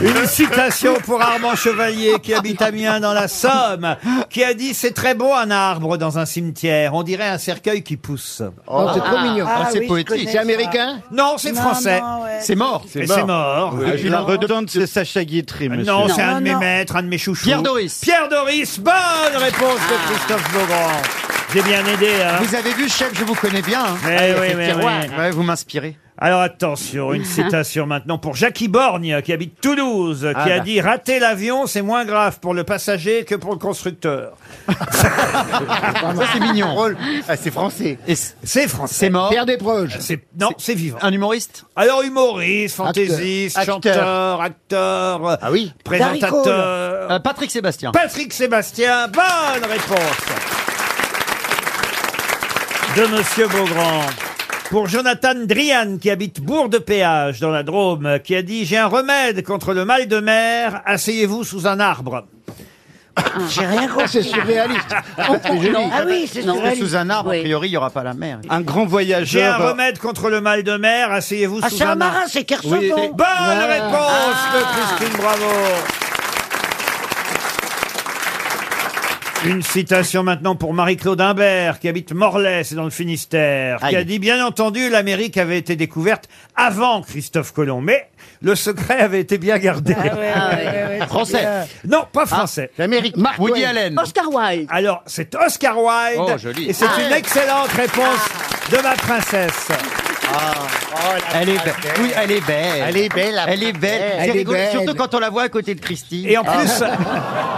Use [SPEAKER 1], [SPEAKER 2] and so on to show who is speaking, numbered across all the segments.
[SPEAKER 1] Une citation pour Armand Chevalier qui habite Amiens dans la Somme, qui a dit c'est très beau un arbre dans un cimetière, on dirait un cercueil qui pousse.
[SPEAKER 2] Oh, c'est trop mignon.
[SPEAKER 3] Ah,
[SPEAKER 2] c'est
[SPEAKER 3] oui, je
[SPEAKER 2] poétique.
[SPEAKER 3] connais
[SPEAKER 2] C'est
[SPEAKER 3] ça.
[SPEAKER 2] américain
[SPEAKER 1] Non, c'est français.
[SPEAKER 2] C'est mort.
[SPEAKER 1] Et c'est mort.
[SPEAKER 4] Ah, je la redonne, c'est Sacha Guitry, monsieur.
[SPEAKER 1] Ah, Non, c'est un
[SPEAKER 3] Non,
[SPEAKER 1] de mes
[SPEAKER 3] non.
[SPEAKER 1] maîtres, un de mes chouchous.
[SPEAKER 2] Pierre Doris.
[SPEAKER 1] Pierre Doris, bonne réponse
[SPEAKER 3] Ah.
[SPEAKER 1] de Christophe Beaugrand. J'ai bien aidé, hein.
[SPEAKER 2] Vous avez vu, chef, je vous connais bien. hein.
[SPEAKER 1] Eh oui, oui, oui.
[SPEAKER 2] Ouais, vous m'inspirez.
[SPEAKER 1] Alors attention, une citation maintenant pour Jackie Borgne qui habite Toulouse, qui
[SPEAKER 2] Ah
[SPEAKER 1] a
[SPEAKER 2] bah.
[SPEAKER 1] dit rater l'avion c'est moins grave pour le passager que pour le constructeur.
[SPEAKER 2] Ça, c'est mignon. Ah, c'est français.
[SPEAKER 1] C'est français.
[SPEAKER 2] C'est mort.
[SPEAKER 3] Pierre Desproges.
[SPEAKER 1] C'est non, c'est vivant.
[SPEAKER 2] Un humoriste
[SPEAKER 1] Alors humoriste, fantaisiste,
[SPEAKER 2] Acteur.
[SPEAKER 1] chanteur, acteur, euh,
[SPEAKER 2] Ah oui.
[SPEAKER 1] présentateur.
[SPEAKER 2] Euh, Patrick Sébastien.
[SPEAKER 1] Patrick Sébastien, bonne réponse de Monsieur Beaugrand. Pour Jonathan Drian, qui habite Bourg-de-Péage, dans la Drôme, qui a dit « J'ai un remède contre le mal de mer, asseyez-vous sous un arbre
[SPEAKER 3] J'ai rien
[SPEAKER 2] Ah,
[SPEAKER 3] compris.
[SPEAKER 2] c'est surréaliste. c'est joli.
[SPEAKER 3] Ah oui, c'est
[SPEAKER 5] Non.
[SPEAKER 2] Parce que
[SPEAKER 3] surréaliste.
[SPEAKER 2] sous un arbre,
[SPEAKER 5] Oui.
[SPEAKER 2] a priori, il n'y aura pas la mer.
[SPEAKER 4] Un grand ».
[SPEAKER 1] J'ai un
[SPEAKER 4] voyageur.
[SPEAKER 1] remède contre le mal de mer, asseyez-vous
[SPEAKER 3] Ah,
[SPEAKER 1] sous
[SPEAKER 3] c'est un
[SPEAKER 1] un arbre
[SPEAKER 3] marin, c'est Kersauton.
[SPEAKER 1] Bonne réponse
[SPEAKER 3] Ah.
[SPEAKER 1] de Christine Bravo Une citation maintenant pour Marie-Claude Imbert, qui habite Morlaix, c'est dans le Finistère, qui a
[SPEAKER 2] Aïe.
[SPEAKER 1] dit, bien entendu, l'Amérique avait été découverte avant Christophe Colomb, mais le secret avait été bien gardé.
[SPEAKER 5] Ah
[SPEAKER 2] Français. Ah,
[SPEAKER 1] Non, pas français.
[SPEAKER 2] L'Amérique. Woody Allen.
[SPEAKER 5] Oscar Wilde.
[SPEAKER 1] Alors, c'est Oscar Wilde,
[SPEAKER 2] Oh, joli.
[SPEAKER 1] et c'est
[SPEAKER 5] Ah.
[SPEAKER 1] une excellente réponse de ma princesse.
[SPEAKER 2] Ah. Elle est belle. oh, Oui, elle est belle.
[SPEAKER 3] Elle est belle, la
[SPEAKER 2] Elle est belle.
[SPEAKER 3] princesse.
[SPEAKER 2] C'est
[SPEAKER 3] Elle est
[SPEAKER 2] rigolo,
[SPEAKER 3] belle.
[SPEAKER 2] Surtout quand on la voit à côté de Christine.
[SPEAKER 1] Et en plus,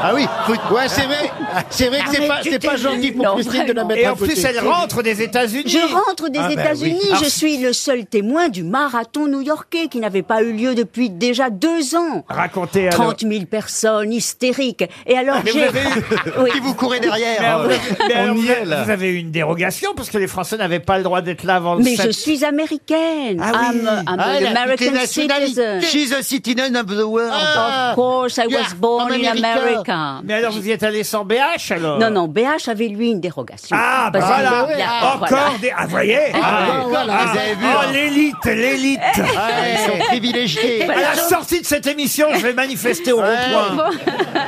[SPEAKER 3] Ah oui, faut- ouais, c'est vrai. C'est vrai que c'est
[SPEAKER 5] Ah, mais
[SPEAKER 3] pas,
[SPEAKER 5] tu
[SPEAKER 3] c'est
[SPEAKER 5] t'es
[SPEAKER 3] pas
[SPEAKER 5] vu.
[SPEAKER 3] gentil pour
[SPEAKER 5] Non,
[SPEAKER 3] Christine de la
[SPEAKER 5] vraiment.
[SPEAKER 3] mettre
[SPEAKER 1] et
[SPEAKER 3] à
[SPEAKER 1] en plus
[SPEAKER 3] côté.
[SPEAKER 1] elle rentre des États-Unis. Ah, ben
[SPEAKER 5] Je rentre
[SPEAKER 2] Ah,
[SPEAKER 5] des
[SPEAKER 2] ben
[SPEAKER 5] États-Unis, je suis le seul témoin du marathon new-yorkais qui n'avait pas eu lieu depuis déjà deux ans.
[SPEAKER 1] Racontez alors. Ah,
[SPEAKER 5] 30 000 personnes hystériques. Et alors
[SPEAKER 1] Mais vous
[SPEAKER 5] j'ai.
[SPEAKER 1] avez
[SPEAKER 5] Oui.
[SPEAKER 2] Qui vous courez derrière
[SPEAKER 1] Mais alors,
[SPEAKER 2] euh,
[SPEAKER 1] mais alors,
[SPEAKER 4] y
[SPEAKER 1] vous,
[SPEAKER 4] est,
[SPEAKER 1] avez-
[SPEAKER 4] là.
[SPEAKER 1] vous avez eu une dérogation parce que les Français n'avaient pas le droit d'être là avant le
[SPEAKER 5] Mais
[SPEAKER 1] 7.
[SPEAKER 5] je suis américaine.
[SPEAKER 1] Ah oui.
[SPEAKER 5] I'm, a- I'm
[SPEAKER 2] Ah,
[SPEAKER 5] an
[SPEAKER 2] elle a quitté
[SPEAKER 5] American
[SPEAKER 2] la
[SPEAKER 5] citizen.
[SPEAKER 2] nationalité. She's a citizen of the world. Ah.
[SPEAKER 5] Of course, I
[SPEAKER 2] Yeah,
[SPEAKER 5] was born
[SPEAKER 2] I'm
[SPEAKER 5] in
[SPEAKER 2] America.
[SPEAKER 5] America.
[SPEAKER 1] Mais alors vous y êtes allé sans BH alors
[SPEAKER 5] Non, non, BH avait lui une dérogation.
[SPEAKER 1] Ah, bah
[SPEAKER 5] Parce que-
[SPEAKER 1] voilà,
[SPEAKER 5] Là,
[SPEAKER 1] encore
[SPEAKER 5] voilà.
[SPEAKER 1] des... Ah, voyez Ah,
[SPEAKER 2] bah, voilà, vous avez vu,
[SPEAKER 1] oh,
[SPEAKER 2] hein.
[SPEAKER 1] l'élite, l'élite
[SPEAKER 5] Eh,
[SPEAKER 2] Ah, ils sont privilégiés.
[SPEAKER 1] À la sortie de cette émission, je vais manifester au rond-point.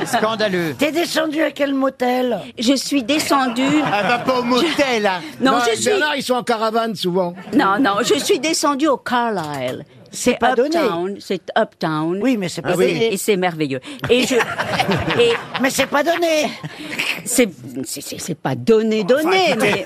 [SPEAKER 2] Scandaleux.
[SPEAKER 3] T'es descendu à quel motel
[SPEAKER 5] Je suis descendue.
[SPEAKER 2] Elle va pas au motel. hein.
[SPEAKER 5] Non, je suis.
[SPEAKER 3] Bernard, ils sont en caravane souvent.
[SPEAKER 5] Non, non, je suis descendue au Carlisle. C'est
[SPEAKER 3] pas donné.
[SPEAKER 5] Uptown, c'est Uptown.
[SPEAKER 3] Oui, mais c'est pas
[SPEAKER 5] Et
[SPEAKER 3] donné.
[SPEAKER 5] c'est- Et c'est merveilleux. Et je, et
[SPEAKER 3] Mais c'est pas donné.
[SPEAKER 5] c'est, c'est- c'est c'est pas donné, donné,
[SPEAKER 1] écoutez.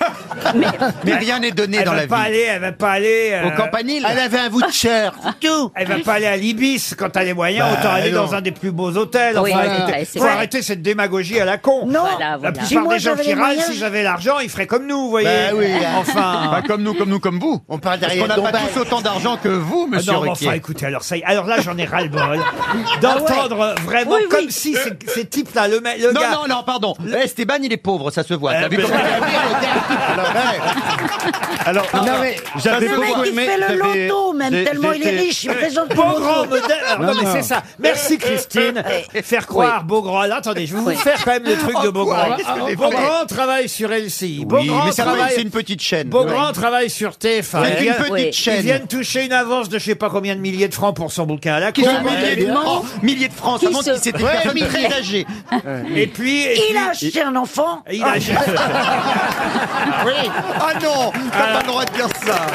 [SPEAKER 5] mais,
[SPEAKER 2] Mais rien n'est donné
[SPEAKER 1] Elle
[SPEAKER 2] dans
[SPEAKER 1] va
[SPEAKER 2] la
[SPEAKER 1] pas
[SPEAKER 2] vie.
[SPEAKER 1] aller, elle va pas aller... euh,
[SPEAKER 2] Au campanile.
[SPEAKER 3] Elle avait un voucher,
[SPEAKER 1] Ah.
[SPEAKER 3] c'est tout.
[SPEAKER 1] Elle va pas aller à l'Ibis quand t'as les moyens, autant aller
[SPEAKER 2] Bah, non.
[SPEAKER 1] dans un des plus beaux hôtels.
[SPEAKER 5] Oui,
[SPEAKER 1] Enfin,
[SPEAKER 5] c'est
[SPEAKER 1] écoutez,
[SPEAKER 5] vrai, c'est
[SPEAKER 1] faut
[SPEAKER 5] vrai.
[SPEAKER 1] arrêter cette démagogie à la con.
[SPEAKER 3] Non.
[SPEAKER 5] Voilà,
[SPEAKER 1] La
[SPEAKER 5] voilà.
[SPEAKER 1] plupart
[SPEAKER 3] Si moi,
[SPEAKER 1] des gens
[SPEAKER 3] j'avais
[SPEAKER 1] qui
[SPEAKER 3] les
[SPEAKER 1] râlent,
[SPEAKER 3] moyens,
[SPEAKER 1] si
[SPEAKER 3] je-
[SPEAKER 1] j'avais l'argent, ils feraient comme nous, vous voyez.
[SPEAKER 2] Bah oui, hein.
[SPEAKER 1] Enfin.
[SPEAKER 2] Pas comme nous, comme nous, comme vous. On parle
[SPEAKER 3] derrière
[SPEAKER 2] On n'a pas
[SPEAKER 3] Dombal.
[SPEAKER 2] tous autant d'argent que vous,
[SPEAKER 1] Ah
[SPEAKER 2] monsieur
[SPEAKER 1] non, mais
[SPEAKER 2] Ruquier.
[SPEAKER 1] enfin, écoutez, alors ça y est. Alors là, j'en ai ras-le-bol d'entendre vraiment
[SPEAKER 5] Ah Oui, oui.
[SPEAKER 1] comme si ces, ces types-là, le, ma- le
[SPEAKER 2] non,
[SPEAKER 1] gars...
[SPEAKER 2] non, non, pardon. Esteban, il est pauvre, ça se voit. T'as
[SPEAKER 1] Euh,
[SPEAKER 2] vu
[SPEAKER 1] mais-
[SPEAKER 2] comment-
[SPEAKER 4] Alors, j'avais
[SPEAKER 3] Le mec,
[SPEAKER 4] beaucoup
[SPEAKER 3] il
[SPEAKER 4] aimé.
[SPEAKER 3] fait le
[SPEAKER 4] j'avais-
[SPEAKER 3] loto, même,
[SPEAKER 4] j'ai-
[SPEAKER 3] tellement il est
[SPEAKER 4] j'étais-
[SPEAKER 3] riche, il présente tout
[SPEAKER 1] Beau
[SPEAKER 3] le
[SPEAKER 1] grand
[SPEAKER 3] monde.
[SPEAKER 1] modèle. Non, mais c'est ça. Merci Christine. Faire croire beau grand. Alors, attendez, je vais vous faire quand même le truc de Ah, beau grand. Beau grand travaille sur LCI. Beau
[SPEAKER 2] Oui,
[SPEAKER 1] grand
[SPEAKER 2] mais ça va,
[SPEAKER 1] travaille.
[SPEAKER 2] c'est une petite chaîne.
[SPEAKER 1] Beau grand travaille sur TF1.
[SPEAKER 2] C'est
[SPEAKER 1] Ils
[SPEAKER 2] une
[SPEAKER 1] viennent-
[SPEAKER 2] petite
[SPEAKER 5] Oui.
[SPEAKER 1] Ils
[SPEAKER 2] chaîne.
[SPEAKER 1] viennent toucher une avance de je sais pas combien de milliers de francs pour son bouquin à la con.
[SPEAKER 2] Qui sont milliers de,
[SPEAKER 5] Absolument.
[SPEAKER 2] oh, milliers de francs, ça
[SPEAKER 5] Qui
[SPEAKER 2] montre
[SPEAKER 5] se-
[SPEAKER 2] qu'il s'était ouais, très âgé.
[SPEAKER 1] Et puis, et
[SPEAKER 3] Il a acheté un enfant.
[SPEAKER 1] puis, il a-
[SPEAKER 2] Oui. Ah non, t'as pas le droit de dire ça.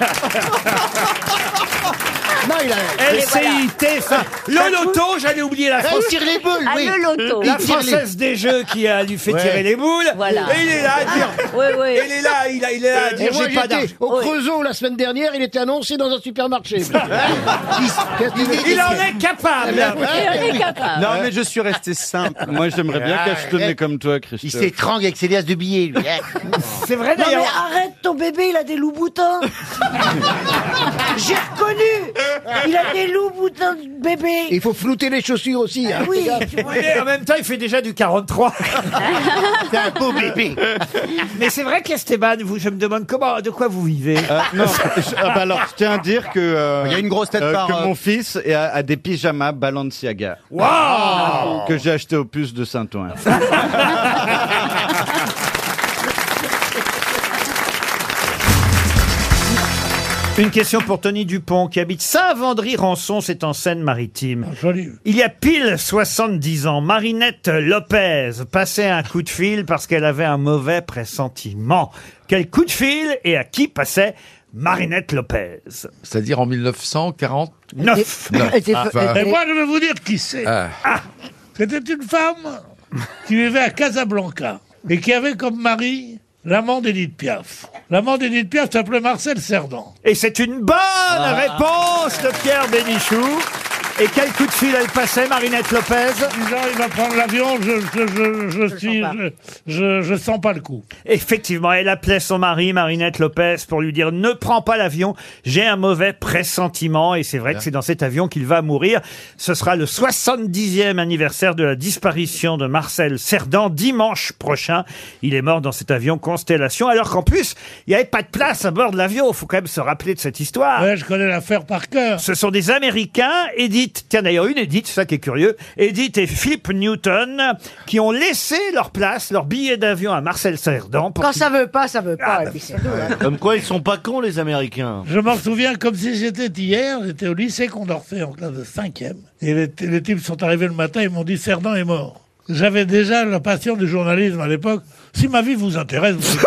[SPEAKER 1] Ah
[SPEAKER 3] Non, il a.
[SPEAKER 1] LCI, TF1. Le loto, j'allais oublier la France.
[SPEAKER 2] On Ah, tire les boules,
[SPEAKER 5] à
[SPEAKER 2] oui.
[SPEAKER 5] Ah, le loto.
[SPEAKER 1] La
[SPEAKER 2] Il tire les-
[SPEAKER 1] française des jeux qui a lui fait tirer les boules.
[SPEAKER 5] Voilà. Ah.
[SPEAKER 1] Et Ah. il est là à
[SPEAKER 2] Ah.
[SPEAKER 1] dire.
[SPEAKER 5] Oui, oui.
[SPEAKER 1] Il est là, il, a- il est là à
[SPEAKER 3] Et
[SPEAKER 1] dire
[SPEAKER 3] Euh, moi,
[SPEAKER 1] j'ai pas d'argent.
[SPEAKER 3] j'étais au Creusot la semaine dernière, il était annoncé dans un supermarché.
[SPEAKER 2] Hein
[SPEAKER 3] Qu'est-ce qu'il dit
[SPEAKER 1] Il en est
[SPEAKER 2] Eh ben,
[SPEAKER 1] capable.
[SPEAKER 5] Et on est capable.
[SPEAKER 4] Non, mais je suis resté simple. Ah. Moi, j'aimerais bien cachetonner comme toi,
[SPEAKER 3] Euh.
[SPEAKER 4] Christophe.
[SPEAKER 2] s'étrangle avec ses liasses de billets, lui. hein.
[SPEAKER 1] C'est vrai
[SPEAKER 3] Non, mais
[SPEAKER 1] d'ailleurs.
[SPEAKER 3] arrête, ton bébé, il a des loups boutins. J'ai reconnu. Il a des loups boutins de bébé. Il faut flouter les chaussures aussi. hein. Oui.
[SPEAKER 1] Oui, mais en même temps, il fait déjà du 43.
[SPEAKER 2] C'est un pauvre bébé.
[SPEAKER 1] Mais c'est vrai qu'Esteban, vous, je me demande
[SPEAKER 2] oh,
[SPEAKER 1] comment, de quoi vous vivez.
[SPEAKER 4] Euh, non, je- ah bah alors, je tiens à dire que. euh,
[SPEAKER 2] Il y a une grosse tête
[SPEAKER 4] euh,
[SPEAKER 2] par,
[SPEAKER 4] Que
[SPEAKER 2] euh,
[SPEAKER 4] mon fils est- a, a des pyjamas Balenciaga Ah.
[SPEAKER 1] Waouh
[SPEAKER 4] que j'ai acheté au puce de Saint-Ouen.
[SPEAKER 1] Une question pour Tony Dupont qui habite Saint-Vendry-Rançon, c'est en Seine-Maritime. Il y a pile 70 ans, Marinette Lopez passait un coup de fil parce qu'elle avait un mauvais pressentiment. Quel coup de fil et à qui passait Marinette Lopez
[SPEAKER 6] C'est-à-dire en 1940
[SPEAKER 1] Neuf.
[SPEAKER 6] Neuf. Ah, enfin,
[SPEAKER 7] Et moi, je vais vous dire qui c'est.
[SPEAKER 6] Ah.
[SPEAKER 7] C'était une femme qui vivait à Casablanca et qui avait comme mari l'amant d'Edith Piaf. L'amant d'Edith Piaf s'appelait Marcel Cerdan. Ah.
[SPEAKER 1] Et c'est une bonne réponse de Pierre Bénichou. Et quel coup de fil elle passait, Marinette Lopez
[SPEAKER 7] Disant, il va prendre l'avion, je, je, je, je suis, je, je, je sens pas le coup.
[SPEAKER 1] Effectivement, elle appelait son mari, Marinette Lopez, pour lui dire ne prends pas l'avion, j'ai un mauvais pressentiment et c'est vrai que c'est dans cet avion qu'il va mourir. Ce sera le 70e anniversaire de la disparition de Marcel Cerdan dimanche prochain. Il est mort dans cet avion Constellation alors qu'en plus, il n'y avait pas de place à bord de l'avion. Faut quand même se rappeler de cette histoire.
[SPEAKER 7] Ouais, je connais l'affaire par cœur.
[SPEAKER 1] Ce sont des Américains, Edith, tiens d'ailleurs une Edith, ça qui est curieux, Edith et Philip Newton, qui ont laissé leur place, leur billet d'avion à Marcel Cerdan. pour
[SPEAKER 3] Quand
[SPEAKER 1] qu'il-
[SPEAKER 3] ça veut pas, ça veut pas. et puis c'est tout, hein.
[SPEAKER 1] Euh,
[SPEAKER 8] Comme quoi, ils sont pas cons, les Américains.
[SPEAKER 7] Je m'en souviens comme si j'étais hier, j'étais au lycée Condorcet en classe de 5e. Et les, t- les types sont arrivés le matin, ils m'ont dit Cerdan est mort. J'avais déjà la passion du journalisme à l'époque. Si ma vie vous intéresse, vous...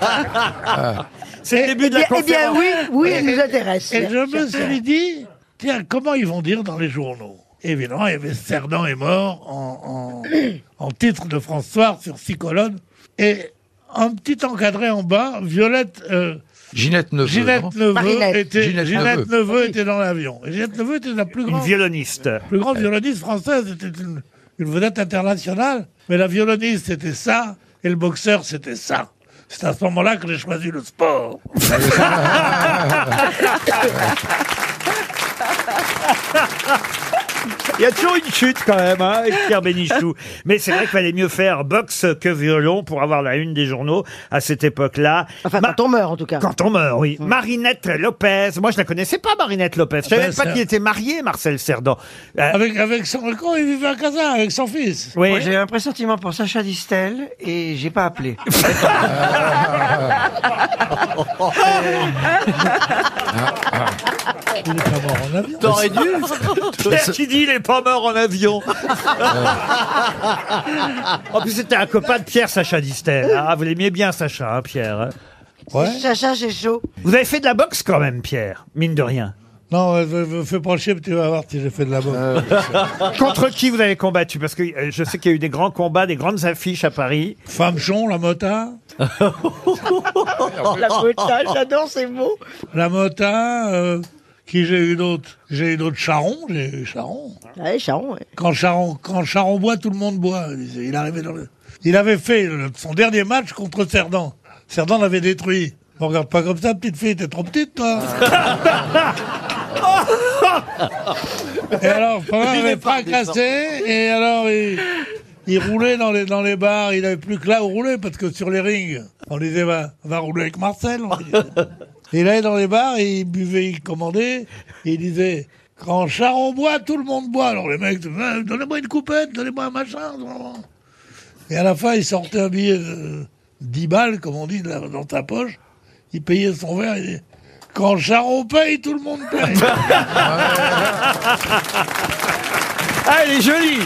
[SPEAKER 1] Ah. C'est le
[SPEAKER 3] Eh bien, eh bien, oui, oui, elle
[SPEAKER 1] eh,
[SPEAKER 3] nous intéresse.
[SPEAKER 7] Et je me suis dit, tiens, comment ils vont dire dans les journaux Évidemment, il y avait Cerdan est mort en, en- en titre de François sur six colonnes. Et un petit encadré en bas, Violette. euh,
[SPEAKER 6] Ginette Neveu. non
[SPEAKER 7] Ginette Neveu,
[SPEAKER 6] Marinette.
[SPEAKER 7] était,
[SPEAKER 6] Ginette
[SPEAKER 7] Ginette
[SPEAKER 6] Neveu.
[SPEAKER 7] Neveu était dans l'avion. Et Ginette Neveu était la plus
[SPEAKER 1] Une
[SPEAKER 7] grande,
[SPEAKER 1] violoniste.
[SPEAKER 7] plus grande violoniste française. C'était une, une vedette internationale. Mais la violoniste, c'était ça. Et le boxeur, c'était ça. C'est à ce moment-là que j'ai choisi le sport.
[SPEAKER 1] Il y a toujours une chute quand même, hein, avec Pierre Bénichou. Mais c'est vrai qu'il fallait mieux faire boxe que violon pour avoir la une des journaux à cette époque-là.
[SPEAKER 3] Enfin,
[SPEAKER 1] Ma-
[SPEAKER 3] quand on meurt, en tout cas. Mmh.
[SPEAKER 1] Quand on meurt, oui. Marinette Lopez. Moi, je la connaissais pas, Marinette Lopez. Je savais
[SPEAKER 7] ben,
[SPEAKER 1] même pas
[SPEAKER 7] ça-
[SPEAKER 1] qu'il était marié, Marcel Cerdan. Euh,
[SPEAKER 7] Avec, avec son quand il vivait à Casa, avec son fils.
[SPEAKER 1] oui.
[SPEAKER 2] Moi, j'ai un pressentiment pour Sacha Distel et j'ai pas appelé.
[SPEAKER 7] Il est pas mort en avion.
[SPEAKER 8] T'aurais dû
[SPEAKER 1] Pierre qui dit il est pas mort en avion.
[SPEAKER 2] Ah.
[SPEAKER 1] Ah. en plus, c'était un copain de Pierre, Sacha Distel. Ah, vous l'aimiez bien, Sacha, hein, Pierre. hein.
[SPEAKER 3] Chacha, c'est chaud.
[SPEAKER 1] Vous avez fait de la boxe quand même, Pierre, mine de rien.
[SPEAKER 7] Non, euh, me- me fais pencher, tu vas voir si j'ai fait de la boxe.
[SPEAKER 2] Euh,
[SPEAKER 1] Contre qui vous avez combattu Parce que euh, je sais qu'il y a eu des grands combats, des grandes affiches à Paris.
[SPEAKER 7] Femme Chon, la mota,
[SPEAKER 3] La poétage, j'adore ces mots.
[SPEAKER 7] la mota, euh, qui j'ai eu d'autres J'ai eu d'autres Charon, j'ai eu Charon.
[SPEAKER 3] Ah Ouais, Charon, ouais.
[SPEAKER 7] Quand Charon, quand Charon boit, tout le monde boit. Il disait. Il arrivait dans le- Il avait fait le- son dernier match contre Cerdan. Cerdan l'avait détruit. Ne regarde pas comme ça, petite fille, t'es trop petite, toi. et alors, Fabin avait fracassé, et alors, il, il roulait dans les, dans les bars, il n'avait plus que là où rouler, parce que sur les rings, on disait, va, va rouler avec Marcel. on disait. Et il allait dans les bars, et il buvait, il commandait, et il disait, quand Charon boit, tout le monde boit. Alors les mecs, Ah, donnez-moi une coupette, donnez-moi un machin. donnez-moi- Et à la fin, il sortait un billet de 10 balles, comme on dit, de la- dans ta poche. Il payait son verre, il disait, quand Charon paye, tout le monde paye.
[SPEAKER 1] Ah, elle est jolie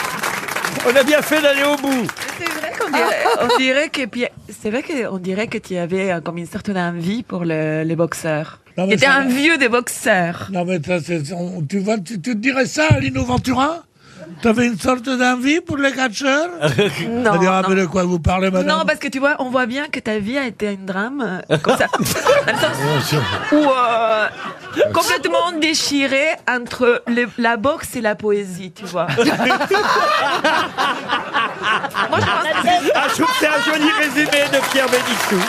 [SPEAKER 1] On a bien fait d'aller au bout.
[SPEAKER 9] C'est vrai qu'on dirait, on dirait que Pierre- c'est vrai qu'on dirait que tu avais euh, comme une certaine envie pour le, les boxeurs.
[SPEAKER 7] Non, mais
[SPEAKER 9] Tu étais
[SPEAKER 7] ça
[SPEAKER 9] un
[SPEAKER 7] va.
[SPEAKER 9] vieux des boxeurs.
[SPEAKER 7] Non, mais ça, c'est- on- tu, vois, tu, tu te dirais ça à Lino Ventura T'avais une sorte d'envie pour les catcheurs
[SPEAKER 9] Non,
[SPEAKER 7] On dirait, ah,
[SPEAKER 9] non.
[SPEAKER 7] mais de quoi vous parlez, madame
[SPEAKER 9] Non, parce que tu vois, on voit bien que ta vie a été un drame euh, comme ça. Dans le sens où, euh, complètement déchiré entre le- la boxe et la poésie, tu vois. Moi, je pense que c'est-
[SPEAKER 1] Ah, je trouve que c'est un joli résumé de Pierre Bénichou.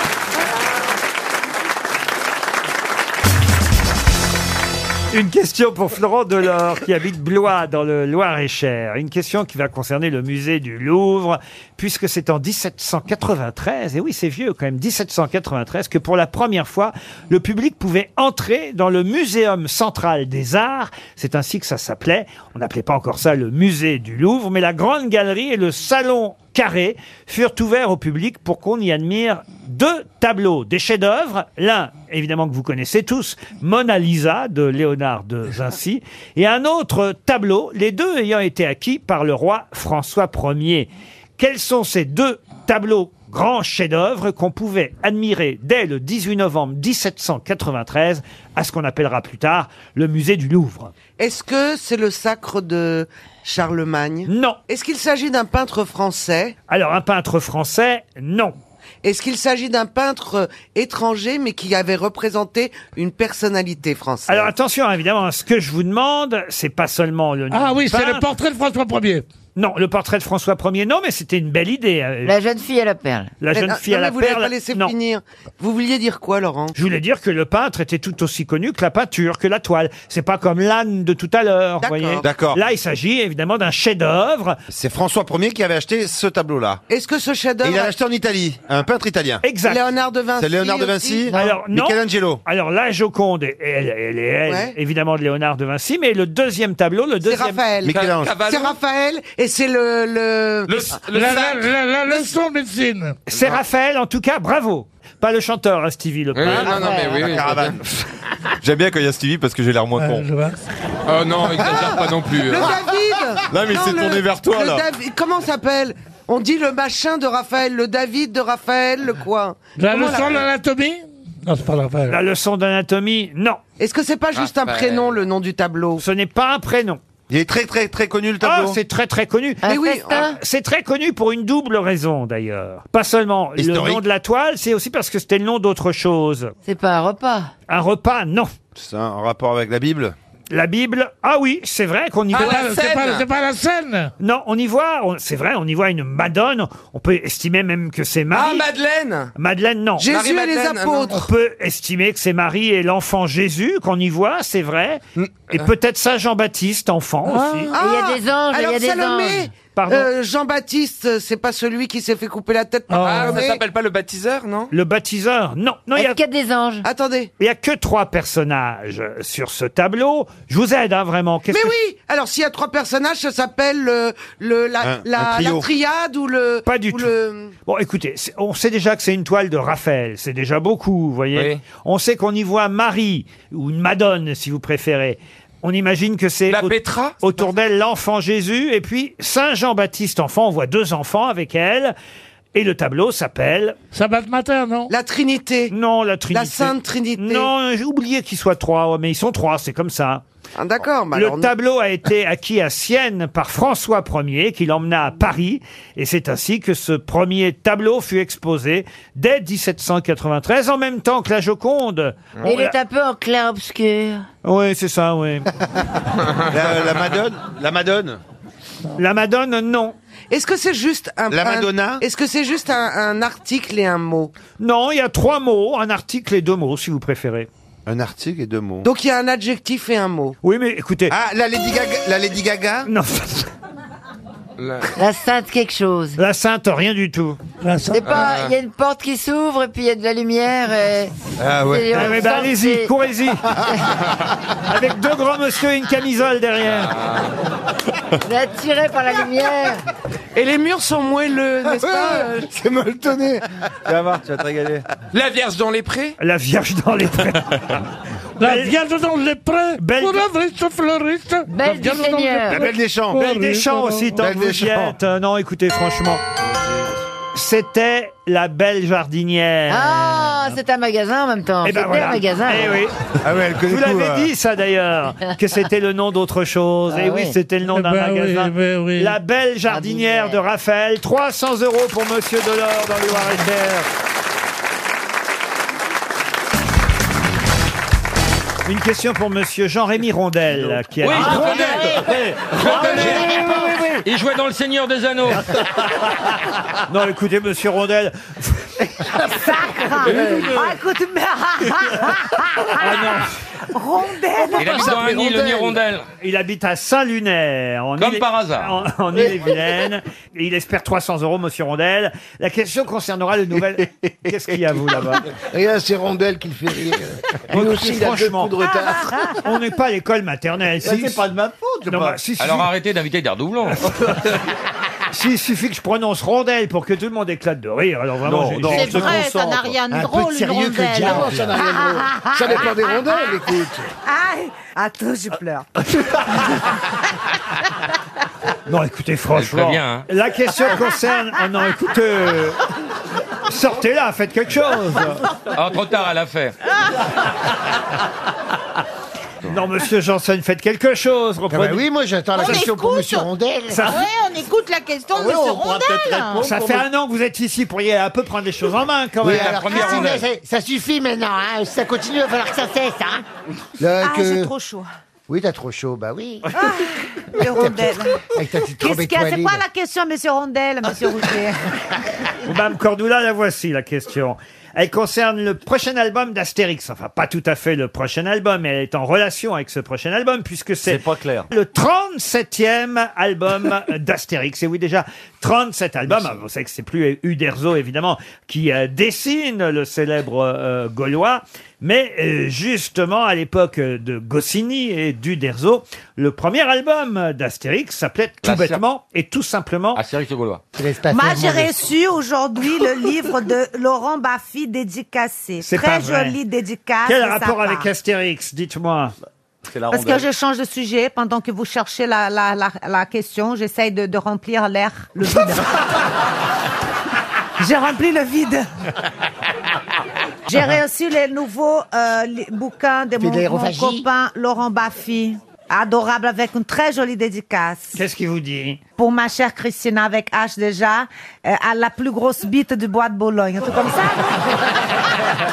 [SPEAKER 1] Une question pour Florent Delors qui habite Blois dans le Loir-et-Cher. Une question qui va concerner le musée du Louvre puisque c'est en 1793, et oui c'est vieux quand même, 1793 que pour la première fois le public pouvait entrer dans le Muséum central des arts. C'est ainsi que ça s'appelait. On n'appelait pas encore ça le musée du Louvre, mais la grande galerie et le salon carrés furent ouverts au public pour qu'on y admire deux tableaux, des chefs-d'œuvre. L'un, évidemment, que vous connaissez tous, Mona Lisa de Léonard de Vinci, et un autre tableau, les deux ayant été acquis par le roi François Ier. Quels sont ces deux tableaux grands chefs-d'œuvre qu'on pouvait admirer dès le 18 novembre 1793 à ce qu'on appellera plus tard le musée du Louvre
[SPEAKER 10] Est-ce que c'est le sacre de Charlemagne
[SPEAKER 1] Non.
[SPEAKER 10] Est-ce qu'il s'agit d'un peintre français
[SPEAKER 1] Alors, un peintre français, non.
[SPEAKER 10] Est-ce qu'il s'agit d'un peintre euh, étranger, mais qui avait représenté une personnalité française
[SPEAKER 1] Alors attention, évidemment, ce que je vous demande, c'est pas seulement le nom
[SPEAKER 7] Ah
[SPEAKER 1] du
[SPEAKER 7] oui, c'est
[SPEAKER 1] peintre.
[SPEAKER 7] le portrait de François Ier.
[SPEAKER 1] Non, le portrait de François Ier, non, mais c'était une belle idée. euh,
[SPEAKER 10] La jeune fille à la perle.
[SPEAKER 1] La jeune fille à la
[SPEAKER 10] vous l'avez
[SPEAKER 1] perle,
[SPEAKER 10] pas laissé finir. Vous vouliez dire quoi, Laurent
[SPEAKER 1] Je voulais dire que le peintre était tout aussi connu que la peinture, que la toile. C'est pas comme l'âne de tout à l'heure, vous voyez.
[SPEAKER 2] D'accord.
[SPEAKER 1] Là, il s'agit évidemment d'un chef-d'œuvre.
[SPEAKER 2] C'est François Ier qui avait acheté ce tableau-là.
[SPEAKER 10] Est-ce que ce
[SPEAKER 2] Et
[SPEAKER 10] chef-d'œuvre.
[SPEAKER 2] il l'a acheté en Italie, un peintre italien.
[SPEAKER 1] Exact.
[SPEAKER 10] Léonard de Vinci.
[SPEAKER 2] C'est Léonard de
[SPEAKER 10] aussi
[SPEAKER 2] Vinci
[SPEAKER 1] Alors, non.
[SPEAKER 2] Michelangelo.
[SPEAKER 1] Alors, la Joconde, elle, elle, elle est elle,
[SPEAKER 10] Ouais.
[SPEAKER 1] évidemment de Léonard de Vinci, mais le deuxième tableau, le
[SPEAKER 10] C'est
[SPEAKER 1] deuxième.
[SPEAKER 10] Raphaël. C'est Raphaël et c'est le le
[SPEAKER 7] la, la- la- la leçon de médecine.
[SPEAKER 1] C'est Raphaël, en tout cas, bravo. Pas le chanteur, hein, Stevie, le
[SPEAKER 2] oui,
[SPEAKER 1] peintre.
[SPEAKER 2] non, non, mais oui, oui, La caravane. J'aime bien quand il y a Stevie parce que j'ai l'air moins con. Oh non, exagère pas non plus. hein.
[SPEAKER 10] Le David
[SPEAKER 2] Ah. Non, mais il s'est
[SPEAKER 10] le-
[SPEAKER 2] tourné vers toi,
[SPEAKER 10] le
[SPEAKER 2] là.
[SPEAKER 10] Davi- Comment s'appelle On dit le machin de Raphaël, le David de Raphaël, le quoi
[SPEAKER 7] La
[SPEAKER 10] Comment
[SPEAKER 7] leçon de l'anatomie Non, c'est pas Raphaël.
[SPEAKER 1] La leçon d'anatomie, non.
[SPEAKER 10] Est-ce que c'est pas juste un
[SPEAKER 1] Raphaël.
[SPEAKER 10] prénom, le nom du tableau
[SPEAKER 1] Ce n'est pas un prénom.
[SPEAKER 2] Il est très très très connu le
[SPEAKER 1] Ah,
[SPEAKER 2] tableau.
[SPEAKER 1] c'est très très connu.
[SPEAKER 2] Un Mais oui, festin
[SPEAKER 1] on- c'est très connu pour une double raison d'ailleurs. Pas seulement le
[SPEAKER 2] Historique.
[SPEAKER 1] nom de la toile, c'est aussi parce que c'était le nom d'autre chose.
[SPEAKER 11] C'est pas un repas.
[SPEAKER 1] Un repas, non.
[SPEAKER 2] C'est un rapport avec la Bible
[SPEAKER 1] La Bible, ah oui, c'est vrai qu'on y
[SPEAKER 7] Ah,
[SPEAKER 1] voit.
[SPEAKER 7] la C'est pas- Seine. c'est pas la scène.
[SPEAKER 1] Non, on y voit, on- c'est vrai, on y voit une Madone. On peut estimer même que c'est Marie.
[SPEAKER 10] Ah, Madeleine
[SPEAKER 1] Madeleine, non.
[SPEAKER 10] Jésus Marie et les Madeleine, apôtres.
[SPEAKER 1] On peut estimer que c'est Marie et l'enfant Jésus qu'on y voit, c'est vrai.
[SPEAKER 10] Mm.
[SPEAKER 1] Et peut-être Saint Jean-Baptiste, enfant aussi.
[SPEAKER 10] Ah,
[SPEAKER 11] Il y a des anges, il y a
[SPEAKER 10] Alors
[SPEAKER 11] des
[SPEAKER 10] Salomé,
[SPEAKER 11] anges.
[SPEAKER 1] Pardon
[SPEAKER 10] euh, Jean-Baptiste, c'est pas celui qui s'est fait couper la tête par
[SPEAKER 1] Ah,
[SPEAKER 10] Salomé.
[SPEAKER 1] ça s'appelle
[SPEAKER 12] pas le baptiseur, non
[SPEAKER 1] Le baptiseur, non. non il y a...
[SPEAKER 10] des anges Attendez.
[SPEAKER 1] Il n'y a que trois personnages sur ce tableau. Je vous aide, hein, vraiment.
[SPEAKER 10] Mais
[SPEAKER 1] Qu'est-ce que-
[SPEAKER 10] oui Alors s'il y a trois personnages, ça s'appelle le, le- la,
[SPEAKER 1] Un-
[SPEAKER 10] la-
[SPEAKER 1] un trio.
[SPEAKER 10] la triade ou le...
[SPEAKER 1] Pas du
[SPEAKER 10] ou
[SPEAKER 1] tout.
[SPEAKER 10] le-
[SPEAKER 1] Bon, écoutez, c'est- on sait déjà que c'est une toile de Raphaël. C'est déjà beaucoup, vous voyez. On sait qu'on y voit Marie, ou une Madone, si vous préférez. On imagine que c'est au- autour d'elle l'enfant Jésus et puis Saint Jean-Baptiste enfant. On voit deux enfants avec elle. Et le tableau s'appelle...
[SPEAKER 7] Sabbat matin, non
[SPEAKER 10] La Trinité.
[SPEAKER 1] Non, la
[SPEAKER 10] La
[SPEAKER 1] Trinité.
[SPEAKER 10] Sainte Trinité.
[SPEAKER 1] Non, j'ai oublié qu'il soit trois, ouais, mais ils sont trois, c'est comme ça.
[SPEAKER 10] Ah, D'accord, mais alors,
[SPEAKER 1] Le
[SPEAKER 10] non.
[SPEAKER 1] tableau a été acquis à Sienne par François Ier, qui l'emmena à Paris, et c'est ainsi que ce premier tableau fut exposé dès 1793, en même temps que la Joconde.
[SPEAKER 11] Il est un peu en clair-obscur.
[SPEAKER 1] Oui, c'est ça, oui.
[SPEAKER 2] la, la Madone La Madone
[SPEAKER 1] La Madone, non.
[SPEAKER 10] Est-ce que c'est juste un...
[SPEAKER 2] La
[SPEAKER 10] un-
[SPEAKER 2] Madonna
[SPEAKER 10] Est-ce que c'est juste un, un article et un mot
[SPEAKER 1] Non, il y a trois mots, un article et deux mots, si vous préférez.
[SPEAKER 2] Un article et deux mots.
[SPEAKER 10] Donc il y a un adjectif et un mot.
[SPEAKER 1] Oui, mais écoutez...
[SPEAKER 2] Ah, la Lady Gaga, la Lady Gaga
[SPEAKER 1] Non.
[SPEAKER 11] La sainte quelque chose.
[SPEAKER 1] La Sainte, rien du tout.
[SPEAKER 11] C'est pas, il y a une porte qui s'ouvre et puis il y a de la lumière et.
[SPEAKER 1] Ah
[SPEAKER 11] et on
[SPEAKER 1] ouais,
[SPEAKER 11] sent
[SPEAKER 1] bah,
[SPEAKER 11] que
[SPEAKER 1] allez-y,
[SPEAKER 11] c'est-
[SPEAKER 1] courez-y. Avec deux grands monsieur et une camisole derrière.
[SPEAKER 2] Ah.
[SPEAKER 11] On est attiré par la lumière.
[SPEAKER 10] Et les murs sont moelleux, n'est-ce pas euh,
[SPEAKER 2] Ah C'est molletonné Tu vas voir, tu vas te régaler.
[SPEAKER 12] La Vierge dans les prés
[SPEAKER 1] La Vierge dans les prés.
[SPEAKER 7] La Vierge dans les prés. Pour la riche fleuriste.
[SPEAKER 11] Belle du Seigneur.
[SPEAKER 2] La Belle des
[SPEAKER 7] Oh,
[SPEAKER 2] Champs.
[SPEAKER 1] Belle des Champs aussi, tant
[SPEAKER 2] Belle
[SPEAKER 1] que
[SPEAKER 2] des
[SPEAKER 1] vous y
[SPEAKER 2] Champs.
[SPEAKER 1] êtes. Euh, Non, écoutez, franchement. C'était la belle jardinière.
[SPEAKER 11] Ah, c'est un magasin en même temps.
[SPEAKER 1] Euh, Eh ben
[SPEAKER 11] C'était
[SPEAKER 1] voilà.
[SPEAKER 11] un magasin.
[SPEAKER 1] Eh oui.
[SPEAKER 2] Ah ouais, elle connaît
[SPEAKER 1] Vous
[SPEAKER 2] tout,
[SPEAKER 1] l'avez
[SPEAKER 2] euh.
[SPEAKER 1] dit ça d'ailleurs, que c'était le nom d'autre chose.
[SPEAKER 11] Ah
[SPEAKER 1] Et oui,
[SPEAKER 11] oui.
[SPEAKER 1] c'était le nom
[SPEAKER 7] Eh
[SPEAKER 1] d'un
[SPEAKER 7] ben
[SPEAKER 1] magasin.
[SPEAKER 7] oui, ben oui.
[SPEAKER 1] La belle jardinière de Raphaël. 300 euros pour Monsieur Delors dans le Loir-et-Cher. Une question pour Monsieur Jean-Rémy Rondel, qui a
[SPEAKER 13] Oui,
[SPEAKER 1] Ah,
[SPEAKER 13] Rondel. Il jouait dans Le Seigneur des Anneaux.
[SPEAKER 1] Non, écoutez, Monsieur Rondel,
[SPEAKER 2] Eh
[SPEAKER 9] Ah, écoute, mais- Rondelle.
[SPEAKER 13] Il habite dans un île, le Nirondelle.
[SPEAKER 1] Il habite à Saint-Lunaire. en
[SPEAKER 13] Comme
[SPEAKER 1] Ille-
[SPEAKER 13] par hasard.
[SPEAKER 1] En, en Ille-et-Vilaine. Et il espère 300 euros, monsieur Rondel. La question concernera le nouvel... Qu'est-ce qu'il y a, vous, là-bas
[SPEAKER 14] Rien, c'est Rondel qui le fait rire. Lui aussi, il a deux
[SPEAKER 1] Franchement,
[SPEAKER 14] coups de retard.
[SPEAKER 1] on n'est pas à l'école maternelle.
[SPEAKER 14] Bah, c'est pas de ma faute,
[SPEAKER 1] Non,
[SPEAKER 13] Bah,
[SPEAKER 1] bah, si, si,
[SPEAKER 13] Alors
[SPEAKER 1] si.
[SPEAKER 13] arrêtez d'inviter Gardoulan.
[SPEAKER 1] S'il suffit que je prononce rondelle pour que tout le monde éclate de rire, alors vraiment,
[SPEAKER 2] Non,
[SPEAKER 1] j'ai-
[SPEAKER 2] non,
[SPEAKER 1] j'ai-
[SPEAKER 2] C'est on se vrai, ça concentre. n'a rien de Un peu drôle, de sérieux une que le rondelle. diable.
[SPEAKER 1] Non, ça n'a rien de drôle.
[SPEAKER 2] Ça dépend des rondelles,
[SPEAKER 1] écoute.
[SPEAKER 13] Aïe Attends, je pleure.
[SPEAKER 1] Ah, Non, écoutez, franchement,
[SPEAKER 2] très bien, hein.
[SPEAKER 1] la question concerne... Ah non, écoutez, euh, sortez-la, faites quelque chose
[SPEAKER 4] Ah, trop tard à l'affaire.
[SPEAKER 13] Ah,
[SPEAKER 1] Non, monsieur Janssen, faites quelque chose. reprenez-
[SPEAKER 2] Ah bah oui, moi, j'attends la
[SPEAKER 1] On
[SPEAKER 2] question pour
[SPEAKER 1] écoute.
[SPEAKER 2] Monsieur Rondel.
[SPEAKER 1] Ça-
[SPEAKER 13] Ah ouais, on écoute la question
[SPEAKER 2] Ah
[SPEAKER 13] de
[SPEAKER 2] ouais,
[SPEAKER 13] Monsieur
[SPEAKER 2] on pourra peut-être
[SPEAKER 13] Rondel.
[SPEAKER 2] répondre.
[SPEAKER 1] Ça fait un an que vous êtes ici, vous pourriez un peu prendre les choses en main quand
[SPEAKER 2] Oui,
[SPEAKER 1] même.
[SPEAKER 2] alors, Christine, ça- ça suffit maintenant, hein. ça continue, il va falloir que ça cesse. Hein.
[SPEAKER 13] Ah, j'ai trop chaud.
[SPEAKER 2] Oui, t'as trop chaud, bah oui.
[SPEAKER 13] Le Rondel.
[SPEAKER 2] Avec ta petite robe
[SPEAKER 13] Qu'est-ce qu'il y a C'est
[SPEAKER 2] étoilée.
[SPEAKER 13] quoi la question, Monsieur Rondel, Monsieur Rouget
[SPEAKER 1] Madame Cordula, la voici la question. Elle concerne le prochain album d'Astérix. Enfin, pas tout à fait le prochain album, mais elle est en relation avec ce prochain album puisque c'est pas clair. Le 37e album d'Astérix. Et oui, déjà 37 albums. Ah, Vous savez que c'est plus Uderzo évidemment qui euh, dessine le célèbre euh, Gaulois, mais euh, justement à l'époque de Goscinny et d'Uderzo, le premier album d'Astérix s'appelait tout bêtement et tout simplement Astérix le Gaulois.
[SPEAKER 13] Moi, j'ai reçu aujourd'hui le livre de Laurent Baffy dédicacé.
[SPEAKER 1] C'est
[SPEAKER 13] Très
[SPEAKER 1] pas vrai.
[SPEAKER 13] jolie dédicace.
[SPEAKER 1] Quel
[SPEAKER 13] de sa
[SPEAKER 1] rapport
[SPEAKER 13] part.
[SPEAKER 1] avec Astérix Dites-moi. C'est la
[SPEAKER 13] Parce que je change de sujet pendant que vous cherchez la, la, la, la question. J'essaye de, de remplir l'air, le vide. J'ai rempli le vide. J'ai reçu les nouveaux euh, li- bouquins de mon, mon
[SPEAKER 2] Filairophagie.
[SPEAKER 13] copain Laurent Baffy. Adorable avec une très jolie dédicace.
[SPEAKER 1] Qu'est-ce qu'il vous dit
[SPEAKER 13] Pour ma chère Christina avec H déjà, euh, à la plus grosse bite du bois de Bologne. Un truc comme ça.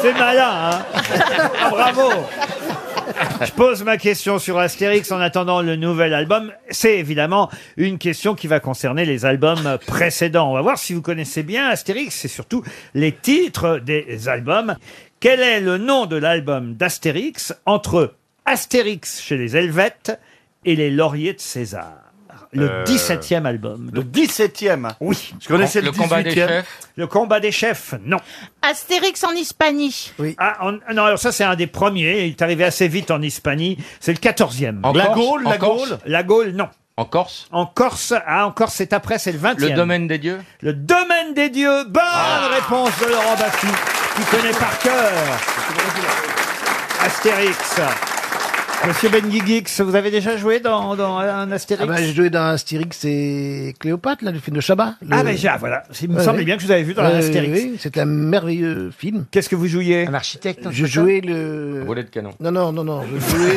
[SPEAKER 1] C'est malin, hein Bravo Je pose ma question sur Astérix en attendant le nouvel album. C'est évidemment une question qui va concerner les albums précédents. On va voir si vous connaissez bien Astérix et surtout les titres des albums. Quel est le nom de l'album d'Astérix entre Astérix chez les Helvètes et les Lauriers de César Le
[SPEAKER 15] Euh,
[SPEAKER 1] 17e album. Le 17e Oui.
[SPEAKER 15] Je connaissais le Le combat des 18e. chefs
[SPEAKER 1] Le combat des chefs, non.
[SPEAKER 13] Astérix en Hispanie.
[SPEAKER 1] Oui. Ah, en- ah non, alors ça, c'est un des premiers. Il est arrivé assez vite en Hispanie. C'est le 14e.
[SPEAKER 15] En La Corse Gaule, la
[SPEAKER 1] En Corse
[SPEAKER 15] Gaule
[SPEAKER 1] La Gaule, non.
[SPEAKER 15] En Corse
[SPEAKER 1] En Corse, ah, en Corse, c'est après, c'est le 20e.
[SPEAKER 15] Le domaine Ah.
[SPEAKER 1] des dieux Le domaine des dieux. Bonne réponse de Laurent Baffi, qui connaît par cœur Astérix. Monsieur Benguigix, vous avez déjà joué dans, dans un Astérix
[SPEAKER 6] Ah ben, j'ai joué dans Astérix et Cléopâtre, là, le film de Chabat. Le-
[SPEAKER 1] Ah ben j'ai- ah, voilà, il me
[SPEAKER 6] Ouais,
[SPEAKER 1] semblait
[SPEAKER 6] ouais.
[SPEAKER 1] bien que je vous avez vu dans
[SPEAKER 6] Ouais,
[SPEAKER 1] l'Astérix.
[SPEAKER 6] oui, c'était un merveilleux film.
[SPEAKER 1] Qu'est-ce que vous jouiez Un
[SPEAKER 6] architecte.
[SPEAKER 1] un
[SPEAKER 6] Je
[SPEAKER 1] truc
[SPEAKER 6] jouais le.
[SPEAKER 4] Volet de canon.
[SPEAKER 6] Non, non, non, non. Je jouais.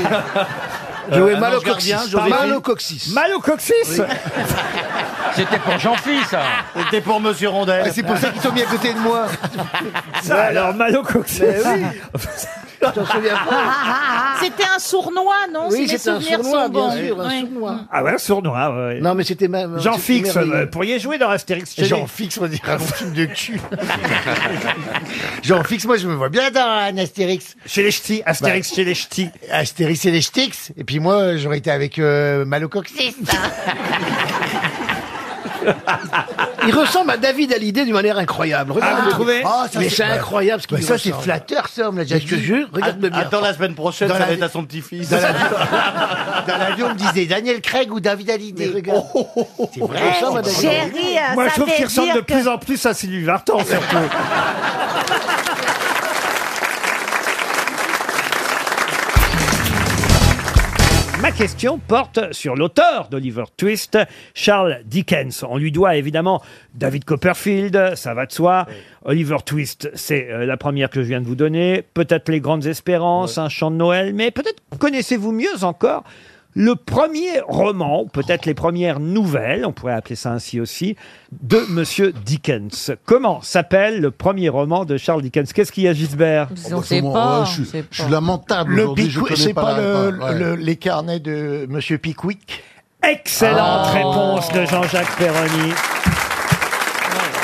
[SPEAKER 6] je jouais
[SPEAKER 4] Euh,
[SPEAKER 6] Malo
[SPEAKER 4] un ange gardien,
[SPEAKER 6] Coxis.
[SPEAKER 4] Joséphine.
[SPEAKER 6] Malo Coxis.
[SPEAKER 1] Malo Coxis
[SPEAKER 4] C'était pour Jean-Fils, ça. C'était pour Monsieur Rondel.
[SPEAKER 6] Ah, c'est pour ça qu'ils sont mis à côté de moi.
[SPEAKER 1] Ça, alors, Malo
[SPEAKER 6] Mais
[SPEAKER 1] Coxis.
[SPEAKER 6] oui. Je t'en souviens pas.
[SPEAKER 13] Ah. C'était un sournois, non
[SPEAKER 6] Oui,
[SPEAKER 13] Si mes
[SPEAKER 6] c'était un
[SPEAKER 13] souvenirs
[SPEAKER 6] sournois,
[SPEAKER 13] sont
[SPEAKER 6] bien
[SPEAKER 13] bons.
[SPEAKER 6] sûr, un
[SPEAKER 13] Oui.
[SPEAKER 1] Ah ouais, sournois, ouais.
[SPEAKER 6] Non, mais c'était même.
[SPEAKER 1] Jean
[SPEAKER 6] c'était
[SPEAKER 1] Fix,
[SPEAKER 6] merveilleux.
[SPEAKER 1] euh, pourriez jouer dans Astérix chez
[SPEAKER 6] Jean
[SPEAKER 1] les-
[SPEAKER 6] Fix, on dirait un film de cul.
[SPEAKER 2] Jean Fix, moi je me vois bien dans un Astérix. Bah,
[SPEAKER 1] Chez les ch'tis, Astérix chez les ch'tis.
[SPEAKER 2] Astérix et les ch'tix. Et puis moi, euh, j'aurais été avec euh, Malocoxis.
[SPEAKER 6] Il ressemble à David Hallyday d'une manière incroyable. Regarde
[SPEAKER 2] vous trouvez Ah, ça,
[SPEAKER 6] Mais
[SPEAKER 2] c'est-
[SPEAKER 6] c'est incroyable ce qu'il
[SPEAKER 2] Mais
[SPEAKER 6] lui
[SPEAKER 2] ça, c'est
[SPEAKER 6] ressemble.
[SPEAKER 2] flatteur, ça, on me l'a déjà
[SPEAKER 6] Mais Je te
[SPEAKER 2] dit.
[SPEAKER 6] jure, regarde-le bien.
[SPEAKER 2] Attends la semaine prochaine,
[SPEAKER 6] Dans
[SPEAKER 2] ça
[SPEAKER 6] la
[SPEAKER 2] va
[SPEAKER 6] vie-
[SPEAKER 2] être à son petit-fils. Dans l'avion, on me disait Daniel Craig ou David Hallyday. C'est vrai.
[SPEAKER 13] ça, madame. Chérie, euh, ça
[SPEAKER 1] Moi, je trouve
[SPEAKER 13] veut
[SPEAKER 1] qu'il ressemble
[SPEAKER 13] dire
[SPEAKER 1] de
[SPEAKER 13] que-
[SPEAKER 1] plus en plus à Sylvie Vartan, surtout. Ma question porte sur l'auteur d'Oliver Twist, Charles Dickens. On lui doit évidemment David Copperfield, ça va de soi. Oliver Twist, c'est euh, la première que je viens de vous donner. Peut-être Les Grandes Espérances, Un chant de Noël, mais peut-être connaissez-vous mieux encore le premier roman, peut-être les premières nouvelles, on pourrait appeler ça ainsi aussi, de Monsieur Dickens. Comment s'appelle le premier roman de Charles Dickens Qu'est-ce qu'il y a, Gisbert
[SPEAKER 16] On sait pas, je suis- on sait je suis pas. lamentable
[SPEAKER 15] Le
[SPEAKER 16] aujourd'hui, je
[SPEAKER 15] Pickwick-
[SPEAKER 16] connais
[SPEAKER 15] c'est
[SPEAKER 16] pas
[SPEAKER 15] pas
[SPEAKER 16] la-
[SPEAKER 15] le-
[SPEAKER 16] ouais.
[SPEAKER 15] le-
[SPEAKER 16] les carnets de Monsieur Pickwick.
[SPEAKER 1] Excellente réponse de Jean-Jacques Perroni.
[SPEAKER 3] Ah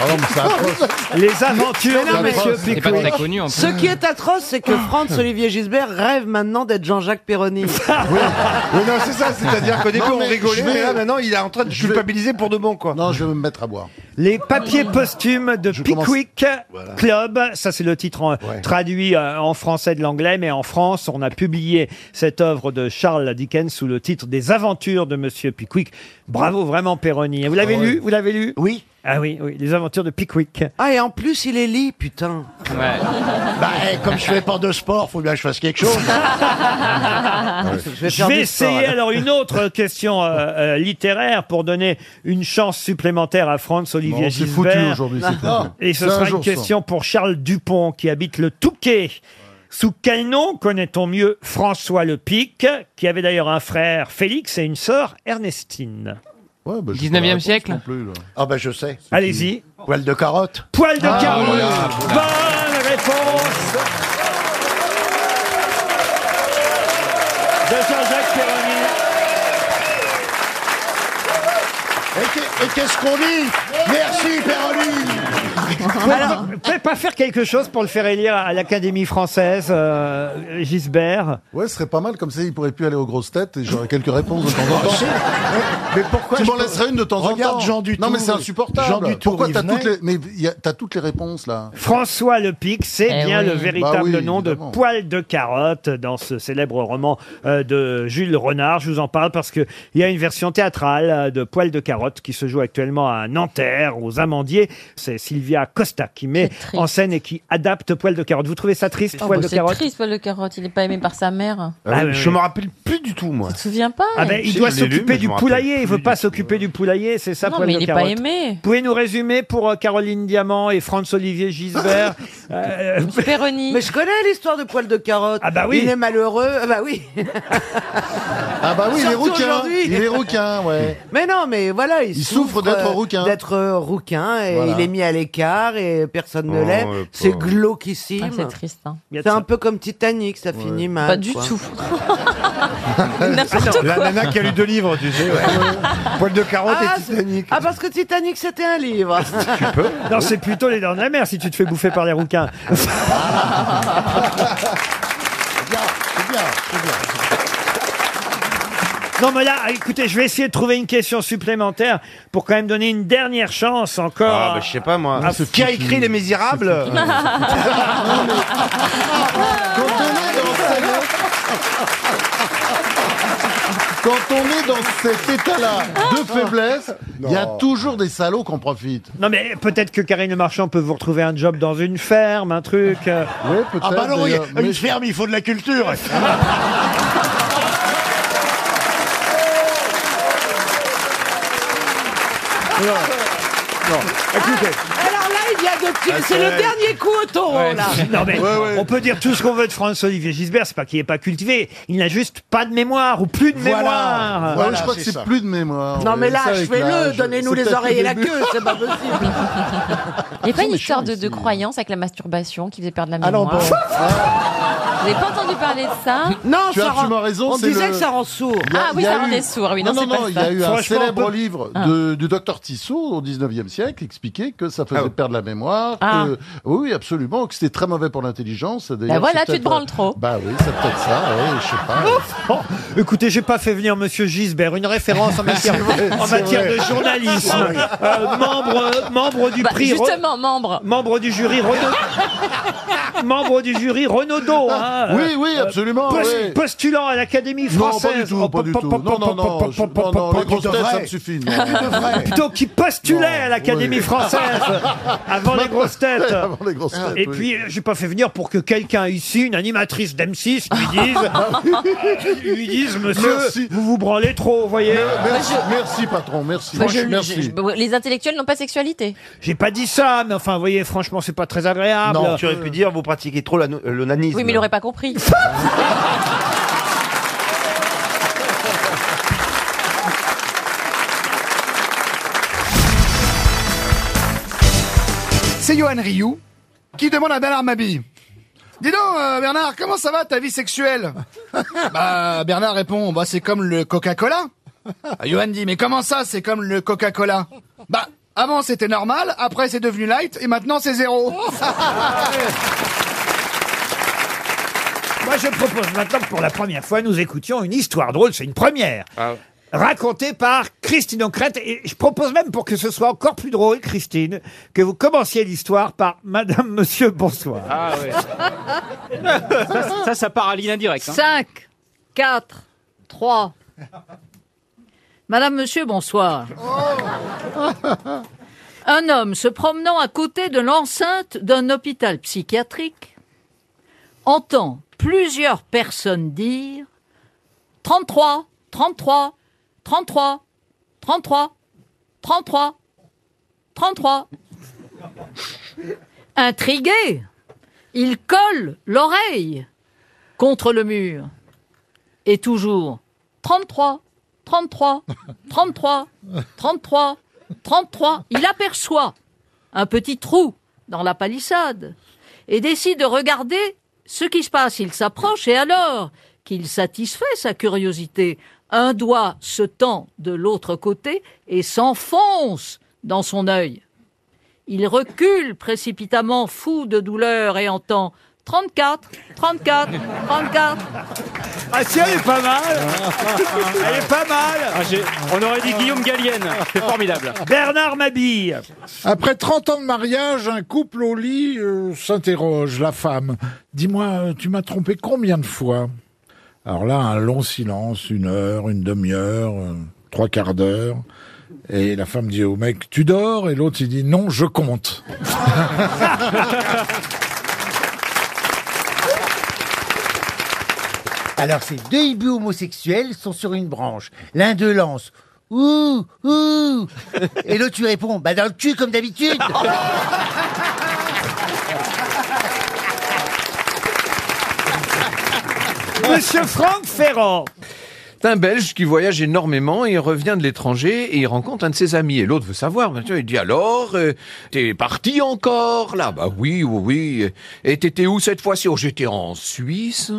[SPEAKER 1] Ah. Les aventures
[SPEAKER 3] Mais non,
[SPEAKER 1] de
[SPEAKER 3] mais-
[SPEAKER 1] Monsieur
[SPEAKER 3] C'est pas
[SPEAKER 1] Pickwick.
[SPEAKER 3] très connu, en plus. Ce qui est atroce, c'est que Franz Olivier Gisbert rêve maintenant d'être Jean-Jacques Perroni.
[SPEAKER 16] Oui, non, c'est ça, c'est-à-dire qu'au début
[SPEAKER 3] Non,
[SPEAKER 16] on
[SPEAKER 3] mais
[SPEAKER 16] rigolait,
[SPEAKER 3] je vais-
[SPEAKER 16] mais là maintenant il est en train de
[SPEAKER 3] je vais-
[SPEAKER 16] culpabiliser pour de bon quoi. Non, je vais me mettre à boire.
[SPEAKER 1] Les papiers posthumes de Pickwick Club. Ça, c'est le titre en- traduit euh, en français de l'anglais, mais en France, on a publié cette œuvre de Charles Dickens sous le titre Des aventures de Monsieur Pickwick. Bravo vraiment, Perroni. Vous
[SPEAKER 16] Ah
[SPEAKER 1] l'avez lu Vous l'avez lu Oui. Ah oui, oui, les aventures de Pickwick.
[SPEAKER 3] Ah, et en plus, il est lit, putain.
[SPEAKER 16] Bah, eh, comme je fais pas de sport, faut bien que je fasse quelque chose.
[SPEAKER 1] Ah Je vais, essayer alors une autre question euh, euh, littéraire pour donner une chance supplémentaire à Franz Olivier
[SPEAKER 16] Non, c'est
[SPEAKER 1] Gisbert.
[SPEAKER 16] foutu aujourd'hui, c'est
[SPEAKER 1] Non.
[SPEAKER 16] foutu.
[SPEAKER 1] Et ce
[SPEAKER 16] C'est un
[SPEAKER 1] sera
[SPEAKER 16] jour
[SPEAKER 1] une
[SPEAKER 16] sans.
[SPEAKER 1] question pour Charles Dupont qui habite le Touquet. Sous quel nom connaît-on mieux François Le Pic, qui avait d'ailleurs un frère Félix et une sœur Ernestine
[SPEAKER 16] bah, siècle Ah bah je sais.
[SPEAKER 1] Allez-y.
[SPEAKER 16] Poil de carotte.
[SPEAKER 1] Poil de
[SPEAKER 16] Ah,
[SPEAKER 1] carotte.
[SPEAKER 16] voilà.
[SPEAKER 1] Bonne Ah, réponse de Jean-Jacques Perroni.
[SPEAKER 16] Et qu'est- Et qu'est-ce qu'on dit Merci Péroline
[SPEAKER 1] Alors, vous pouvez pas faire quelque chose pour le faire élire à l'Académie française, euh, Gisbert
[SPEAKER 17] Ouais, ce serait pas mal, comme ça il pourrait plus aller aux grosses têtes et j'aurais quelques réponses de temps en temps.
[SPEAKER 16] Mais pourquoi
[SPEAKER 17] tu
[SPEAKER 16] je
[SPEAKER 17] m'en
[SPEAKER 16] peux-
[SPEAKER 17] laisserais une de temps
[SPEAKER 16] Regarde
[SPEAKER 17] en temps.
[SPEAKER 16] Jean Dutour.
[SPEAKER 17] Non, mais c'est insupportable.
[SPEAKER 16] Jean Dutour,
[SPEAKER 17] Pourquoi
[SPEAKER 16] il
[SPEAKER 17] t'as
[SPEAKER 16] venait.
[SPEAKER 17] toutes les, mais il y a- t'as toutes les réponses là
[SPEAKER 1] François Le Pic, c'est
[SPEAKER 17] Eh
[SPEAKER 1] bien
[SPEAKER 17] oui.
[SPEAKER 1] le
[SPEAKER 17] Bah
[SPEAKER 1] véritable
[SPEAKER 17] oui,
[SPEAKER 1] nom
[SPEAKER 17] évidemment.
[SPEAKER 1] de Poil de carotte dans ce célèbre roman euh, de Jules Renard. Je vous en parle parce que il y a une version théâtrale euh, de Poil de carotte qui se joue actuellement à Nanterre, aux Amandiers. C'est Sylvia Costa qui met en scène et qui adapte Poil de carotte. Vous trouvez ça triste, Poil de
[SPEAKER 18] Ah, Oh, bah, c'est
[SPEAKER 1] carotte
[SPEAKER 18] triste, Paul de Carotte. Il n'est pas aimé par sa mère.
[SPEAKER 1] Ah oui,
[SPEAKER 15] je
[SPEAKER 1] oui.
[SPEAKER 15] me rappelle plus du tout, moi.
[SPEAKER 18] Tu te souviens pas
[SPEAKER 1] Ah ben, il
[SPEAKER 15] Si,
[SPEAKER 1] doit
[SPEAKER 15] je l'ai lu,
[SPEAKER 1] s'occuper
[SPEAKER 15] mais je
[SPEAKER 1] du
[SPEAKER 15] me rappelle
[SPEAKER 1] poulailler. Il veut pas s'occuper du poulailler, c'est ça,
[SPEAKER 18] Non,
[SPEAKER 1] Poil
[SPEAKER 18] mais
[SPEAKER 1] de
[SPEAKER 18] il est pas
[SPEAKER 1] carotte.
[SPEAKER 18] aimé.
[SPEAKER 1] Pouvez nous résumer pour euh, Caroline Diamant et Franz-Olivier Gisbert euh,
[SPEAKER 3] Mais je connais l'histoire de poil de carotte.
[SPEAKER 1] Ah bah oui.
[SPEAKER 3] Il est malheureux.
[SPEAKER 13] euh,
[SPEAKER 3] Ah bah oui.
[SPEAKER 17] Ah bah oui, il est
[SPEAKER 3] Surtout
[SPEAKER 17] rouquin.
[SPEAKER 3] aujourd'hui.
[SPEAKER 17] Il est rouquin, ouais.
[SPEAKER 3] Mais non, mais voilà, il,
[SPEAKER 17] Il souffre d'être
[SPEAKER 3] euh,
[SPEAKER 17] rouquin.
[SPEAKER 3] D'être euh, rouquin et
[SPEAKER 17] Voilà.
[SPEAKER 3] il est mis à l'écart et personne ne
[SPEAKER 17] Oh,
[SPEAKER 3] l'aime.
[SPEAKER 17] le
[SPEAKER 3] c'est
[SPEAKER 17] pauvre.
[SPEAKER 3] glauquissime.
[SPEAKER 18] Ah, c'est triste. hein.
[SPEAKER 3] C'est un peu comme Titanic, ça finit mal.
[SPEAKER 18] Pas du
[SPEAKER 3] quoi.
[SPEAKER 18] tout.
[SPEAKER 15] La nana qui a lu deux livres, tu sais. Ouais. Poil de carotte
[SPEAKER 3] Ah,
[SPEAKER 15] et
[SPEAKER 3] c'est- ah, parce que Titanic, c'était un livre.
[SPEAKER 1] Non, c'est plutôt les dents de la mer si tu te fais bouffer par les rouquins.
[SPEAKER 15] Ah.
[SPEAKER 16] C'est bien, c'est bien.
[SPEAKER 1] Non, mais là, écoutez, je vais essayer de trouver une question supplémentaire pour quand même donner une dernière chance encore.
[SPEAKER 15] Ah, bah, je sais pas, moi.
[SPEAKER 1] Ah,
[SPEAKER 15] Qui
[SPEAKER 1] c'est
[SPEAKER 15] a
[SPEAKER 1] foutu.
[SPEAKER 15] écrit Les Misérables
[SPEAKER 17] Euh,
[SPEAKER 1] C'est foutu.
[SPEAKER 17] Quand on est dans cet état-là de faiblesse, il y a
[SPEAKER 1] Non.
[SPEAKER 17] toujours des salauds qu'on profite.
[SPEAKER 1] Non, mais peut-être que Karine Le Marchand peut vous retrouver un job dans une ferme, un truc. euh. Oui,
[SPEAKER 17] peut-être, Ah bah non, oui, d'ailleurs, une mais-
[SPEAKER 1] ferme, il faut de la culture.
[SPEAKER 17] Ah.
[SPEAKER 15] Écoutez.
[SPEAKER 3] Alors là, il y a de
[SPEAKER 15] Ah,
[SPEAKER 3] C'est
[SPEAKER 15] c'est
[SPEAKER 3] le
[SPEAKER 15] vrai.
[SPEAKER 3] dernier coup au taureau, Oh là.
[SPEAKER 1] Non mais on peut dire tout ce qu'on veut de François-Olivier Gisbert, c'est pas qu'il est pas cultivé, il n'a juste pas de mémoire ou plus de
[SPEAKER 17] Voilà.
[SPEAKER 1] mémoire.
[SPEAKER 17] Ouais, je crois que c'est plus de mémoire.
[SPEAKER 3] Non, mais là,
[SPEAKER 17] Ça, avec
[SPEAKER 3] achevez-le,
[SPEAKER 17] l'âge,
[SPEAKER 3] donnez-nous
[SPEAKER 17] c'est
[SPEAKER 3] les
[SPEAKER 17] peut-être le
[SPEAKER 3] oreilles et la
[SPEAKER 17] début.
[SPEAKER 3] queue, c'est pas possible.
[SPEAKER 18] Il n'y a pas une histoire de, de croyance avec la masturbation qui faisait perdre la
[SPEAKER 17] Ah non,
[SPEAKER 18] mémoire.
[SPEAKER 17] bon.
[SPEAKER 18] Vous n'avez pas entendu parler de ça
[SPEAKER 3] Non,
[SPEAKER 17] Tu as absolument raison. c'est le- Il y a-
[SPEAKER 18] Ah oui,
[SPEAKER 17] il y a
[SPEAKER 18] ça
[SPEAKER 17] eu-
[SPEAKER 18] rendait sourd. Oui,
[SPEAKER 17] non,
[SPEAKER 18] non, c'est
[SPEAKER 17] non,
[SPEAKER 18] pas
[SPEAKER 17] non, il y
[SPEAKER 18] ça.
[SPEAKER 17] a eu un
[SPEAKER 18] Franchement,
[SPEAKER 17] célèbre
[SPEAKER 18] on peut-
[SPEAKER 17] livre
[SPEAKER 18] Ah.
[SPEAKER 17] de, du docteur Tissot au 19e siècle qui expliquait que ça faisait perdre la mémoire.
[SPEAKER 18] Ah.
[SPEAKER 17] Que, oui, oui, absolument, que c'était très mauvais pour l'intelligence.
[SPEAKER 18] Bah
[SPEAKER 17] D'ailleurs,
[SPEAKER 18] voilà,
[SPEAKER 17] c'est
[SPEAKER 18] tu te
[SPEAKER 17] peut-être-
[SPEAKER 18] branles trop.
[SPEAKER 17] Bah oui, c'est peut-être ça, oui, je sais pas.
[SPEAKER 1] Oh, Écoutez, j'ai pas fait venir Monsieur Gisbert, une référence en matière,
[SPEAKER 17] vrai,
[SPEAKER 1] en
[SPEAKER 17] Ah, c'est
[SPEAKER 1] matière
[SPEAKER 17] vrai.
[SPEAKER 1] de journalisme,
[SPEAKER 17] Ah oui.
[SPEAKER 1] Euh, membre, euh, membre du
[SPEAKER 18] Bah,
[SPEAKER 1] prix, Re-
[SPEAKER 18] Justement, membre.
[SPEAKER 1] membre du jury Renaud. membre du jury Renaudot. hein,
[SPEAKER 17] Oui, oui,
[SPEAKER 1] euh,
[SPEAKER 17] absolument,
[SPEAKER 1] post-
[SPEAKER 17] oui.
[SPEAKER 1] Postulant à l'Académie
[SPEAKER 17] Non, pas
[SPEAKER 1] française. Oh,
[SPEAKER 17] du tout, pas du tout. Non, non, non, je- non, non, les grosses têtes, ça me suffit. non.
[SPEAKER 1] Plutôt qui postulait à l'Académie
[SPEAKER 17] oui.
[SPEAKER 1] française avant les grosses têtes.
[SPEAKER 17] Avant les grosses têtes,
[SPEAKER 1] Et
[SPEAKER 17] oui.
[SPEAKER 1] puis, euh, j'ai pas fait venir pour que quelqu'un ici, une animatrice d'M6, lui dise, lui dise, monsieur,
[SPEAKER 17] Ah Merci.
[SPEAKER 1] vous vous branlez trop, vous voyez.
[SPEAKER 17] Merci, merci, patron, merci.
[SPEAKER 18] Bah, je- je-
[SPEAKER 17] merci.
[SPEAKER 18] je- les intellectuels n'ont pas de sexualité.
[SPEAKER 1] J'ai pas dit ça, mais enfin, vous voyez, franchement, c'est pas très agréable.
[SPEAKER 15] Non, tu aurais pu dire, vous pratiquez trop l'ano- euh, l'onanisme.
[SPEAKER 18] Oui, mais il n'aurait pas compris.
[SPEAKER 19] C'est Johan Rioux qui demande à Bernard Mabille. Dis donc, euh, Bernard, comment ça va ta vie sexuelle Bah, Bernard répond, bah, c'est comme le Coca-Cola. Ah, Johan dit, mais comment ça, c'est comme le Coca-Cola Bah, avant c'était normal, après c'est devenu light, et maintenant c'est zéro.
[SPEAKER 15] Ah
[SPEAKER 1] Moi, je propose maintenant que pour la première fois, nous écoutions une histoire drôle. C'est une première. raconté par Christine O'Crête. Et je propose même pour que ce soit encore plus drôle, Christine, que vous commenciez l'histoire par Madame, Monsieur, bonsoir.
[SPEAKER 10] Ah ouais. ça, ça, ça part à ligne indirecte. hein.
[SPEAKER 20] 5, 4, 3. Madame, monsieur, bonsoir. Un homme se promenant à côté de l'enceinte d'un hôpital psychiatrique entend plusieurs personnes dire 33, 33, 33, 33, 33, 33. Intrigué, il colle l'oreille contre le mur. Et toujours 33, 33, 33, 33, 33. Il aperçoit un petit trou dans la palissade et décide de regarder ce qui se passe. Il s'approche et alors qu'il satisfait sa curiosité, un doigt se tend de l'autre côté et s'enfonce dans son œil. Il recule précipitamment, fou de douleur, et entend 34, 34, 34.
[SPEAKER 1] Ah si, elle est pas mal Elle est pas mal
[SPEAKER 10] Ah, j'ai- On aurait dit Guillaume Gallienne. C'est formidable.
[SPEAKER 1] Bernard Mabille.
[SPEAKER 15] Après 30 ans de mariage, un couple au lit euh, s'interroge, la femme. Dis-moi, euh, tu m'as trompé combien de fois Alors là, un long silence, une heure, une demi-heure, euh, trois quarts d'heure. Et la femme dit au mec, tu dors Et l'autre, il dit, non, je compte.
[SPEAKER 2] Alors, ces deux hiboux homosexuels sont sur une branche. L'un de lance Ouh, ouh Et l'autre, tu réponds Bah, dans le cul, comme d'habitude
[SPEAKER 1] Monsieur Franck Ferrand.
[SPEAKER 14] C'est un Belge qui voyage énormément et il revient de l'étranger et il rencontre un de ses amis. Et l'autre veut savoir, bien sûr, il dit alors, euh, t'es parti encore là Bah oui, oui, oui. Et t'étais où cette fois-ci Oh, j'étais en Suisse.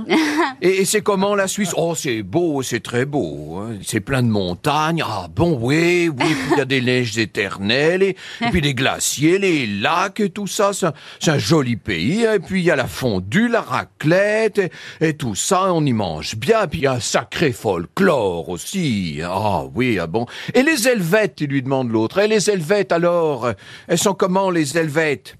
[SPEAKER 14] et, et c'est comment la Suisse Oh, c'est beau, c'est très beau. hein. C'est plein de montagnes. Ah bon, oui, oui. Puis il y a des neiges éternelles et, et puis des glaciers, les lacs et tout ça. C'est un, c'est un joli pays. Et puis il y a la fondue, la raclette et, et tout ça. On y mange bien. Puis il y a un sacré folklore aussi. Ah oui, ah bon. Et les Helvètes, il lui demande l'autre. Et les Helvètes alors euh, Elles sont comment les Helvètes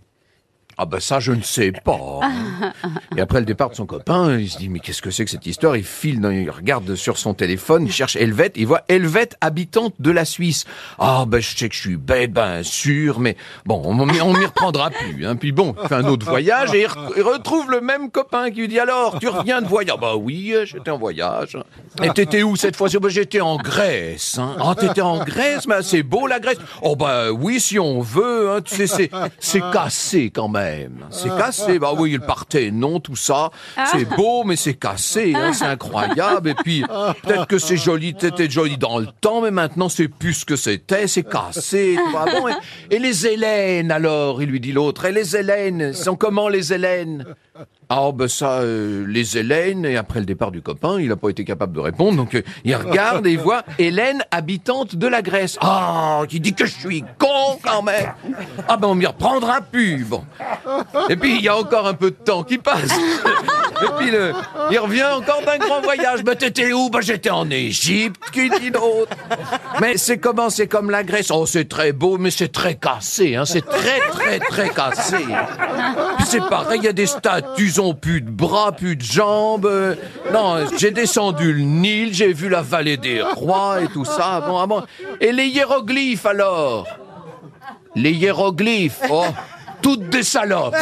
[SPEAKER 14] ah ben ça, je ne sais pas. Et après le départ de son copain, il se dit mais qu'est-ce que c'est que cette histoire Il file, dans, il regarde sur son téléphone, il cherche Helvète, il voit Helvète habitante de la Suisse. Ah ben je sais que je suis bête, bien sûr, mais bon, on m'y on m'y reprendra plus. hein. Puis bon, il fait un autre voyage et il, re- il retrouve le même copain qui lui dit alors tu reviens de voyage Bah oui, euh, j'étais en voyage. Et t'étais où cette fois-ci Bah, J'étais en Grèce. hein. Ah t'étais en Grèce, mais c'est beau la Grèce. Oh bah oui si on veut, hein, tu sais c'est c'est cassé quand même. hein. C'est cassé. Bah oui, il partait, non, tout ça. C'est beau, mais c'est cassé. hein, c'est incroyable. Et puis, peut-être que c'est joli, c'était joli dans le temps, mais maintenant, c'est plus ce que c'était. C'est cassé. tu vois. Bon, et, et les Hélènes, alors, il lui dit l'autre. Et les Hélènes, sont comment les Hélènes ah ben ça, euh, les Hélènes, et après le départ du copain, il n'a pas été capable de répondre, donc euh, il regarde et il voit Hélène, habitante de la Grèce. Ah, qui dit que je suis con quand même Ah ben on m'y reprendra plus, bon. Et puis il y a encore un peu de temps qui passe. Et puis le- il revient encore d'un grand voyage. Ben t'étais où Ben j'étais en Égypte, qui dit d'autre Mais c'est comment C'est comme la Grèce. Oh c'est très beau, mais c'est très cassé, hein. c'est très très très
[SPEAKER 17] Bah
[SPEAKER 14] cassé. Puis c'est pareil, il y a des statues, ils ont plus de bras, plus de jambes. euh, Non, j'ai descendu le Nil, j'ai vu la vallée des rois et tout ça. Bon, ah bon. Et les hiéroglyphes alors Les hiéroglyphes, oh, toutes des salopes.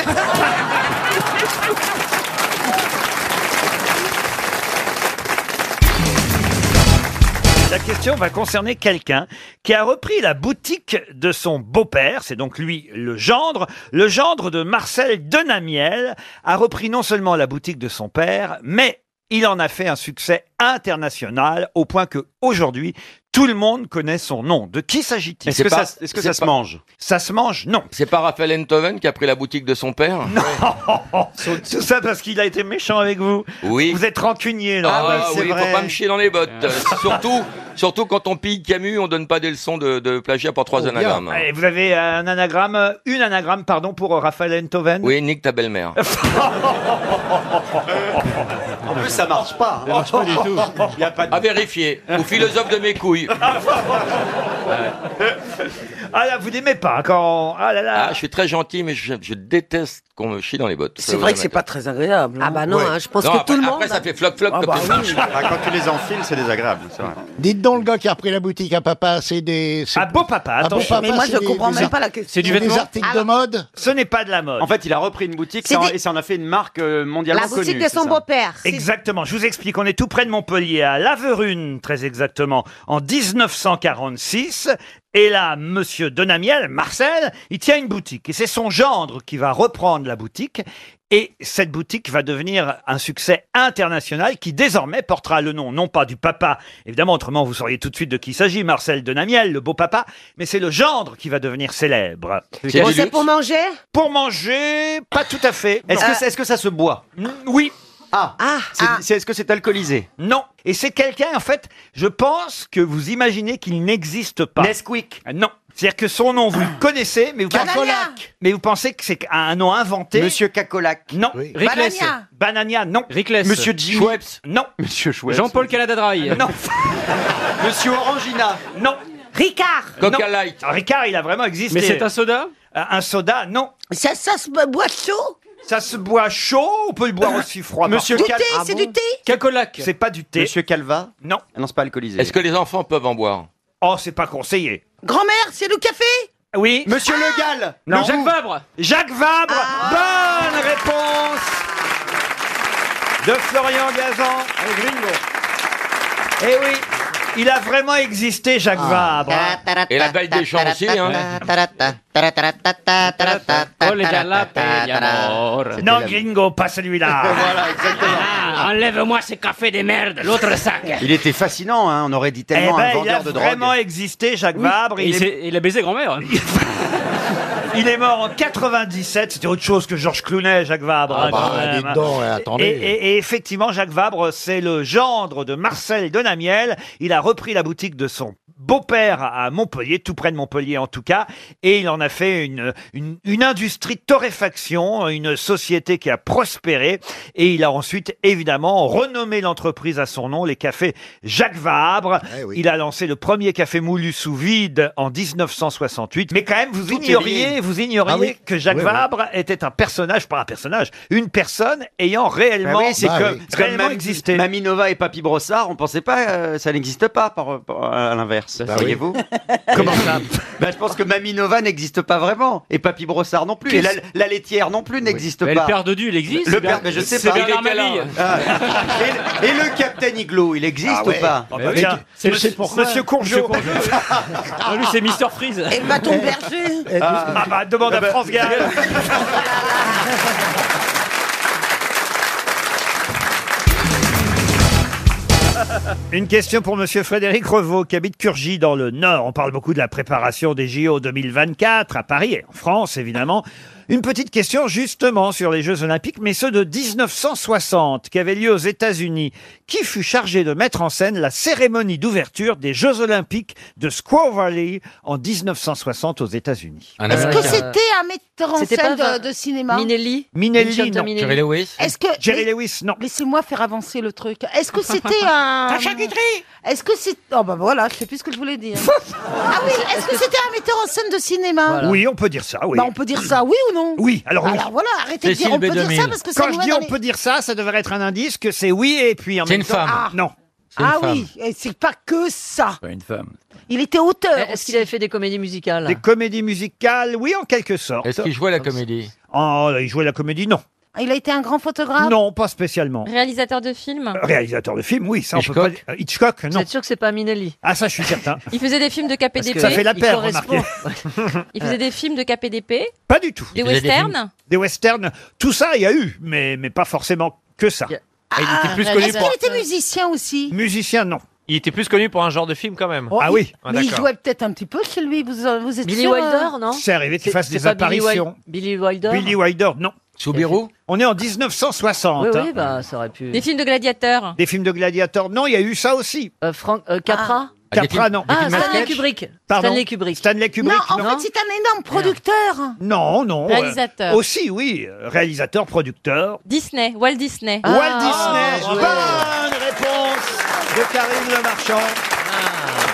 [SPEAKER 1] La question va concerner quelqu'un qui a repris la boutique de son beau-père, c'est donc lui le gendre. Le gendre de Marcel Denamiel a repris non seulement la boutique de son père, mais il en a fait un succès international au point que aujourd'hui tout le monde connaît son nom. De qui s'agit-il
[SPEAKER 5] Est-ce que ça- est-ce que ça se mange
[SPEAKER 1] Ça se mange Non.
[SPEAKER 5] C'est pas Raphaël Enthoven qui a pris la boutique de son père
[SPEAKER 1] Tout ça parce qu'il a été méchant avec vous.
[SPEAKER 5] Oui. bah
[SPEAKER 1] Vous êtes rancunier là. Bah, Euh.
[SPEAKER 5] Ah, oui, faut pas me chier dans les bottes. Euh, surtout, Surtout quand on pille Camus, on donne pas des leçons de, de plagiat pour
[SPEAKER 10] Oh,
[SPEAKER 6] Oh,
[SPEAKER 5] trois anagrammes.
[SPEAKER 1] Allez, Eh, vous avez un anagramme, euh, une anagramme, pardon, pour euh, Raphaël Entoven
[SPEAKER 5] Oui, nique ta belle-mère.
[SPEAKER 7] En plus, ça marche pas.
[SPEAKER 4] hein.
[SPEAKER 7] Ça marche pas du tout. Il y a pas de...
[SPEAKER 5] À vérifier. Ou philosophe de mes couilles.
[SPEAKER 1] Ah là, vous n'aimez pas quand. Ah là là.
[SPEAKER 5] Ah, je suis très gentil, mais je, je déteste qu'on me chie dans les bottes.
[SPEAKER 21] C'est vrai que c'est pas très agréable. Ah bah non,
[SPEAKER 5] Ouais.
[SPEAKER 21] hein, je pense
[SPEAKER 5] Non,
[SPEAKER 21] que
[SPEAKER 5] après-
[SPEAKER 21] tout le monde.
[SPEAKER 5] Après, ça fait flop-flop
[SPEAKER 21] Ah
[SPEAKER 5] comme
[SPEAKER 21] bah
[SPEAKER 5] ça.
[SPEAKER 21] oui.
[SPEAKER 7] quand tu les enfiles, c'est désagréable, c'est vrai.
[SPEAKER 6] Dites donc, le gars qui a repris la boutique à papa, c'est des. c'est-
[SPEAKER 1] beau papa,
[SPEAKER 6] Un beau
[SPEAKER 1] attention.
[SPEAKER 6] papa,
[SPEAKER 1] Mais moi, je
[SPEAKER 6] c'est des-
[SPEAKER 1] comprends
[SPEAKER 6] des
[SPEAKER 1] même
[SPEAKER 6] ar-
[SPEAKER 1] pas la question. Ah
[SPEAKER 6] C'est du vêtement. Des articles de mode.
[SPEAKER 1] Ce n'est pas de la mode.
[SPEAKER 4] En fait, il a repris une boutique
[SPEAKER 1] C'est
[SPEAKER 4] ça en-
[SPEAKER 1] des-
[SPEAKER 4] et ça en a fait une marque euh, mondialement connue. c'est ça
[SPEAKER 1] Exactement. Je vous explique. On est tout près de Montpellier, à Laverune, très exactement, en 1946. Et là, monsieur Denamiel, Marcel, il tient une boutique. Et c'est son gendre qui va reprendre la boutique. Et cette boutique va devenir un succès international qui désormais portera le nom, non pas du papa, évidemment, autrement vous sauriez tout de suite de qui il s'agit, Marcel Denamiel, le beau papa, mais c'est le gendre qui va devenir célèbre.
[SPEAKER 21] Bon, c'est pour manger
[SPEAKER 1] Pour Euh, manger, pas tout à fait.
[SPEAKER 4] Est-ce que,
[SPEAKER 1] Non.
[SPEAKER 4] est-ce que ça se boit
[SPEAKER 1] Oui.
[SPEAKER 4] Ah, C'est- c'est- Est-ce que c'est alcoolisé
[SPEAKER 1] Non. Et c'est quelqu'un, en fait, je pense que vous imaginez qu'il n'existe pas. Nesquik. Non. C'est-à-dire que son nom, vous le connaissez, mais vous, pensez,
[SPEAKER 21] Banania.
[SPEAKER 1] mais vous pensez que c'est un nom inventé. Monsieur Cacolac. Non.
[SPEAKER 21] Rickless. Banania.
[SPEAKER 1] Banania, non.
[SPEAKER 4] Monsieur Jimmy. Schweppes.
[SPEAKER 1] Non.
[SPEAKER 4] Monsieur Schweppes.
[SPEAKER 1] Jean-Paul
[SPEAKER 4] Caladadrai.
[SPEAKER 1] Ah, Non.
[SPEAKER 4] Monsieur Orangina.
[SPEAKER 1] Non.
[SPEAKER 21] Ricard
[SPEAKER 1] Non. Ah, Ricard, il a vraiment existé.
[SPEAKER 4] Mais c'est un
[SPEAKER 1] soda Un soda, non.
[SPEAKER 21] Ça, ça se boit chaud
[SPEAKER 1] Ça se boit chaud, on peut le boire aussi froid.
[SPEAKER 21] Du thé, c'est du thé
[SPEAKER 4] Cacolac.
[SPEAKER 1] C'est pas du thé.
[SPEAKER 4] Monsieur Calva.
[SPEAKER 1] Non.
[SPEAKER 4] Ah non, c'est pas alcoolisé.
[SPEAKER 5] Est-ce que les enfants peuvent en boire
[SPEAKER 1] Oh, c'est pas conseillé.
[SPEAKER 21] Grand-mère, c'est du café
[SPEAKER 1] Oui.
[SPEAKER 4] Monsieur
[SPEAKER 22] Ah
[SPEAKER 4] Le Gall.
[SPEAKER 1] Non.
[SPEAKER 4] Le Jacques Vabre.
[SPEAKER 1] Jacques Vabre,
[SPEAKER 22] Ah.
[SPEAKER 1] bonne réponse de Florian Gazan. Eh oui, il a vraiment existé, Jacques Vabre. hein.
[SPEAKER 5] Et la belle des champs aussi, hein
[SPEAKER 22] Oh, eh,
[SPEAKER 1] Non, gringo, pas celui-là. Ah,
[SPEAKER 22] Enlève-moi ce café des merdes, l'autre sac.
[SPEAKER 1] Il
[SPEAKER 22] était fascinant,
[SPEAKER 4] hein.
[SPEAKER 22] on aurait dit
[SPEAKER 1] Eh ben, il a vraiment existé, Jacques Vabre.
[SPEAKER 22] Et il hein. s'est-
[SPEAKER 1] a baisé grand-mère. il est mort en 97. C'était autre chose que Georges Clooney, Jacques Vabre.
[SPEAKER 15] Ah
[SPEAKER 1] hein,
[SPEAKER 15] bah,
[SPEAKER 1] quand même.
[SPEAKER 15] dites donc, hein, attendez.
[SPEAKER 1] Et, et- et effectivement, Jacques Vabre, c'est le gendre de Marcel Denamiel. Il a repris la boutique de son beau-père à Montpellier, tout près de Montpellier en tout cas, et il en a fait une, une, une industrie de torréfaction, une société qui a prospéré, et il a ensuite évidemment renommé l'entreprise à son nom, les cafés Jacques Vabre.
[SPEAKER 15] Eh
[SPEAKER 1] Il a lancé le premier café moulu sous vide en 1968, mais quand même, vous
[SPEAKER 15] Tout est lié.
[SPEAKER 1] ignoriez, vous ignoriez
[SPEAKER 15] Ah oui.
[SPEAKER 1] que Jacques
[SPEAKER 15] Oui, oui.
[SPEAKER 1] Vabre était un personnage, pas un personnage, une personne ayant réellement,
[SPEAKER 4] Bah oui, c'est
[SPEAKER 1] Bah
[SPEAKER 4] comme,
[SPEAKER 1] oui.
[SPEAKER 4] c'est
[SPEAKER 1] réellement
[SPEAKER 4] comme Mami-
[SPEAKER 1] existé.
[SPEAKER 4] Mamie Nova et Papy Brossard, on pensait pas, euh, ça n'existe pas par, par- à l'inverse,
[SPEAKER 10] Bah
[SPEAKER 4] voyez-vous Comment ça bah, Je pense que Mamie Nova n'existe pas vraiment, et Papy Brossard non plus, et la, la laitière non plus n'existe
[SPEAKER 22] Mais
[SPEAKER 4] pas.
[SPEAKER 22] le père Dodu, il existe,
[SPEAKER 4] Le
[SPEAKER 22] Bernard-
[SPEAKER 4] père, mais je sais
[SPEAKER 22] c'est
[SPEAKER 4] pas.
[SPEAKER 22] Bernard
[SPEAKER 4] Il est
[SPEAKER 22] Mabille.
[SPEAKER 4] câlin. Ah. et, le- et le Captain Iglo, il existe
[SPEAKER 22] Ah ouais.
[SPEAKER 4] ou
[SPEAKER 22] Ah
[SPEAKER 4] pas
[SPEAKER 22] bah Mais tiens, oui. c'est- c'est pourquoi
[SPEAKER 1] Monsieur Courgeot.
[SPEAKER 22] Ah, lui, c'est Mister Freeze.
[SPEAKER 21] Et le bâton de
[SPEAKER 13] Eh,
[SPEAKER 21] berger
[SPEAKER 1] Ah bah demande à France Gall. Une question pour Monsieur Frédéric Revaux, qui habite Curgy dans le Nord. On parle beaucoup de la préparation des JO 2024 à Paris et en France, évidemment. Une petite question justement sur les Jeux Olympiques, mais ceux de 1960 qui avaient lieu aux États-Unis. Qui fut chargé de mettre en scène la cérémonie d'ouverture des Jeux Olympiques de Squaw Valley en 1960 aux États-Unis
[SPEAKER 11] Est-ce que c'était un metteur en
[SPEAKER 20] C'était
[SPEAKER 11] scène
[SPEAKER 20] pas
[SPEAKER 11] de, de cinéma
[SPEAKER 20] Minelli
[SPEAKER 1] Minelli, non.
[SPEAKER 11] Est-ce que
[SPEAKER 1] Jerry
[SPEAKER 11] mais-
[SPEAKER 1] Lewis, non.
[SPEAKER 11] Laissez-moi faire avancer le truc. Est-ce que c'était un
[SPEAKER 21] Sacha Guitry
[SPEAKER 11] Est-ce que c'est Oh bah voilà, je sais plus ce que je voulais dire. ah oui, est-ce que c'était un metteur en scène de cinéma
[SPEAKER 1] Oui, on peut dire ça, Ah oui.
[SPEAKER 11] Bah, on peut dire ça, oui ou non
[SPEAKER 1] Oui, alors oui.
[SPEAKER 11] voilà, arrêtez de dire on peut dire ça parce que ça
[SPEAKER 1] Quand
[SPEAKER 11] nous
[SPEAKER 1] je
[SPEAKER 11] met
[SPEAKER 1] dis
[SPEAKER 11] dans
[SPEAKER 1] on
[SPEAKER 11] les-
[SPEAKER 1] peut dire ça, ça devrait être un indice que c'est oui et puis en
[SPEAKER 11] C'est
[SPEAKER 1] même
[SPEAKER 11] une
[SPEAKER 1] temps-
[SPEAKER 11] femme. Ah.
[SPEAKER 1] Non.
[SPEAKER 11] Ah oui, et c'est pas que ça.
[SPEAKER 1] Une femme.
[SPEAKER 11] Il était auteur.
[SPEAKER 20] Est-ce qu'il avait fait des comédies musicales
[SPEAKER 1] Des comédies musicales, oui, en quelque sorte.
[SPEAKER 5] Est-ce qu'il jouait la comédie
[SPEAKER 1] Oh, il jouait la comédie, non.
[SPEAKER 11] Il a été un grand photographe
[SPEAKER 1] Non, pas spécialement.
[SPEAKER 20] Réalisateur de films
[SPEAKER 1] Réalisateur de films, oui, ça on peut pas dire. Hitchcock,
[SPEAKER 20] Vous
[SPEAKER 1] non.
[SPEAKER 20] êtes sûr que c'est pas Minelli
[SPEAKER 1] Ah, ça, je suis certain.
[SPEAKER 18] Il faisait des films de KPDP.
[SPEAKER 1] Ça fait la
[SPEAKER 18] il
[SPEAKER 1] paire,
[SPEAKER 18] correspond.
[SPEAKER 1] remarquez.
[SPEAKER 18] Il faisait des films de KPDP.
[SPEAKER 1] Pas du tout.
[SPEAKER 18] Des westerns.
[SPEAKER 1] Des westerns. Tout ça, il y a eu, mais, mais pas forcément que ça.
[SPEAKER 11] Ah, Est-ce qu'il était musicien aussi
[SPEAKER 1] Musicien, non.
[SPEAKER 10] Il était plus connu pour un genre de film quand même.
[SPEAKER 1] Ah oui.
[SPEAKER 11] Mais Oh, il jouait peut-être un petit peu chez lui, vous, vous êtes
[SPEAKER 20] Billy
[SPEAKER 11] sûr,
[SPEAKER 20] Wilder,
[SPEAKER 11] euh
[SPEAKER 20] non
[SPEAKER 1] C'est arrivé qu'il fasse
[SPEAKER 20] C'est-
[SPEAKER 1] des
[SPEAKER 20] c'est pas Billy Wil-
[SPEAKER 1] apparitions.
[SPEAKER 20] Billy Wilder
[SPEAKER 1] Billy Wilder, non. Soubirou On est en 1960.
[SPEAKER 20] Oui,
[SPEAKER 1] hein.
[SPEAKER 20] oui, bah, ça aurait pu.
[SPEAKER 18] Des films de gladiateurs.
[SPEAKER 1] Des films de gladiateurs. Non, il y a eu ça aussi. Ah.
[SPEAKER 20] Euh, Frank, euh, Capra
[SPEAKER 1] Capra, non.
[SPEAKER 11] Ah, Stanley Kubrick.
[SPEAKER 1] Pardon
[SPEAKER 11] Stanley Kubrick.
[SPEAKER 1] Stanley Kubrick,
[SPEAKER 11] non, en
[SPEAKER 1] non.
[SPEAKER 11] fait, c'est un énorme producteur.
[SPEAKER 1] Non, non. euh,
[SPEAKER 18] Réalisateur.
[SPEAKER 1] aussi, oui. euh, Réalisateur, producteur.
[SPEAKER 18] Disney, Walt Disney.
[SPEAKER 11] Ah.
[SPEAKER 1] Walt Disney.
[SPEAKER 11] Oh,
[SPEAKER 1] Bonne réponse de Karine Le Marchand.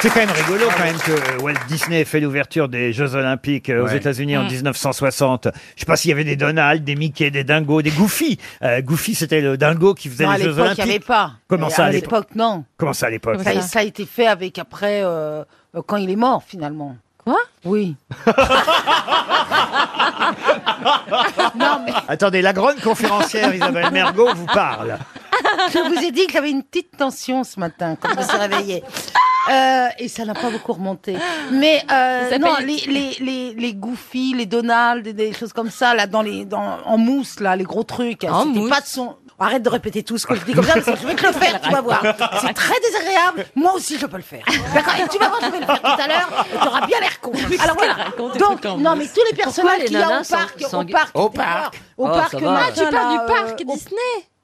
[SPEAKER 1] C'est quand même rigolo quand même que euh, Walt Disney ait fait l'ouverture des Jeux Olympiques euh, aux
[SPEAKER 23] Ouais.
[SPEAKER 1] États-Unis en
[SPEAKER 23] Mm.
[SPEAKER 1] 1960. Je sais pas s'il y avait des Donald, des Mickey, des Dingos, des Goofy. Euh, Goofy c'était le dingo qui faisait
[SPEAKER 11] Non, à
[SPEAKER 1] les Jeux
[SPEAKER 11] l'époque,
[SPEAKER 1] Olympiques.
[SPEAKER 11] il n'y avait pas.
[SPEAKER 1] Comment
[SPEAKER 11] Et
[SPEAKER 1] ça
[SPEAKER 11] À l'époque, non.
[SPEAKER 1] Comment ça à l'époque
[SPEAKER 11] Ça, ça a été fait avec après, euh, euh, quand il est mort, finalement. Quoi Oui.
[SPEAKER 1] Attendez, la grande conférencière Isabelle Mergot vous parle.
[SPEAKER 11] Je vous ai dit qu'il y avait une petite tension ce matin quand je me suis réveillée. Euh, et ça n'a pas beaucoup remonté. Mais
[SPEAKER 13] Ça
[SPEAKER 11] euh,
[SPEAKER 13] s'appelle-
[SPEAKER 11] non, les, les, les, les Goofy, les Donald, des choses comme ça, là, dans les, dans, en mousse, là, les gros trucs.
[SPEAKER 13] En
[SPEAKER 11] C'était
[SPEAKER 13] mousse.
[SPEAKER 11] pas de son. Arrête de répéter tout ce que je dis comme ça, parce que je vais te le faire, tu vas voir. C'est très désagréable. Moi aussi, je peux le faire. D'accord Et tu vas voir, je vais le faire tout à l'heure. et T'auras bien l'air con.
[SPEAKER 13] Mais
[SPEAKER 11] Alors
[SPEAKER 13] qu'est-ce
[SPEAKER 11] voilà.
[SPEAKER 13] qu'elle raconte, des
[SPEAKER 11] Donc,
[SPEAKER 13] trucs en
[SPEAKER 11] non, mais
[SPEAKER 13] mousse
[SPEAKER 11] tous les
[SPEAKER 13] Pourquoi
[SPEAKER 11] personnages
[SPEAKER 13] les
[SPEAKER 11] qu'il y a
[SPEAKER 13] nanas
[SPEAKER 11] au parc,
[SPEAKER 13] sont-
[SPEAKER 11] au
[SPEAKER 13] sont-
[SPEAKER 11] parc,
[SPEAKER 13] Au
[SPEAKER 11] tu vas voir,
[SPEAKER 13] parc.
[SPEAKER 11] au
[SPEAKER 13] Oh,
[SPEAKER 11] parc,
[SPEAKER 13] ça va. Ah, tu
[SPEAKER 11] machin,
[SPEAKER 13] parles
[SPEAKER 11] là,
[SPEAKER 13] du parc
[SPEAKER 11] euh, au-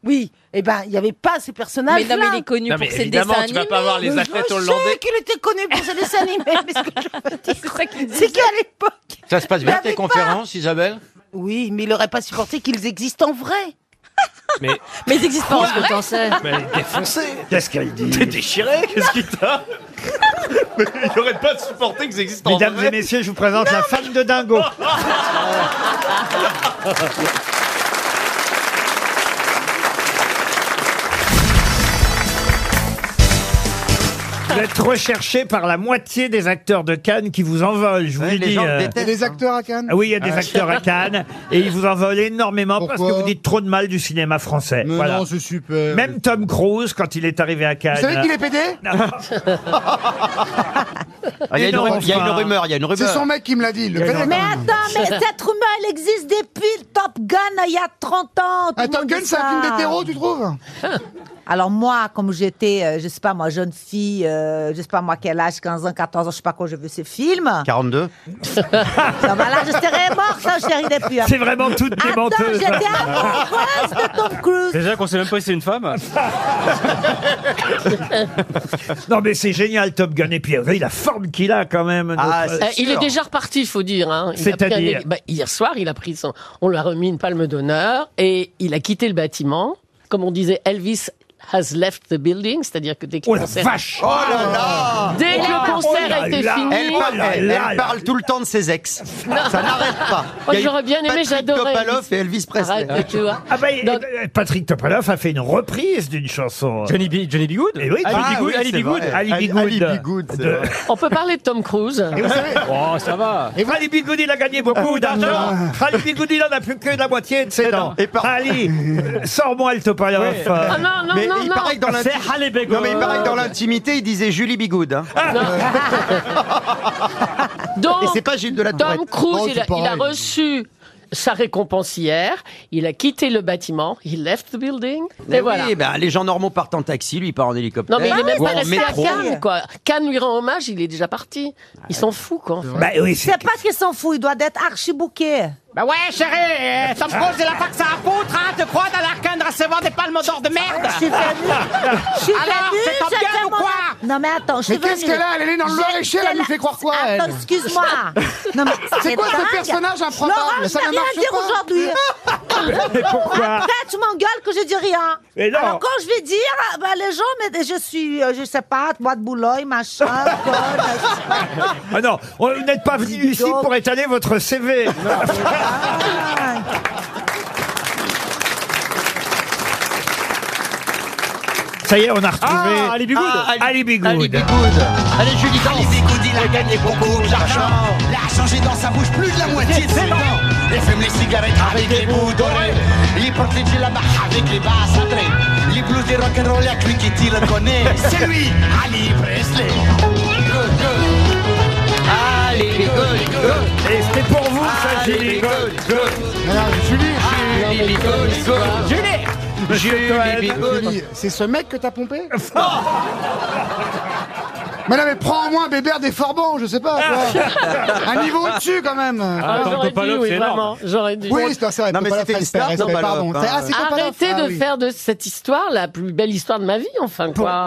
[SPEAKER 11] Oui, eh ben, il n'y avait pas ces personnages.
[SPEAKER 13] Mais non, mais il est connu
[SPEAKER 24] Non, pour mais ses évidemment, dessins tu vas pas animés. voir les
[SPEAKER 11] Mais
[SPEAKER 24] athlètes
[SPEAKER 11] je
[SPEAKER 24] hollandais.
[SPEAKER 11] sais qu'il était connu pour ses dessins animés, mais ce que je veux dire, c'est qu'à l'époque.
[SPEAKER 24] Ça se passe
[SPEAKER 11] Mais
[SPEAKER 24] bien tes
[SPEAKER 11] avec pas-
[SPEAKER 24] conférences, Isabelle
[SPEAKER 11] Oui, mais il n'aurait pas supporté qu'ils existent en vrai.
[SPEAKER 24] Mais
[SPEAKER 11] Mais ils existent
[SPEAKER 24] pas,
[SPEAKER 11] en
[SPEAKER 24] en ce que t'en sais. Mais elle est défoncée.
[SPEAKER 1] Qu'est-ce qu'elle dit
[SPEAKER 24] T'es déchiré Qu'est-ce qui t'a Mais j'aurais pas supporté que ça existe en
[SPEAKER 1] Mesdames et messieurs, je vous présente la femme de Dingo. Vous êtes recherché par la moitié des acteurs de Cannes qui vous envolent, je vous l'ai dit. euh,
[SPEAKER 19] des acteurs à Cannes
[SPEAKER 1] Ah oui, il y a des acteurs à Cannes et ils vous envolent énormément parce
[SPEAKER 19] Pourquoi
[SPEAKER 1] que vous dites trop de mal du cinéma français.
[SPEAKER 19] Mais
[SPEAKER 1] Voilà.
[SPEAKER 19] non, c'est super.
[SPEAKER 1] Même Tom Cruise, quand il est arrivé à Cannes.
[SPEAKER 19] Vous savez qu'il est pédé
[SPEAKER 24] Ah, Il y a une
[SPEAKER 1] Énorme
[SPEAKER 24] rumeur, il y a une
[SPEAKER 1] fan.
[SPEAKER 24] rumeur, il y a une rumeur.
[SPEAKER 19] C'est son mec qui me l'a dit, il le
[SPEAKER 24] Il y a
[SPEAKER 19] connaît.
[SPEAKER 24] une
[SPEAKER 9] Mais
[SPEAKER 19] quand même.
[SPEAKER 9] attends, mais cette rumeur, elle existe depuis le Top Gun il y a 30 ans. tout le monde
[SPEAKER 19] Ah, Top Gun,
[SPEAKER 9] dit
[SPEAKER 19] c'est un film
[SPEAKER 9] ça.
[SPEAKER 19] d'hétéro, tu trouves
[SPEAKER 13] Alors moi, comme j'étais, euh, je sais pas moi, jeune fille, euh, je sais pas moi quel âge, 15 ans, 14 ans, je sais pas quand j'ai vu ces films.
[SPEAKER 24] 42
[SPEAKER 13] Ça va, là, je serais morte, ça, je serais des plus. hein.
[SPEAKER 1] C'est vraiment toute
[SPEAKER 13] Attends,
[SPEAKER 23] démenteuse.
[SPEAKER 1] hein.
[SPEAKER 13] j'étais
[SPEAKER 1] Ah.
[SPEAKER 13] amoureuse de Tom Cruise.
[SPEAKER 24] Déjà qu'on sait même pas si c'est une femme.
[SPEAKER 1] Non mais c'est génial Top Gun et puis vous voyez la forme qu'il a quand
[SPEAKER 24] Ah,
[SPEAKER 1] même. notre-
[SPEAKER 25] Euh, il est déjà reparti, il faut dire. hein. Il a pris un
[SPEAKER 1] C'est-à-dire
[SPEAKER 25] ég- bah, Hier soir, il a pris son. On lui a remis une palme d'honneur et il a quitté le bâtiment. Comme on disait, Elvis has left the building, c'est-à-dire que dès que
[SPEAKER 24] Oh
[SPEAKER 25] le
[SPEAKER 24] la
[SPEAKER 25] concert.
[SPEAKER 24] vache Oh là là
[SPEAKER 25] Dès que le concert a été fini.
[SPEAKER 24] Elle parle, elle parle tout le temps de ses ex. Ça n'arrête pas.
[SPEAKER 25] Oh,
[SPEAKER 24] Il y a eu
[SPEAKER 25] J'aurais bien aimé,
[SPEAKER 24] Patrick
[SPEAKER 25] j'adorais.
[SPEAKER 24] Topalov et Elvis Presley.
[SPEAKER 25] Arrête, tu vois.
[SPEAKER 1] Ah bah, euh, Patrick Topalov a fait une reprise d'une chanson.
[SPEAKER 24] Johnny B. Johnny B. Good
[SPEAKER 1] Et oui,
[SPEAKER 24] Ali
[SPEAKER 1] ah
[SPEAKER 24] B. Good,
[SPEAKER 1] oui,
[SPEAKER 24] Ali
[SPEAKER 1] c'est
[SPEAKER 24] B. Good.
[SPEAKER 1] vrai. Ali
[SPEAKER 24] Ali-
[SPEAKER 1] B. Good.
[SPEAKER 24] Ali B. Good, c'est
[SPEAKER 1] De-
[SPEAKER 24] vrai.
[SPEAKER 25] On peut parler de Tom Cruise.
[SPEAKER 1] Et vous savez-
[SPEAKER 24] Oh, ça va.
[SPEAKER 1] Et Ali Bigoud, il a gagné beaucoup
[SPEAKER 19] Ah,
[SPEAKER 1] d'argent. Ali Bigoud, il en a plus que la moitié de ses dents. Ali, euh, sors-moi le Topalov.
[SPEAKER 24] Ouais.
[SPEAKER 1] Euh,
[SPEAKER 24] Ah non, non,
[SPEAKER 4] mais
[SPEAKER 24] non,
[SPEAKER 4] il
[SPEAKER 24] non.
[SPEAKER 4] paraît que dans
[SPEAKER 24] C'est
[SPEAKER 4] l'inti-
[SPEAKER 24] Halle Berry.
[SPEAKER 4] Non, mais il paraît que dans l'intimité, il disait Julie Bigoud. hein.
[SPEAKER 25] Ah.
[SPEAKER 4] Euh.
[SPEAKER 25] Donc,
[SPEAKER 4] Et c'est pas Gilles de la
[SPEAKER 25] Tom
[SPEAKER 4] Tourette.
[SPEAKER 25] Cruise,
[SPEAKER 4] Oh,
[SPEAKER 25] il,
[SPEAKER 4] c'est
[SPEAKER 25] a, il a
[SPEAKER 4] pareil.
[SPEAKER 25] reçu sa récompense hier. Il a quitté le bâtiment. He left the building.
[SPEAKER 4] Mais
[SPEAKER 25] et voilà.
[SPEAKER 4] oui, ben, les gens normaux partent en taxi, lui il part en hélicoptère. Ah,
[SPEAKER 25] Non, mais il est même
[SPEAKER 4] Ou
[SPEAKER 25] pas
[SPEAKER 4] en
[SPEAKER 25] resté à
[SPEAKER 4] métro.
[SPEAKER 25] Cannes, quoi. Cannes lui rend hommage, il est déjà parti. Ils s'en foutent, quoi.
[SPEAKER 4] Bah
[SPEAKER 13] c'est pas qu'il s'en fout, il doit être archibouquet.
[SPEAKER 9] Bah ouais, chérie, eh, Tom Cruise, il a pas que ça à foutre, hein, tu crois, dans l'arcane de recevoir des palmes d'or de merde
[SPEAKER 13] Je suis venue.
[SPEAKER 9] Ah,
[SPEAKER 13] Je suis
[SPEAKER 9] Alors,
[SPEAKER 13] venue,
[SPEAKER 9] c'est Top
[SPEAKER 13] j'ai fait
[SPEAKER 9] Gun ou
[SPEAKER 13] mon-
[SPEAKER 9] quoi
[SPEAKER 13] Non mais attends, je suis
[SPEAKER 9] Mais qu'est-ce
[SPEAKER 13] venue.
[SPEAKER 9] qu'elle a Elle est née dans le
[SPEAKER 13] J'ai-
[SPEAKER 9] Loir-et-Cher, elle
[SPEAKER 13] j'ai
[SPEAKER 9] nous
[SPEAKER 13] la-
[SPEAKER 9] fait croire quoi, elle
[SPEAKER 13] Attends, excuse-moi. Non, mais
[SPEAKER 9] C'est quoi ce
[SPEAKER 13] dingue.
[SPEAKER 9] personnage improbable
[SPEAKER 13] Laurent,
[SPEAKER 9] Ça
[SPEAKER 13] je
[SPEAKER 9] ne
[SPEAKER 13] n'ai rien
[SPEAKER 9] marche
[SPEAKER 13] dire
[SPEAKER 9] pas.
[SPEAKER 13] aujourd'hui.
[SPEAKER 9] Mais pourquoi
[SPEAKER 13] Après, tu m'engueules que je dis rien.
[SPEAKER 9] Mais non.
[SPEAKER 13] Alors quand je vais dire, ben, les gens, mais je suis, euh, je sais pas, bois de boulogne, machin, conne,
[SPEAKER 1] Ah non, on- vous n'êtes pas venu ici pour étaler votre CV. Ça y est, on a retrouvé
[SPEAKER 24] Ah, Ali Bigoud.
[SPEAKER 1] Ali Bigoud.
[SPEAKER 24] Allez, Julie, Ali B. Good, il a gagné beaucoup d'argent. L'argent, j'ai dans sa bouche plus de la moitié de ses dents. Il fume les cigarettes avec des bouts dorés. Il protège la barre avec les basses entrées. Les blues des rock'n'roll, y'a que lui qui t'y reconnaît. C'est lui,
[SPEAKER 9] Ah,
[SPEAKER 24] Ali Presley. Good, good. Ali B. Good, good.
[SPEAKER 1] Et c'était pour vous,
[SPEAKER 24] ça, Julie. Good, good. Julie, Julie, good. Julie, Julie,
[SPEAKER 19] Julie, C'est ce mec que t'as pompé Mais non, mais prends au moins Bébert des Forbans, je sais pas. quoi. Un niveau au-dessus quand même.
[SPEAKER 25] Ah,
[SPEAKER 19] Voilà.
[SPEAKER 25] j'aurais dû, oui, vraiment. J'aurais dû.
[SPEAKER 19] Oui, c'est c'est vrai. Topalov, respect, respect,
[SPEAKER 2] hein.
[SPEAKER 4] Bah,
[SPEAKER 19] pardon. C'est- ah, c'est Topalov.
[SPEAKER 25] Arrêtez
[SPEAKER 19] Ah,
[SPEAKER 25] de
[SPEAKER 19] oui.
[SPEAKER 25] faire de cette histoire la plus belle histoire de ma vie, enfin, quoi.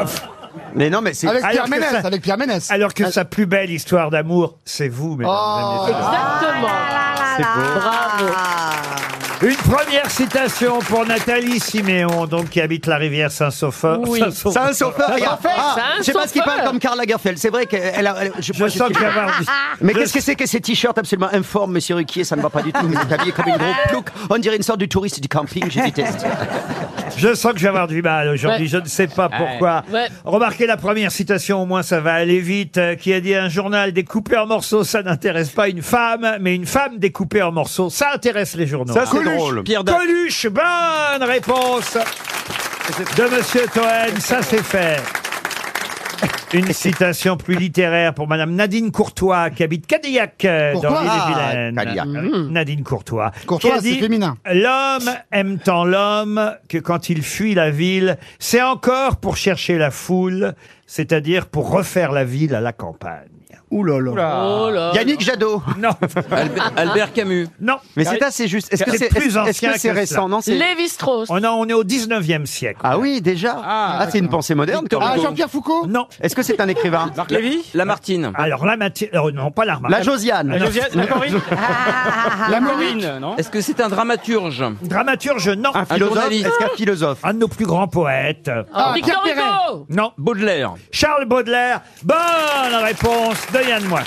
[SPEAKER 4] Mais non, mais c'est.
[SPEAKER 19] Avec Pierre
[SPEAKER 1] Alors que
[SPEAKER 19] Ménès,
[SPEAKER 1] ça-
[SPEAKER 19] avec Pierre Ménès.
[SPEAKER 1] Alors que sa plus belle histoire d'amour, c'est vous, mesdames
[SPEAKER 9] Oh.
[SPEAKER 1] et messieurs. C'est beau. Une première citation pour Nathalie Siméon, donc qui habite la rivière Saint-Sauveur.
[SPEAKER 4] Oui. Saint-Sauveur, et en fait, Ah, je sais pas ce qu'il parle comme Karl Lagerfeld. C'est vrai qu'elle a. elle- je moi, je-
[SPEAKER 24] sens qu'il y a avoir du-
[SPEAKER 4] Mais
[SPEAKER 24] je-
[SPEAKER 4] qu'est-ce que c'est que ces t-shirts absolument informes, monsieur Ruquier Ça ne va pas du tout. Vous êtes habillé comme une grosse plouc. On dirait une sorte de touriste du camping, je déteste.
[SPEAKER 1] Je sens que je vais avoir du mal aujourd'hui,
[SPEAKER 4] Ouais.
[SPEAKER 1] je ne sais pas pourquoi.
[SPEAKER 4] Ouais.
[SPEAKER 1] Remarquez la première citation, au moins ça va aller vite, euh, qui a dit un journal découpé en morceaux, ça n'intéresse pas une femme, mais une femme découpée en morceaux, ça intéresse les journaux.
[SPEAKER 14] Ça, c'est drôle.
[SPEAKER 1] Pierre Coluche, bonne réponse de Monsieur Toen, ça c'est fait. Une citation plus littéraire pour Madame Nadine Courtois, qui habite Cadillac euh, dans
[SPEAKER 19] Courtois.
[SPEAKER 1] l'île-et-Vilaine.
[SPEAKER 19] Ah, Cadillac.
[SPEAKER 4] Mm.
[SPEAKER 1] Mhm. Nadine Courtois.
[SPEAKER 19] Courtois,
[SPEAKER 1] qui
[SPEAKER 19] c'est
[SPEAKER 1] a dit,
[SPEAKER 19] féminin.
[SPEAKER 1] L'homme aime tant l'homme que quand il fuit la ville, c'est encore pour chercher la foule, c'est-à-dire pour refaire la ville à la campagne.
[SPEAKER 19] Ouh là
[SPEAKER 2] Oh
[SPEAKER 1] Oula.
[SPEAKER 4] Yannick Jadot.
[SPEAKER 1] Non.
[SPEAKER 4] Albert- Albert
[SPEAKER 1] Camus. Non.
[SPEAKER 4] Mais c'est assez juste. Est-ce que c'est- est-ce-
[SPEAKER 1] plus
[SPEAKER 4] est-ce que
[SPEAKER 1] ancien
[SPEAKER 4] c'est
[SPEAKER 1] que
[SPEAKER 4] récent
[SPEAKER 1] cela
[SPEAKER 4] Non, c'est-
[SPEAKER 25] Lévi-Strauss.
[SPEAKER 1] Oh non, on est au 19e siècle.
[SPEAKER 4] Ah oui, déjà. Ah, c'est une pensée moderne. quand même. Ah,
[SPEAKER 19] Foucault
[SPEAKER 1] Non.
[SPEAKER 4] Est-ce que c'est un écrivain
[SPEAKER 1] Lamartine. Alors, Lamartine. alors, non, pas Lamartine.
[SPEAKER 4] La Josiane.
[SPEAKER 1] Alors, Ah,
[SPEAKER 26] La Maureen, non Est-ce que c'est un dramaturge
[SPEAKER 1] Dramaturge, non.
[SPEAKER 26] Un philosophe Un journaliste. Est-ce qu'un
[SPEAKER 1] philosophe Un de nos plus grands poètes.
[SPEAKER 26] Ah, Victor Pierre Perret. Hugo.
[SPEAKER 1] Non. Baudelaire. Charles Baudelaire. Bonne réponse de Yann Moix.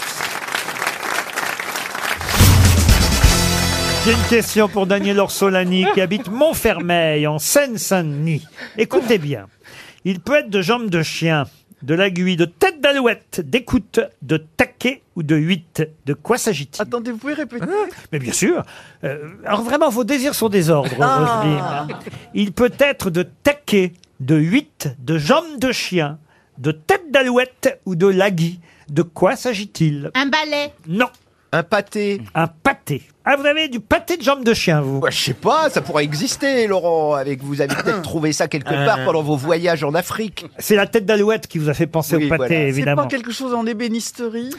[SPEAKER 1] J'ai une question pour Daniel Orsolani qui habite Montfermeil en Seine-Saint-Denis. Écoutez bien. Il peut être de jambes de chien, de l'aiguille, de tête d'alouette, d'écoute, de taquet ou de huit. De quoi s'agit-il
[SPEAKER 6] Attendez, vous pouvez répéter
[SPEAKER 1] mais bien sûr. Euh, alors vraiment, vos désirs sont des ordres,
[SPEAKER 6] Ah.
[SPEAKER 1] Roselyne. Il peut être de taquet, de huit, de jambes de chien, de tête d'alouette ou de lagui. De quoi s'agit-il
[SPEAKER 23] Un balai.
[SPEAKER 1] Non. Un pâté. Un pâté. Ah, vous avez du pâté de jambes de chien, vous
[SPEAKER 6] Je sais pas, ça pourrait exister, Laurent. Avec vous avez peut-être trouvé ça quelque part pendant vos voyages en Afrique.
[SPEAKER 1] Euh. C'est la tête d'alouette qui vous a fait penser au pâté, évidemment.
[SPEAKER 6] C'est pas quelque chose en ébénisterie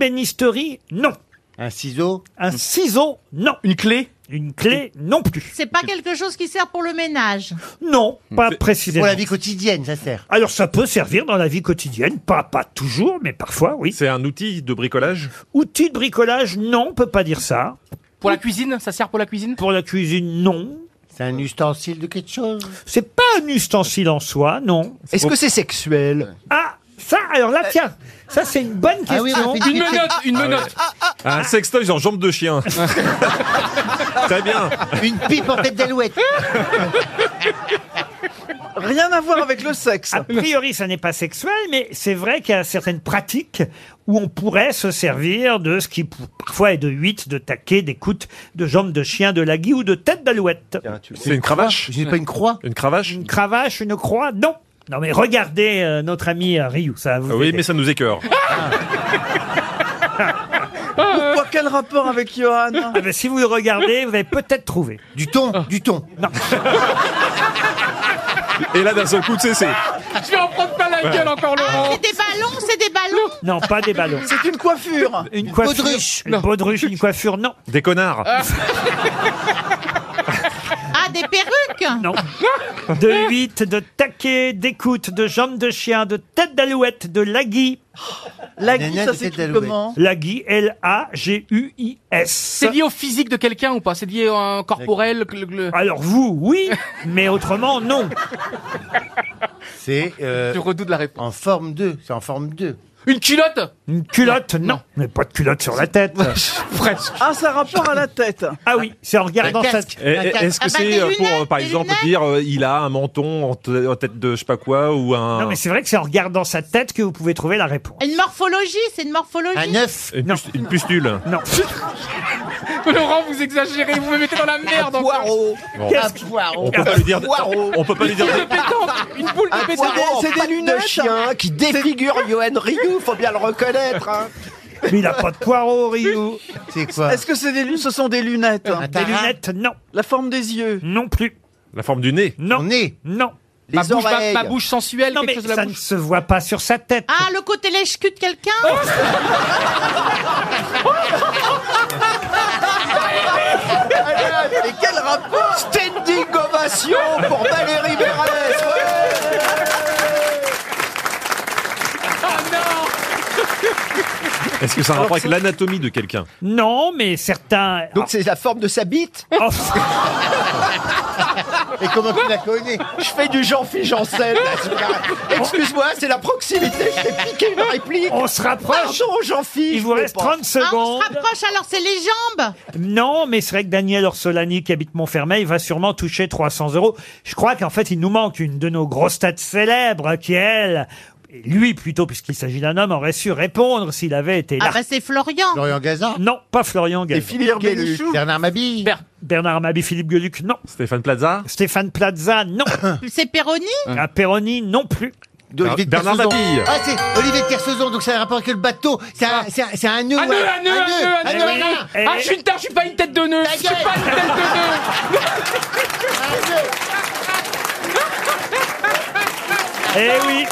[SPEAKER 1] L'ébénisterie, non. Un ciseau Un ciseau, non. Une clé Une clé, non plus.
[SPEAKER 23] C'est pas quelque chose qui sert pour le ménage.
[SPEAKER 1] Non, pas précisément.
[SPEAKER 2] Pour la vie quotidienne, ça sert.
[SPEAKER 1] Alors ça peut servir dans la vie quotidienne, pas, pas toujours, mais parfois, oui. C'est un outil de bricolage Outil de bricolage, non, on peut pas dire ça.
[SPEAKER 26] Pour la cuisine Ça sert pour la cuisine
[SPEAKER 1] Pour la cuisine, non.
[SPEAKER 2] C'est un ustensile de quelque chose
[SPEAKER 1] C'est pas un ustensile en soi, non.
[SPEAKER 6] Est-ce que c'est sexuel
[SPEAKER 1] Ah, ça, alors
[SPEAKER 26] Euh,
[SPEAKER 1] là, tiens, ça c'est une bonne
[SPEAKER 6] Ah
[SPEAKER 1] question.
[SPEAKER 6] oui, on a fait une Une question. menotte, une
[SPEAKER 3] Ah
[SPEAKER 6] menotte.
[SPEAKER 3] ouais. Un sextoy en jambe de chien. Très bien.
[SPEAKER 2] Une pipe en tête d'alouette.
[SPEAKER 6] Rien à voir avec le sexe.
[SPEAKER 1] A priori, ça n'est pas sexuel, mais c'est vrai qu'il y a certaines pratiques où on pourrait se servir de ce qui pou- parfois est de huit, de taquet, d'écoute, de jambes de chien, de lagui ou de tête d'alouette.
[SPEAKER 3] C'est une cravache
[SPEAKER 1] Je dis pas une croix.
[SPEAKER 3] Une cravache
[SPEAKER 1] Une cravache, une croix, non. Non mais regardez euh, notre ami euh, Ryu, ça va vous.
[SPEAKER 3] Oui,
[SPEAKER 1] aider.
[SPEAKER 3] mais ça nous écœure.
[SPEAKER 6] Pourquoi quel rapport avec Johan
[SPEAKER 1] Ah ben, si vous le regardez, vous allez peut-être trouver. Du ton, du ton. Non.
[SPEAKER 3] Et là, d'un seul coup, tu sais, c'est.
[SPEAKER 26] Je vais en prendre plein la gueule encore,
[SPEAKER 23] Ah,
[SPEAKER 26] Laurent
[SPEAKER 23] c'est des ballons, c'est des ballons.
[SPEAKER 1] Non, pas des ballons.
[SPEAKER 6] C'est une coiffure.
[SPEAKER 1] Une coiffure.
[SPEAKER 23] baudruche.
[SPEAKER 1] Une baudruche, une coiffure, non. Ah.
[SPEAKER 3] Des connards.
[SPEAKER 23] Ah, des perruques.
[SPEAKER 1] Non. De huit, de taquet, d'écoute, de jambes de chien, de tête d'alouette, de lagui.
[SPEAKER 6] Lagui, Nana ça de tête s'écrit d'alouette. comment
[SPEAKER 1] Lagui, L-A-G-U-I-S.
[SPEAKER 26] C'est lié au physique de quelqu'un ou pas C'est lié à un corporel que le- le-
[SPEAKER 1] Alors vous, oui, mais autrement, non.
[SPEAKER 2] C'est. euh,
[SPEAKER 26] Je redoute la réponse.
[SPEAKER 2] En forme 2. C'est en forme 2.
[SPEAKER 26] Une culotte
[SPEAKER 1] Une culotte, non. Mais pas de culotte sur la tête. Presque.
[SPEAKER 6] Ah, ça a rapport à la tête.
[SPEAKER 1] Ah oui, c'est en regardant
[SPEAKER 3] Eh,
[SPEAKER 1] ça.
[SPEAKER 3] Est-ce
[SPEAKER 6] Ah bah,
[SPEAKER 3] que c'est euh, pour, euh, par exemple, dire euh, il a un menton en, t- en tête de je sais pas quoi ou un.
[SPEAKER 1] Non, mais c'est vrai que c'est en regardant sa tête que vous pouvez trouver la réponse.
[SPEAKER 23] Une morphologie, c'est une morphologie.
[SPEAKER 1] œuf
[SPEAKER 3] Une, pus- une pustule.
[SPEAKER 1] Non.
[SPEAKER 26] Laurent, vous exagérez, vous me mettez dans la merde encore.
[SPEAKER 3] Bon.
[SPEAKER 6] Ah,
[SPEAKER 3] Qu'est-ce que- On peut pas lui dire. On peut pas lui dire.
[SPEAKER 26] Une boule
[SPEAKER 6] Un
[SPEAKER 26] de pétanque
[SPEAKER 6] poireau en patte de chien qui défigure Johan Rioux, faut bien le reconnaître. hein.
[SPEAKER 1] Mais il a pas de poireau, Ryu.
[SPEAKER 2] C'est quoi
[SPEAKER 6] Est-ce que c'est des lunettes Ce sont des lunettes.
[SPEAKER 1] Des lunettes, non.
[SPEAKER 6] La forme des yeux.
[SPEAKER 1] Non plus.
[SPEAKER 3] La forme du nez.
[SPEAKER 1] Non. Non.
[SPEAKER 6] Les Ma bouche- ma- oreilles. ma
[SPEAKER 26] bouche sensuelle,
[SPEAKER 1] non,
[SPEAKER 26] quelque
[SPEAKER 1] mais
[SPEAKER 26] chose de la
[SPEAKER 1] ça
[SPEAKER 26] bouche.
[SPEAKER 1] ne se voit pas sur sa tête.
[SPEAKER 23] Ah, le côté lèche de quelqu'un.
[SPEAKER 6] Mais quel rapport Standing ovation pour Valérie Berès ouais
[SPEAKER 3] Ah Est-ce que ça a un
[SPEAKER 1] Alors,
[SPEAKER 3] rapport avec
[SPEAKER 1] c'est-
[SPEAKER 3] l'anatomie de quelqu'un
[SPEAKER 1] Non, mais certains.
[SPEAKER 6] Ah.
[SPEAKER 1] Donc c'est la forme de sa bite
[SPEAKER 2] Et comment tu la connais
[SPEAKER 6] Je fais du Jean-Philippe Janssen. là, c'est pareil. Excuse-moi, c'est la proximité. Je t'ai piqué une réplique.
[SPEAKER 1] On se rapproche.
[SPEAKER 6] Pardon, Jean-Philippe.
[SPEAKER 1] Il vous reste 30
[SPEAKER 23] Ah, on
[SPEAKER 1] secondes.
[SPEAKER 23] se rapproche alors, c'est les jambes.
[SPEAKER 1] Non, mais c'est vrai que Daniel Orsolani, qui habite Montfermeil, va sûrement toucher 300 euros. Je crois qu'en fait, il nous manque une de nos grosses têtes célèbres qui, elle, et lui plutôt, puisqu'il s'agit d'un homme, aurait su répondre s'il avait été là.
[SPEAKER 23] Ah bah c'est Florian.
[SPEAKER 1] Florian Gazan Non, pas Florian Gazan. Et
[SPEAKER 6] Philippe Gueluc.
[SPEAKER 1] Bernard Mabille Bernard Mabille, Philippe Gueluc, non.
[SPEAKER 3] Stéphane Plaza Hein.
[SPEAKER 1] Stéphane Plaza, non.
[SPEAKER 23] C'est Perroni
[SPEAKER 1] Ah, Perroni, non plus.
[SPEAKER 2] Olivier de Kersauzon. Ah, c'est Olivier de Kersauzon, donc c'est un rapport avec le bateau. C'est un, c'est un, c'est un nœud.
[SPEAKER 22] Ah. Un nœud,
[SPEAKER 2] ouais.
[SPEAKER 22] un nœud, un nœud, un nœud, un nœud.
[SPEAKER 2] Eh
[SPEAKER 22] Ah,
[SPEAKER 2] oui.
[SPEAKER 22] je suis une tarte, je suis pas une tête de nœud. Je suis pas une tête de nœud.
[SPEAKER 1] Eh oui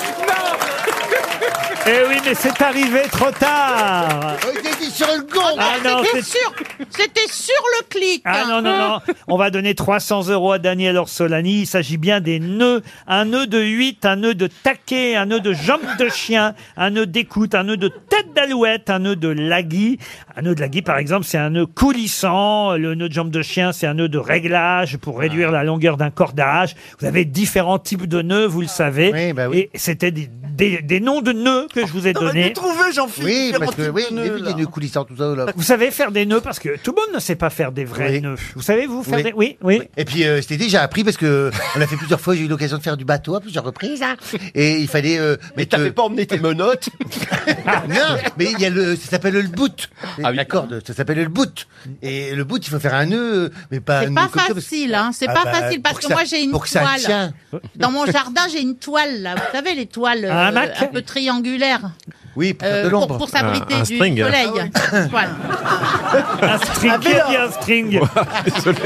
[SPEAKER 1] Eh oui, mais c'est arrivé trop tard
[SPEAKER 6] Euh,
[SPEAKER 23] C'était sur le gong.
[SPEAKER 1] Ah non,
[SPEAKER 23] c'était
[SPEAKER 1] c'est-
[SPEAKER 23] sur, c'était sur le clic.
[SPEAKER 1] Ah non, non, non. On va donner 300 euros à Daniel Orsolani. Il s'agit bien des nœuds. Un nœud de 8, un nœud de taquet, un nœud de jambe de chien, un nœud d'écoute, un nœud de tête d'alouette, un nœud de lagui. Un nœud de lagui, par exemple, c'est un nœud coulissant. Le nœud de jambe de chien, c'est un nœud de réglage pour réduire la longueur d'un cordage. Vous avez différents types de nœuds, vous le savez.
[SPEAKER 2] bah
[SPEAKER 1] Et c'était des, des- des noms de nœuds que je vous ai
[SPEAKER 2] Ah,
[SPEAKER 1] donnés.
[SPEAKER 2] trouvé, Jean-Philippe. Oui, parce
[SPEAKER 1] Ferrand,
[SPEAKER 2] que,
[SPEAKER 1] tout
[SPEAKER 2] oui,
[SPEAKER 1] nœud,
[SPEAKER 2] j'ai vu
[SPEAKER 1] là.
[SPEAKER 2] des nœuds coulissants, tout ça. Là.
[SPEAKER 1] Vous savez faire des nœuds parce que tout le monde ne sait pas faire des vrais
[SPEAKER 2] Oui.
[SPEAKER 1] nœuds. Vous savez vous faire des oui oui.
[SPEAKER 2] Et puis euh, c'était déjà appris parce que on l'a fait plusieurs fois. J'ai eu l'occasion de faire du bateau à plusieurs reprises. hein. Et il fallait. mais t'avais pas emmené tes menottes. non, mais il y a le. Ça s'appelle le boot. Ah oui. D'accord. Ça s'appelle le boot. Et le boot, il faut faire un nœud, euh, mais pas. un
[SPEAKER 23] C'est
[SPEAKER 2] nœud
[SPEAKER 23] pas
[SPEAKER 2] comme ça, parce que-
[SPEAKER 23] facile, hein. C'est
[SPEAKER 2] Ah
[SPEAKER 23] pas
[SPEAKER 2] bah,
[SPEAKER 23] facile parce
[SPEAKER 2] pour
[SPEAKER 23] que
[SPEAKER 2] ça-
[SPEAKER 23] moi j'ai une
[SPEAKER 2] pour que ça
[SPEAKER 23] toile.
[SPEAKER 2] tient.
[SPEAKER 23] Dans mon jardin, j'ai une toile là. Vous savez les toiles euh,
[SPEAKER 2] Un hamac
[SPEAKER 23] un peu triangulaires.
[SPEAKER 2] Oui, pour faire
[SPEAKER 23] Euh,
[SPEAKER 2] de
[SPEAKER 23] pour,
[SPEAKER 2] l'ombre. Ah,
[SPEAKER 23] pour s'abriter du soleil. Voilà.
[SPEAKER 1] Un string,
[SPEAKER 23] Un
[SPEAKER 1] qui a
[SPEAKER 23] vélo.
[SPEAKER 1] dit un string
[SPEAKER 3] Désolé,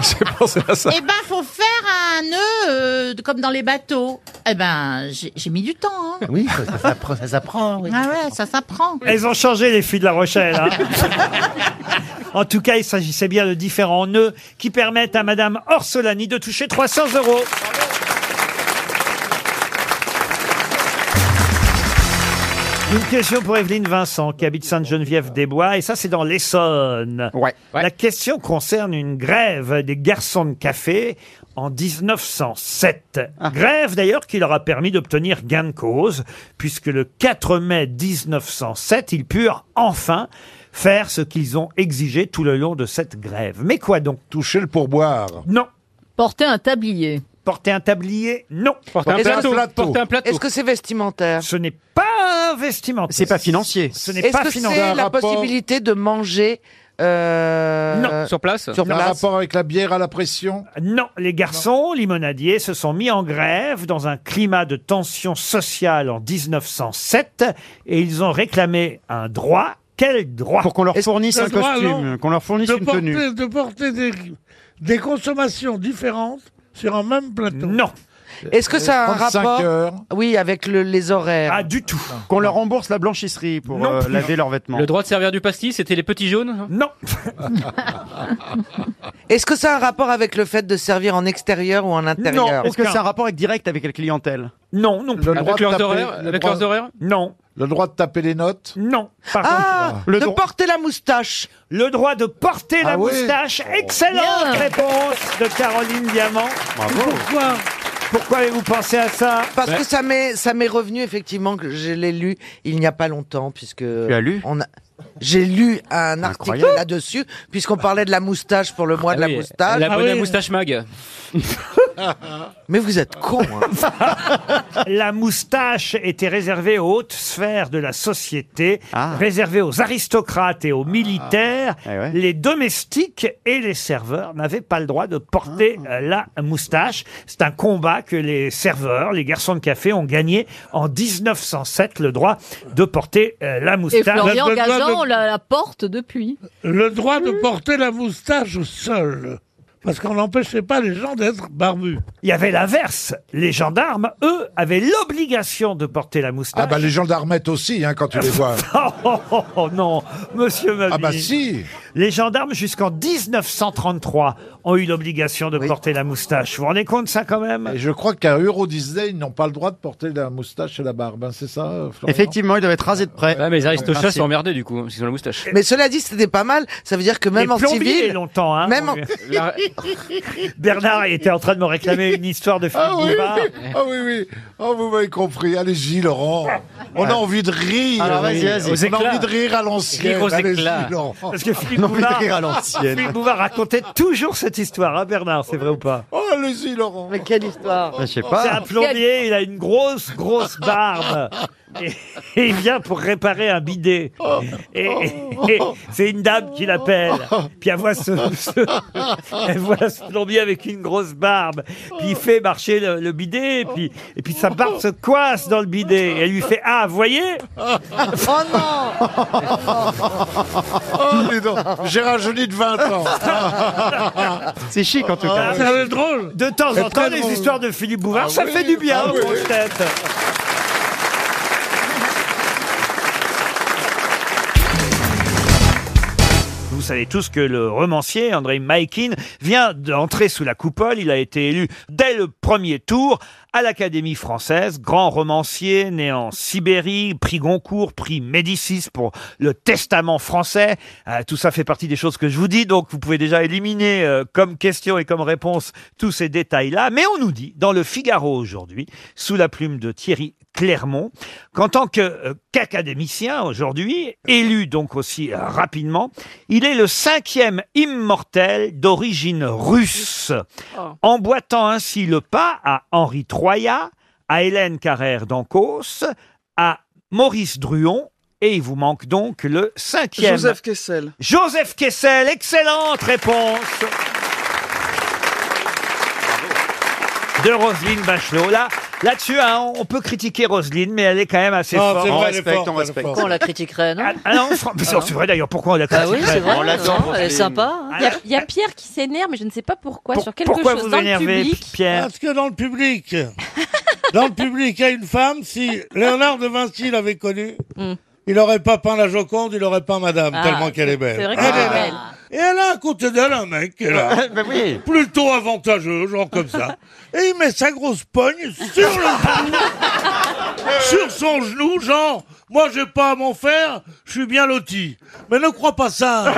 [SPEAKER 3] j'ai pensé
[SPEAKER 2] Ah,
[SPEAKER 3] à ça.
[SPEAKER 23] Eh ben, faut faire un nœud euh, comme dans les bateaux. Eh ben, j'ai j'ai mis du temps. Hein.
[SPEAKER 2] Oui, ça, ça s'apprend. Ça s'apprend. hein, Oui.
[SPEAKER 23] Ah ouais, ça s'apprend.
[SPEAKER 1] Elles ont changé les filles de La Rochelle. hein. en tout cas, il s'agissait bien de différents nœuds qui permettent à Madame Orsolani de toucher 300 euros. Une question pour Evelyne Vincent, qui habite Sainte-Geneviève-des-Bois, et ça, c'est dans l'Essonne. La question concerne une grève des garçons de café en 1907.
[SPEAKER 10] Ah.
[SPEAKER 1] Grève, d'ailleurs, qui leur a permis d'obtenir gain de cause, puisque le 4 mai 1907, ils purent enfin faire ce qu'ils ont exigé tout le long de cette grève. Mais quoi donc Toucher le pourboire. Non.
[SPEAKER 20] Porter un tablier.
[SPEAKER 1] Porter un tablier Non.
[SPEAKER 10] Porter un Est-ce- plateau. Porter un plateau. Est-ce que
[SPEAKER 1] c'est vestimentaire Ce n'est pas vestimentaire.
[SPEAKER 10] C'est pas financier.
[SPEAKER 1] Ce n'est pas financier.
[SPEAKER 7] de manger euh,
[SPEAKER 1] Non. Euh,
[SPEAKER 7] avec la bière à la pression
[SPEAKER 1] Non, les garçons limonadiers se sont mis en grève dans un climat de tension sociale en 1907 et ils ont réclamé un droit. Quel droit
[SPEAKER 10] Pour qu'on leur fournisse un costume, qu'on leur fournisse
[SPEAKER 7] de
[SPEAKER 10] une
[SPEAKER 7] porter,
[SPEAKER 10] tenue.
[SPEAKER 7] De porter des, des consommations différentes sur un même plateau.
[SPEAKER 1] Non.
[SPEAKER 7] Est-ce que ça a un
[SPEAKER 10] 35
[SPEAKER 7] rapport
[SPEAKER 10] heures.
[SPEAKER 7] Oui, avec le- les horaires.
[SPEAKER 1] Ah, du tout.
[SPEAKER 10] Qu'on leur rembourse la blanchisserie pour euh, laver leurs vêtements.
[SPEAKER 15] Le droit de servir du pastis, c'était les petits jaunes
[SPEAKER 1] Non.
[SPEAKER 7] Est-ce que ça a un rapport avec le fait de servir en extérieur ou en intérieur
[SPEAKER 10] Est-ce que c'est un rapport avec- direct avec la clientèle
[SPEAKER 1] Non, non.
[SPEAKER 7] plus. Avec leurs horaires-
[SPEAKER 15] avec leurs horaires
[SPEAKER 1] Non.
[SPEAKER 7] Le droit de taper les notes
[SPEAKER 1] Non. Par
[SPEAKER 7] ah,
[SPEAKER 1] contre, le
[SPEAKER 7] de
[SPEAKER 1] droit-
[SPEAKER 7] porter la moustache.
[SPEAKER 1] Le droit de porter la
[SPEAKER 7] Ah oui.
[SPEAKER 1] moustache. Excellente
[SPEAKER 7] Bien.
[SPEAKER 1] réponse de Caroline Diamant. Pourquoi Pourquoi avez-vous pensé à ça
[SPEAKER 7] Parce
[SPEAKER 1] Ben-
[SPEAKER 7] que ça m'est ça m'est revenu effectivement que je l'ai lu il n'y a pas longtemps puisque tu
[SPEAKER 10] as lu
[SPEAKER 7] on a j'ai lu un article
[SPEAKER 10] Incroyable.
[SPEAKER 7] là-dessus puisqu'on parlait de la moustache pour le mois de
[SPEAKER 9] Ah
[SPEAKER 7] la
[SPEAKER 15] oui,
[SPEAKER 7] moustache. Ah
[SPEAKER 15] La bonne à moustache mag.
[SPEAKER 7] Mais vous êtes con. hein.
[SPEAKER 1] La moustache était réservée aux hautes sphères de la société,
[SPEAKER 7] Ah.
[SPEAKER 1] réservée aux aristocrates et aux militaires.
[SPEAKER 7] Eh
[SPEAKER 1] Les domestiques et les serveurs n'avaient pas le droit de porter
[SPEAKER 7] Ah.
[SPEAKER 1] euh, la moustache. C'est un combat que les serveurs, les garçons de café, ont gagné en 1907, le droit de porter euh, la
[SPEAKER 20] Et
[SPEAKER 1] moustache.
[SPEAKER 20] Florian Gazan, on la, la porte depuis.
[SPEAKER 7] Le droit de porter la moustache seul. Parce qu'on n'empêchait pas les gens d'être barbus.
[SPEAKER 1] Il y avait l'inverse. Les gendarmes, eux, avaient l'obligation de porter la moustache.
[SPEAKER 7] Ah bah, les
[SPEAKER 15] gendarmes aussi, hein, quand
[SPEAKER 7] tu les vois.
[SPEAKER 1] oh, oh, oh, non, oh, monsieur Mabie.
[SPEAKER 7] Ah bah si.
[SPEAKER 1] Les gendarmes, jusqu'en 1933, ont eu l'obligation de porter la moustache. Vous vous rendez compte, ça, quand même
[SPEAKER 21] Et je crois qu'à Euro Disney, ils n'ont pas le droit de porter la moustache et la barbe. hein, C'est ça, euh, Florian
[SPEAKER 26] Effectivement, il doit être rasé de près. Ouais, mais les aristochats
[SPEAKER 21] Merci.
[SPEAKER 26] sont emmerdés du coup, parce qu'ils ont la moustache.
[SPEAKER 16] Mais cela dit, c'était pas mal. Ça veut dire que même
[SPEAKER 1] Les
[SPEAKER 16] en
[SPEAKER 1] plombiers,
[SPEAKER 16] civil,
[SPEAKER 1] longtemps, hein,
[SPEAKER 16] même
[SPEAKER 1] mon
[SPEAKER 16] en...
[SPEAKER 1] vieux. Bernard était en train de me réclamer une histoire de Philippe
[SPEAKER 21] Ah oui,
[SPEAKER 1] Bouvard.
[SPEAKER 21] oui. ah oui, oui. Oh, vous m'avez compris. Allez-y, Laurent. On
[SPEAKER 10] Ah.
[SPEAKER 21] a envie de rire.
[SPEAKER 1] Alors, vas-y, vas-y. Aux
[SPEAKER 21] On a
[SPEAKER 1] éclats.
[SPEAKER 21] envie de rire à l'ancienne.
[SPEAKER 1] Rire aux
[SPEAKER 21] Allez-y,
[SPEAKER 1] éclats.
[SPEAKER 21] Laurent.
[SPEAKER 1] Parce que Philippe Bouvard, Philippe Bouvard racontait toujours cette histoire, hein, Bernard, c'est vrai ou pas
[SPEAKER 21] Oh, allez-y, Laurent.
[SPEAKER 16] Mais quelle histoire
[SPEAKER 1] Ben, Je sais pas. C'est un plombier, il a une grosse, grosse barbe. Et et il vient pour réparer un bidet.
[SPEAKER 16] Oh.
[SPEAKER 1] Et, et- et c'est une dame qui l'appelle. Puis elle voit ce, ce- elle voit ce plombier avec une grosse barbe. Puis il fait marcher le, le bidet. Et puis, et puis sa barbe se coince dans le bidet. Et elle lui fait Ah, vous voyez
[SPEAKER 16] Oh non
[SPEAKER 21] Oh, dis donc, j'ai rajeuni de 20 ans.
[SPEAKER 1] C'est chic en tout
[SPEAKER 21] cas.
[SPEAKER 1] Ça va être drôle. De temps
[SPEAKER 21] C'est
[SPEAKER 1] en temps,
[SPEAKER 21] très
[SPEAKER 1] les
[SPEAKER 21] drôle.
[SPEAKER 1] histoires de Philippe Bouvard,
[SPEAKER 21] Ah
[SPEAKER 1] ça
[SPEAKER 21] oui,
[SPEAKER 1] fait du bien
[SPEAKER 21] ah
[SPEAKER 1] aux
[SPEAKER 21] oui.
[SPEAKER 1] grosses têtes. Vous savez tous que le romancier André Maïkin vient d'entrer sous la coupole. Il a été élu dès le premier tour à l'Académie française. Grand romancier, né en Sibérie, prix Goncourt, prix Médicis pour le testament français. Euh, tout ça fait partie des choses que je vous dis, donc vous pouvez déjà éliminer euh, comme question et comme réponse tous ces détails-là. Mais on nous dit, dans le Figaro aujourd'hui, sous la plume de Thierry Clermont, qu'en tant que euh, qu'académicien aujourd'hui, élu donc aussi euh, rapidement, il est le cinquième immortel d'origine russe, emboîtant ainsi le pas à Henri Troya, à Hélène Carrère d'Ancos, à Maurice Druon, et il vous manque donc le cinquième.
[SPEAKER 16] Joseph Kessel.
[SPEAKER 1] Joseph Kessel, excellente réponse de Roselyne Bachelot. Là, là-dessus, hein, on- on peut critiquer Roselyne, mais elle est quand même assez
[SPEAKER 21] Non,
[SPEAKER 1] forte.
[SPEAKER 21] Oh, c'est vrai, elle est forte, elle est forte.
[SPEAKER 1] On la critiquerait, non Ah non, fran- mais c'est vrai d'ailleurs, pourquoi on la
[SPEAKER 17] Ah
[SPEAKER 1] critiquerait
[SPEAKER 11] Oh, hein.
[SPEAKER 18] Il y a- il y, a Pierre qui s'énerve, mais je ne sais pas pourquoi, sur quelque
[SPEAKER 7] Pourquoi
[SPEAKER 18] chose
[SPEAKER 7] vous
[SPEAKER 18] dans le
[SPEAKER 7] énervez,
[SPEAKER 18] public.
[SPEAKER 1] Pierre
[SPEAKER 7] Parce que dans le public, dans le public, il y a une femme, si Léonard de Vinci l'avait connue,
[SPEAKER 18] Hmm.
[SPEAKER 7] il n'aurait pas peint la Joconde, il n'aurait peint Madame,
[SPEAKER 21] Ah,
[SPEAKER 7] tellement qu'elle est belle.
[SPEAKER 21] c'est vrai
[SPEAKER 7] Elle
[SPEAKER 21] qu'elle est
[SPEAKER 9] Ah.
[SPEAKER 7] est
[SPEAKER 21] belle.
[SPEAKER 7] là. Et elle a à côté d'elle un mec qui est là,
[SPEAKER 21] Ben oui.
[SPEAKER 7] plutôt avantageux, genre comme ça. Et il met sa grosse pogne sur le genou, sur son genou, genre, moi j'ai pas à m'en faire, je suis bien loti. Mais ne crois pas ça.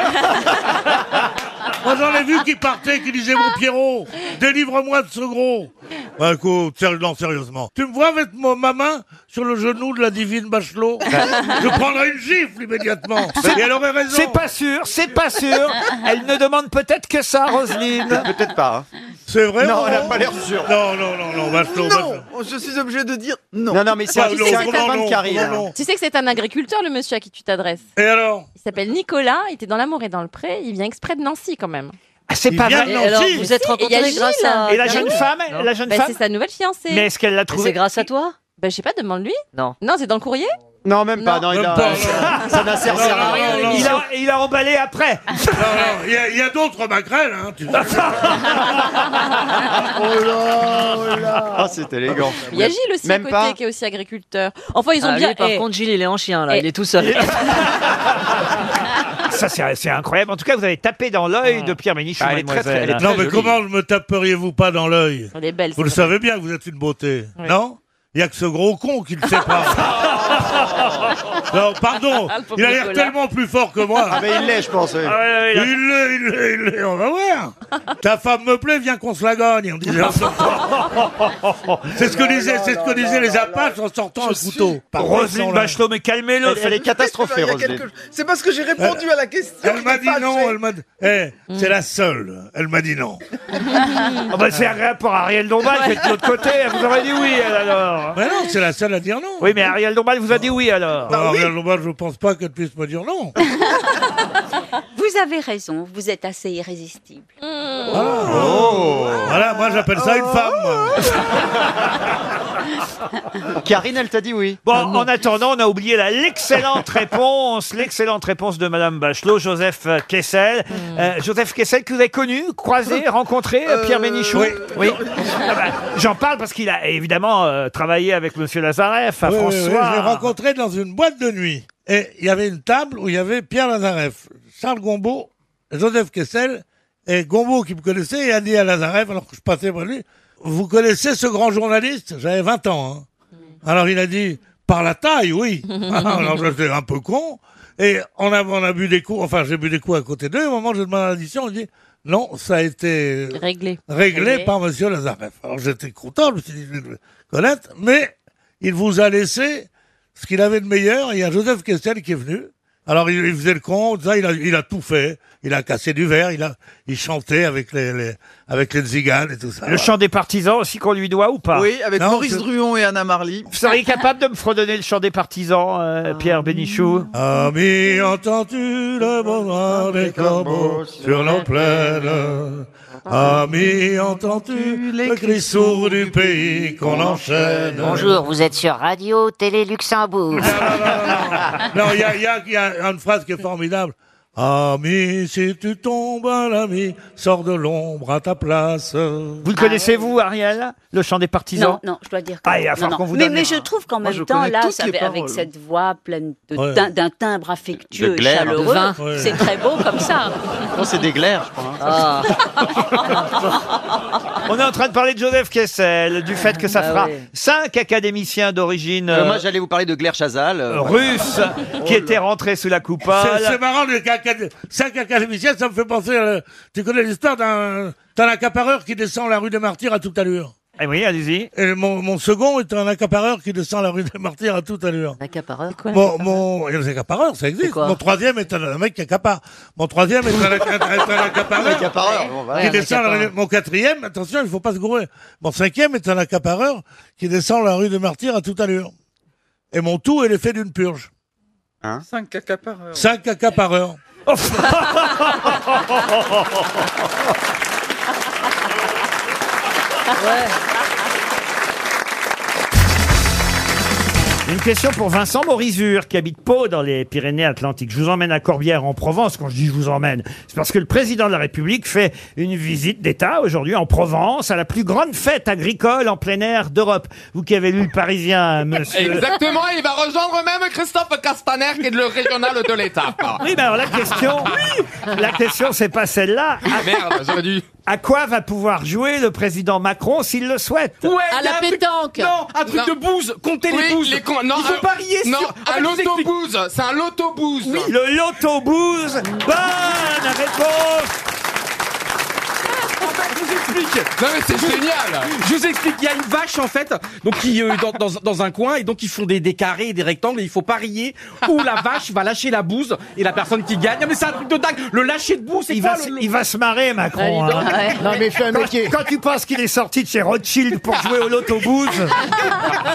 [SPEAKER 7] Moi, j'en ai vu qui partait, qui disait Mon Pierrot, délivre-moi de ce gros. Bah, écoute, sérieux- non, sérieusement. Tu me vois avec mo- ma main sur le genou de la divine Bachelot Je prendrais une gifle immédiatement.
[SPEAKER 1] C'est-
[SPEAKER 7] Et elle aurait raison.
[SPEAKER 1] C'est pas sûr, c'est pas sûr. Elle ne demande peut-être que ça, Roselyne.
[SPEAKER 7] Peut-être pas. C'est vrai
[SPEAKER 1] hein. Non, elle a
[SPEAKER 7] non
[SPEAKER 1] pas l'air sûre.
[SPEAKER 7] Non, non, non, non, Bachelot. Bachelot.
[SPEAKER 16] Je suis obligé de dire non.
[SPEAKER 7] Non, non, mais c'est un- c'est un copain de Karine, hein.
[SPEAKER 18] Tu sais que c'est un agriculteur, le monsieur à qui tu t'adresses.
[SPEAKER 7] Et alors
[SPEAKER 18] Il s'appelle Nicolas, il était dans l'amour et dans le pré, il vient exprès de Nancy quand même.
[SPEAKER 1] Ah, c'est
[SPEAKER 18] Il
[SPEAKER 1] pas
[SPEAKER 18] vient
[SPEAKER 1] vrai.
[SPEAKER 18] de Et Nancy. alors, vous êtes rencontrés grâce à-
[SPEAKER 1] Et la jeune
[SPEAKER 18] Karine
[SPEAKER 1] femme,
[SPEAKER 18] Non.
[SPEAKER 1] la jeune
[SPEAKER 18] Bah,
[SPEAKER 1] femme.
[SPEAKER 18] c'est sa nouvelle fiancée.
[SPEAKER 1] Mais est-ce qu'elle l'a
[SPEAKER 18] Mais
[SPEAKER 1] trouvé
[SPEAKER 18] c'est grâce à toi Ben je sais pas, demande-lui.
[SPEAKER 16] Non.
[SPEAKER 18] Non, c'est dans le courrier
[SPEAKER 16] Non, même
[SPEAKER 18] pas, non, il a-
[SPEAKER 16] ça n'a servi à rien,
[SPEAKER 1] Il a, il a emballé après.
[SPEAKER 7] Non, non, il y a- il y a, d'autres maquerelles, hein, tu sais.
[SPEAKER 1] oh
[SPEAKER 16] Ah, c'est élégant.
[SPEAKER 18] Il y a Gilles aussi à
[SPEAKER 16] Même
[SPEAKER 18] côté
[SPEAKER 16] pas.
[SPEAKER 18] qui est aussi agriculteur. Enfin, ils ont
[SPEAKER 17] Ah, lui,
[SPEAKER 18] bien.
[SPEAKER 17] par
[SPEAKER 18] eh,
[SPEAKER 17] contre, Gilles, il est en chien, là.
[SPEAKER 18] Eh.
[SPEAKER 17] Il est tout seul.
[SPEAKER 1] Ça, c'est c'est incroyable. En tout cas, vous avez tapé dans l'œil
[SPEAKER 21] Ah.
[SPEAKER 1] de Pierre Ménichon, mademoiselle.
[SPEAKER 7] non, mais comment ne me taperiez-vous pas dans l'œil
[SPEAKER 18] Elle est belle,
[SPEAKER 7] Vous le
[SPEAKER 18] celle-là.
[SPEAKER 7] savez bien que vous êtes une beauté,
[SPEAKER 18] Oui.
[SPEAKER 7] non Il n'y a que ce gros con qui le sait pas. non, pardon,
[SPEAKER 16] Le pauvre
[SPEAKER 7] il a l'air
[SPEAKER 16] Nicolas.
[SPEAKER 7] tellement plus fort que moi.
[SPEAKER 16] Ah, mais il l'est, je pense, oui.
[SPEAKER 7] Ah, ouais, ouais, il,
[SPEAKER 16] Il a-
[SPEAKER 7] l'est, il l'est, il l'est, on va voir. Ta femme me plaît, viens qu'on se la gagne. on disait en sortant. c'est ce que disaient, c'est ce que disaient les Apaches en sortant un couteau.
[SPEAKER 1] Roselyne Bachelot, mais calmez-le.
[SPEAKER 7] Elle- elle est catastrophée,
[SPEAKER 16] Il y a
[SPEAKER 7] Roselyne.
[SPEAKER 16] quelque chose- C'est parce que j'ai répondu à la question.
[SPEAKER 7] Euh, Elle m'a dit non, elle m'a dit. Eh, c'est la seule. Elle m'a dit non.
[SPEAKER 1] Mm. Ah bah, c'est agréable pour Ariel Dombal qui est de l'autre côté. Elle vous aurait dit oui, elle, alors.
[SPEAKER 7] Mais non, c'est la seule à dire non.
[SPEAKER 1] Oui, mais Ariel Dombal vous a dit oui, alors.
[SPEAKER 16] Ah
[SPEAKER 7] Alors, regarde, Lombard, je pense pas qu'elle puisse me dire non.
[SPEAKER 5] Vous avez raison, vous êtes assez irrésistible.
[SPEAKER 1] Mm. Oh.
[SPEAKER 7] Voilà, moi j'appelle ça
[SPEAKER 1] Ah.
[SPEAKER 7] une femme.
[SPEAKER 1] Karine, elle t'a dit oui. Ah, Bon, en attendant, on a oublié la- l'excellente réponse, l'excellente réponse de Madame Bachelot, Joseph Kessel.
[SPEAKER 7] Hmm.
[SPEAKER 1] Euh, Joseph Kessel, que vous avez connu, croisé, rencontré, euh, Pierre Bénichou. Oui. Ah bah, J'en parle parce qu'il a évidemment euh, travaillé avec Monsieur Lazareff, à
[SPEAKER 7] Oui, oui, oui,
[SPEAKER 1] François.
[SPEAKER 7] je l'ai rencontré dans une boîte de nuit. Et il y avait une table où il y avait Pierre Lazareff, Charles Gombault Joseph Kessel et Gombeau qui me connaissait et Andy Alazarev alors que je passais par lui. Vous connaissez ce grand journaliste J'avais 20 ans. hein. Alors il a dit par la taille, oui. alors j'étais un peu con. Et on a, on a bu des coups, enfin j'ai bu des coups à côté d'eux. Au moment où je demande l'addition, on dit non, ça a été
[SPEAKER 18] Réglé.
[SPEAKER 7] réglé,
[SPEAKER 18] Réglé.
[SPEAKER 7] par Monsieur Lazareff. Alors j'étais content, je me suis dit, je vais le connaître, mais il vous a laissé ce qu'il avait de meilleur. Il y a Joseph Kessel qui est venu. Alors il, il faisait le con, ça, il, a, il a tout fait. Il a cassé du verre, il a, il chantait avec les, les- avec les tziganes et tout ça.
[SPEAKER 1] Le chant des partisans aussi qu'on lui doit ou pas
[SPEAKER 7] Oui, avec Maurice
[SPEAKER 1] Druon et Anna Marly. Vous seriez capable de me fredonner le chant des partisans,
[SPEAKER 7] Ah.
[SPEAKER 1] euh, Pierre Bénichou
[SPEAKER 7] Ami, entends-tu le moment des corbeaux sur nos plaines Ami, entends-tu le cri sourd du pays qu'on enchaîne
[SPEAKER 11] Bonjour, vous êtes sur Radio Télé Luxembourg.
[SPEAKER 7] Non, il y a, il y a- il y a une phrase qui est formidable. Ami, si tu tombes à l'ami, sors de l'ombre à ta place. Vous
[SPEAKER 1] le connaissez, vous, Ariel Le chant des partisans
[SPEAKER 11] Non, non, je dois dire que
[SPEAKER 1] Ah, il va
[SPEAKER 11] non,
[SPEAKER 1] falloir
[SPEAKER 11] non.
[SPEAKER 1] qu'on vous
[SPEAKER 11] mais,
[SPEAKER 1] donne
[SPEAKER 11] mais
[SPEAKER 1] un-
[SPEAKER 11] je trouve qu'en
[SPEAKER 1] Moi, je
[SPEAKER 11] même temps,
[SPEAKER 1] connais
[SPEAKER 11] là,
[SPEAKER 1] toutes
[SPEAKER 11] ça-
[SPEAKER 1] les
[SPEAKER 11] avec
[SPEAKER 1] paroles.
[SPEAKER 11] cette voix pleine de-
[SPEAKER 1] Ouais.
[SPEAKER 11] d'un d'un timbre affectueux
[SPEAKER 1] De
[SPEAKER 11] et
[SPEAKER 1] glaire.
[SPEAKER 11] chaleureux,
[SPEAKER 1] De vin. Ouais.
[SPEAKER 11] c'est très beau comme ça.
[SPEAKER 4] Non, c'est des glaires, je crois. hein.
[SPEAKER 11] Ah.
[SPEAKER 1] On est en train de parler de Joseph Kessel, du fait que ça
[SPEAKER 4] Bah
[SPEAKER 1] fera
[SPEAKER 4] ouais.
[SPEAKER 1] cinq académiciens d'origine
[SPEAKER 4] Euh,
[SPEAKER 1] euh,
[SPEAKER 4] moi, j'allais vous parler de Glaire Chazal. euh,
[SPEAKER 1] russe qui étaient rentrés sous la coupole.
[SPEAKER 7] C'est c'est marrant, les acad- cinq académiciens, ça me fait penser. à- tu connais l'histoire d'un d'un accapareur qui descend la rue des Martyrs à toute allure.
[SPEAKER 1] Eh oui, allez-y.
[SPEAKER 7] Et mon, mon second est un accapareur qui descend la rue des Martyrs à toute allure.
[SPEAKER 11] Accapareur
[SPEAKER 7] quoi Mon, mon, et les accapareurs, ça existe. Mon troisième est un, un mec qui accapare. Mon troisième est un, est un accapareur.
[SPEAKER 24] Un accapareur, bon, voilà.
[SPEAKER 7] Qui
[SPEAKER 24] Ouais, un
[SPEAKER 7] descend la rue-
[SPEAKER 24] accapareur.
[SPEAKER 7] Mon quatrième, attention, il faut pas se gourer. Mon cinquième est un accapareur qui descend la rue des Martyrs à toute allure. Et mon tout est l'effet d'une purge.
[SPEAKER 16] Cinq caca par heure.
[SPEAKER 7] Cinq accapareurs.
[SPEAKER 1] Une question pour Vincent Morizur, qui habite Pau dans les Pyrénées-Atlantiques. Je vous emmène à Corbière en Provence. Quand je dis je vous emmène, c'est parce que le président de la République fait une visite d'État aujourd'hui en Provence à la plus grande fête agricole en plein air d'Europe. Vous qui avez lu le Parisien, monsieur.
[SPEAKER 9] Exactement, il va rejoindre même Christophe Castaner qui est le régional de l'État.
[SPEAKER 1] Oui, mais alors la question, la question, c'est pas celle-là. Merde, j'aurais dû. À quoi va pouvoir jouer le président Macron s'il le souhaite
[SPEAKER 25] À la pétanque.
[SPEAKER 9] Non,
[SPEAKER 25] un truc de
[SPEAKER 9] bouse, comptez
[SPEAKER 25] les bouses. Il faut parier
[SPEAKER 9] non,
[SPEAKER 25] sur- Ah,
[SPEAKER 9] un
[SPEAKER 25] avec les
[SPEAKER 9] lotobouse, c'est un lotobouse.
[SPEAKER 1] Oui, le lotobouse. Bonne réponse.
[SPEAKER 9] Je vous explique. Non mais c'est génial.
[SPEAKER 13] Je vous explique, il y a une vache en fait, donc qui euh, dans, dans, dans un coin et donc ils font des, des carrés, et des rectangles et il faut parier où la vache va lâcher la bouse et la personne qui gagne. Ah, Mais c'est un truc de dingue. Le lâcher de bouse, c'est
[SPEAKER 1] Il
[SPEAKER 13] quoi
[SPEAKER 1] va, se-
[SPEAKER 13] le- le-
[SPEAKER 1] il va se marrer, Macron.
[SPEAKER 13] Ah, dis donc,
[SPEAKER 1] hein.
[SPEAKER 13] ouais. Non, mais fais un
[SPEAKER 1] quand,
[SPEAKER 13] métier.
[SPEAKER 1] quand tu penses qu'il est sorti de chez Rothschild pour jouer au lotobouse.
[SPEAKER 9] Ah,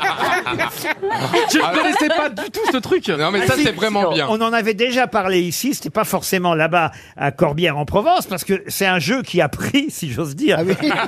[SPEAKER 13] Je
[SPEAKER 6] Ah
[SPEAKER 13] ne connaissais pas du tout ce truc. Non
[SPEAKER 1] Ah, si, si, On en avait déjà parlé ici, c'était pas forcément là-bas à Corbière en Provence, parce que c'est un jeu qui a pris, si j'ose dire.
[SPEAKER 25] Ah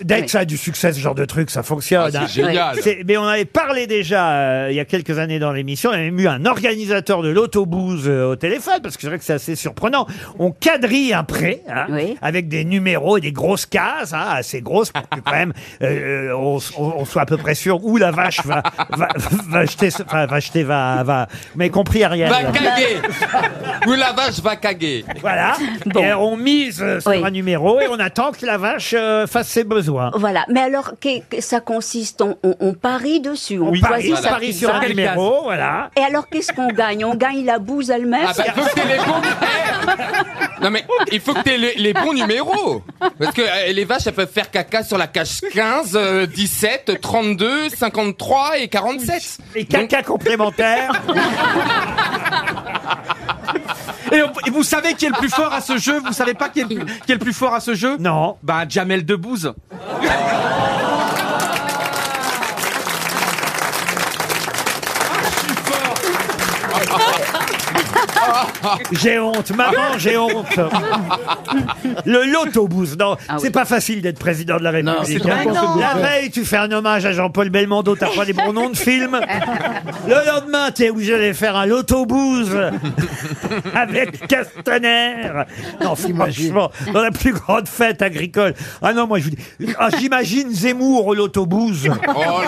[SPEAKER 1] Dès que ça a du succès, ce genre de truc, ça fonctionne.
[SPEAKER 9] Ah, c'est génial.
[SPEAKER 1] C'est- Mais on avait parlé déjà euh, il y a quelques années dans l'émission, on avait même eu un organisateur de l'autobus euh, au téléphone, parce que c'est vrai que c'est assez surprenant. On quadrille un prêt, hein, avec des numéros et des grosses cases, hein, assez grosses, pour que quand même euh, euh, on, s- on- on soit à peu près sûr où la vache va, va, va acheter, ce- enfin, va acheter, va, va. Vous m'avez compris, Ariel
[SPEAKER 9] Va Bah, caguer. Où la vache va caguer.
[SPEAKER 1] Voilà. Ah, Et on mise euh, sur un numéro et on attend que la vache euh, fasse ses besoins.
[SPEAKER 11] Voilà, mais alors que- que ça consiste, on, on- on parie dessus, on
[SPEAKER 1] Oui,
[SPEAKER 11] choisit
[SPEAKER 1] voilà.
[SPEAKER 11] sa
[SPEAKER 1] On parie sur
[SPEAKER 11] pizza.
[SPEAKER 1] un numéro, voilà.
[SPEAKER 11] Et alors qu'est-ce qu'on gagne On gagne la bouse elle-même
[SPEAKER 9] Ah bah, il faut que t'aies les bons Eh Non mais il faut que t'aies les, les bons numéros parce que euh, les vaches elles peuvent faire caca sur la cage 15, euh, 17, 32, 53 et 47.
[SPEAKER 1] Et caca complémentaire.
[SPEAKER 13] Et, on- et vous savez qui est le plus fort à ce jeu Vous savez pas qui est le plus, qui est le plus fort à ce jeu
[SPEAKER 1] Non.
[SPEAKER 13] Bah Jamel Debbouze.
[SPEAKER 1] J'ai honte, maman, j'ai honte. Le l'autobus, non,
[SPEAKER 6] Ah
[SPEAKER 1] c'est pas facile d'être président de la République.
[SPEAKER 24] c'est
[SPEAKER 1] hein.
[SPEAKER 24] trop fort, ce
[SPEAKER 1] la
[SPEAKER 24] bouquin.
[SPEAKER 1] veille, tu fais un hommage à Jean-Paul Belmondo, t'as pas les bons noms de films. Le lendemain, t'es obligé d'aller faire un l'autobus avec Castaner. Non, franchement, dans la plus grande fête agricole.
[SPEAKER 9] Oh
[SPEAKER 1] Ah non, moi je vous dis, ah, j'imagine Zemmour au l'autobus.
[SPEAKER 24] Oh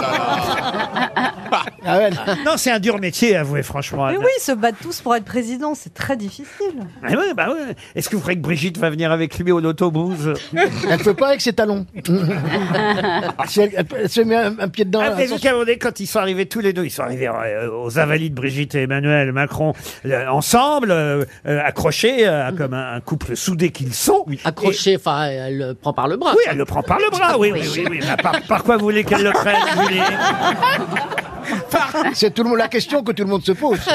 [SPEAKER 24] là là
[SPEAKER 1] Non, c'est un dur métier, avouez franchement.
[SPEAKER 6] Mais
[SPEAKER 1] Anne.
[SPEAKER 6] oui, ils se battent tous pour être président, c'est très difficile.
[SPEAKER 1] Mais oui, bah oui. Est-ce que vous croyez que Brigitte va venir avec lui au l'autobus
[SPEAKER 17] Elle peut pas avec ses talons. Ah, Si elle, elle peut- elle se met un, un pied dedans.
[SPEAKER 1] Ah, mais
[SPEAKER 17] elle s'en-
[SPEAKER 1] vous comprenez, quand ils sont arrivés tous les deux, ils sont arrivés euh, aux Invalides, Brigitte et Emmanuel Macron, euh, ensemble, euh, euh, accrochés, euh, comme un, un couple soudé qu'ils sont.
[SPEAKER 25] Accrochée, Mhm. enfin, elle le prend par le bras.
[SPEAKER 1] Oui, elle le prend par le bras, oui, oui, oui. oui. Bah, Par, par quoi vous voulez qu'elle le prenne, Julie
[SPEAKER 17] C'est tout le monde la question que tout le monde se pose.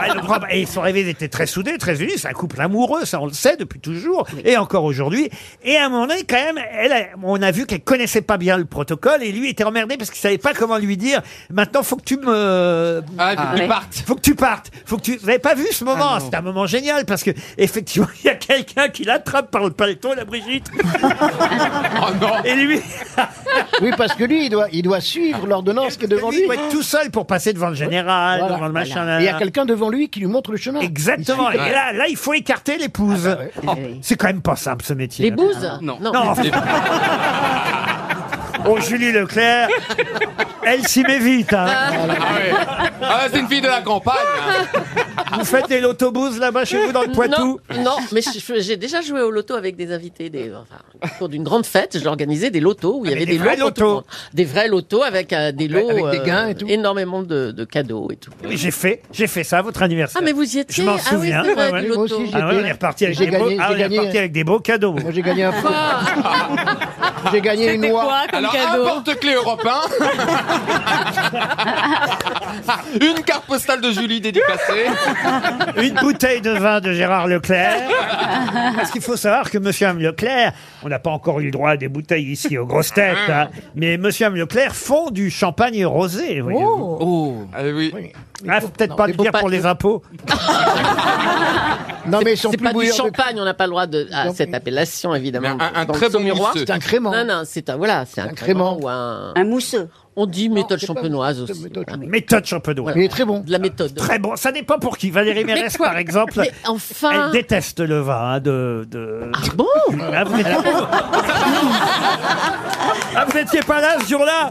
[SPEAKER 1] Ah, elle le prend- Et ils sont arrivés, ils étaient très soudés, très unis. C'est un couple amoureux, ça on le sait depuis toujours et encore aujourd'hui. Et à un moment donné, quand même, elle, a- on a vu qu'elle connaissait pas bien le protocole et lui était emmerdé parce qu'il savait pas comment lui dire. Maintenant, faut que tu me.
[SPEAKER 9] Ah, faut que tu partes. Ah,
[SPEAKER 1] Faut que tu partes. Faut que tu. Vous avez pas vu ce moment C'est un moment génial parce que effectivement, il y a quelqu'un qui l'attrape par le paleton, la Brigitte. Et lui.
[SPEAKER 17] oui, parce que lui, il doit, il doit suivre l'ordonnance qui est devant
[SPEAKER 1] Lui,
[SPEAKER 17] lui.
[SPEAKER 1] il doit être tout seul pour passer devant le général,
[SPEAKER 17] Voilà.
[SPEAKER 1] devant le machin.
[SPEAKER 17] Et il y a quelqu'un devant lui qui lui montre le chemin.
[SPEAKER 1] Exactement. Et
[SPEAKER 17] Il suit.
[SPEAKER 1] là, là, il faut écarter l'épouse.
[SPEAKER 9] Ah, bah
[SPEAKER 1] C'est quand même pas simple ce métier.
[SPEAKER 17] Les
[SPEAKER 1] Ah,
[SPEAKER 17] bouses
[SPEAKER 1] Non.
[SPEAKER 17] Non.
[SPEAKER 1] Non.
[SPEAKER 17] Les-
[SPEAKER 1] oh Julie Leclerc, elle s'y met vite. hein.
[SPEAKER 9] Ah ouais. Ah, c'est une fille de la campagne. hein.
[SPEAKER 1] Vous faites les l'autobus là-bas chez vous dans le Poitou.
[SPEAKER 25] Non, non, mais je- j'ai déjà joué au loto avec des invités. Des, enfin, au cours d'une grande fête, j'organisais des lotos où il y
[SPEAKER 1] Ah, mais
[SPEAKER 25] avait
[SPEAKER 1] des
[SPEAKER 25] des,
[SPEAKER 1] vrais
[SPEAKER 25] lots pour tout le
[SPEAKER 1] lotos.
[SPEAKER 25] monde. Des vrais lotos avec euh, des lots,
[SPEAKER 1] Avec des gains et
[SPEAKER 25] énormément de, de cadeaux et tout.
[SPEAKER 1] Oui, J'ai fait, j'ai fait ça à votre anniversaire.
[SPEAKER 25] Ah, mais vous y étiez
[SPEAKER 1] Je m'en
[SPEAKER 25] Ah oui,
[SPEAKER 1] souviens.
[SPEAKER 25] c'est vrai, du
[SPEAKER 1] Ah
[SPEAKER 25] loto.
[SPEAKER 1] ouais, on est reparti avec,
[SPEAKER 17] J'ai
[SPEAKER 1] des beaux-
[SPEAKER 17] gagné,
[SPEAKER 1] ah,
[SPEAKER 17] j'ai
[SPEAKER 1] on est
[SPEAKER 17] gagné.
[SPEAKER 1] reparti avec des beaux cadeaux. Moi
[SPEAKER 17] j'ai gagné un faux. J'ai gagné une
[SPEAKER 9] C'était
[SPEAKER 17] oie.
[SPEAKER 9] Alors, un porte-clés européen. une carte postale de Julie dédicacée.
[SPEAKER 1] Une bouteille de vin de Gérard Leclerc. Parce qu'il faut savoir que Monsieur et Mme Leclerc, on n'a pas encore eu le droit à des bouteilles ici aux grosses têtes, hein, mais Monsieur et Mme Leclerc font du champagne rosé. voyez-vous.
[SPEAKER 9] Ah oui.
[SPEAKER 1] Ah, faut peut-être pas le dire pour les impôts.
[SPEAKER 17] Non, mais ils sont
[SPEAKER 25] C'est
[SPEAKER 17] plus
[SPEAKER 25] pas du
[SPEAKER 17] bouilleurs de-
[SPEAKER 25] champagne, on n'a pas le droit de à cette appellation évidemment.
[SPEAKER 17] Mais un- un
[SPEAKER 25] Dans le
[SPEAKER 17] très bon
[SPEAKER 25] Saumurois.
[SPEAKER 17] mousseux. C'est un crément.
[SPEAKER 25] Non non, c'est un voilà, c'est un,
[SPEAKER 17] crément.
[SPEAKER 25] ou un
[SPEAKER 5] Un mousseux.
[SPEAKER 25] On dit méthode
[SPEAKER 17] c'est pas-
[SPEAKER 25] champenoise
[SPEAKER 17] c'est
[SPEAKER 25] aussi.
[SPEAKER 17] méthode
[SPEAKER 25] voilà.
[SPEAKER 1] Méthode champenoise.
[SPEAKER 17] Il est très bon.
[SPEAKER 25] De la méthode.
[SPEAKER 1] Très bon. Ça dépend pour qui. Valérie
[SPEAKER 25] Mais
[SPEAKER 1] Mérès,
[SPEAKER 25] quoi
[SPEAKER 1] par exemple,
[SPEAKER 25] Mais enfin.
[SPEAKER 1] elle déteste le vin hein, de, de. Ah
[SPEAKER 25] bon
[SPEAKER 1] vous n'étiez Ah, vous n'étiez pas là ce jour-là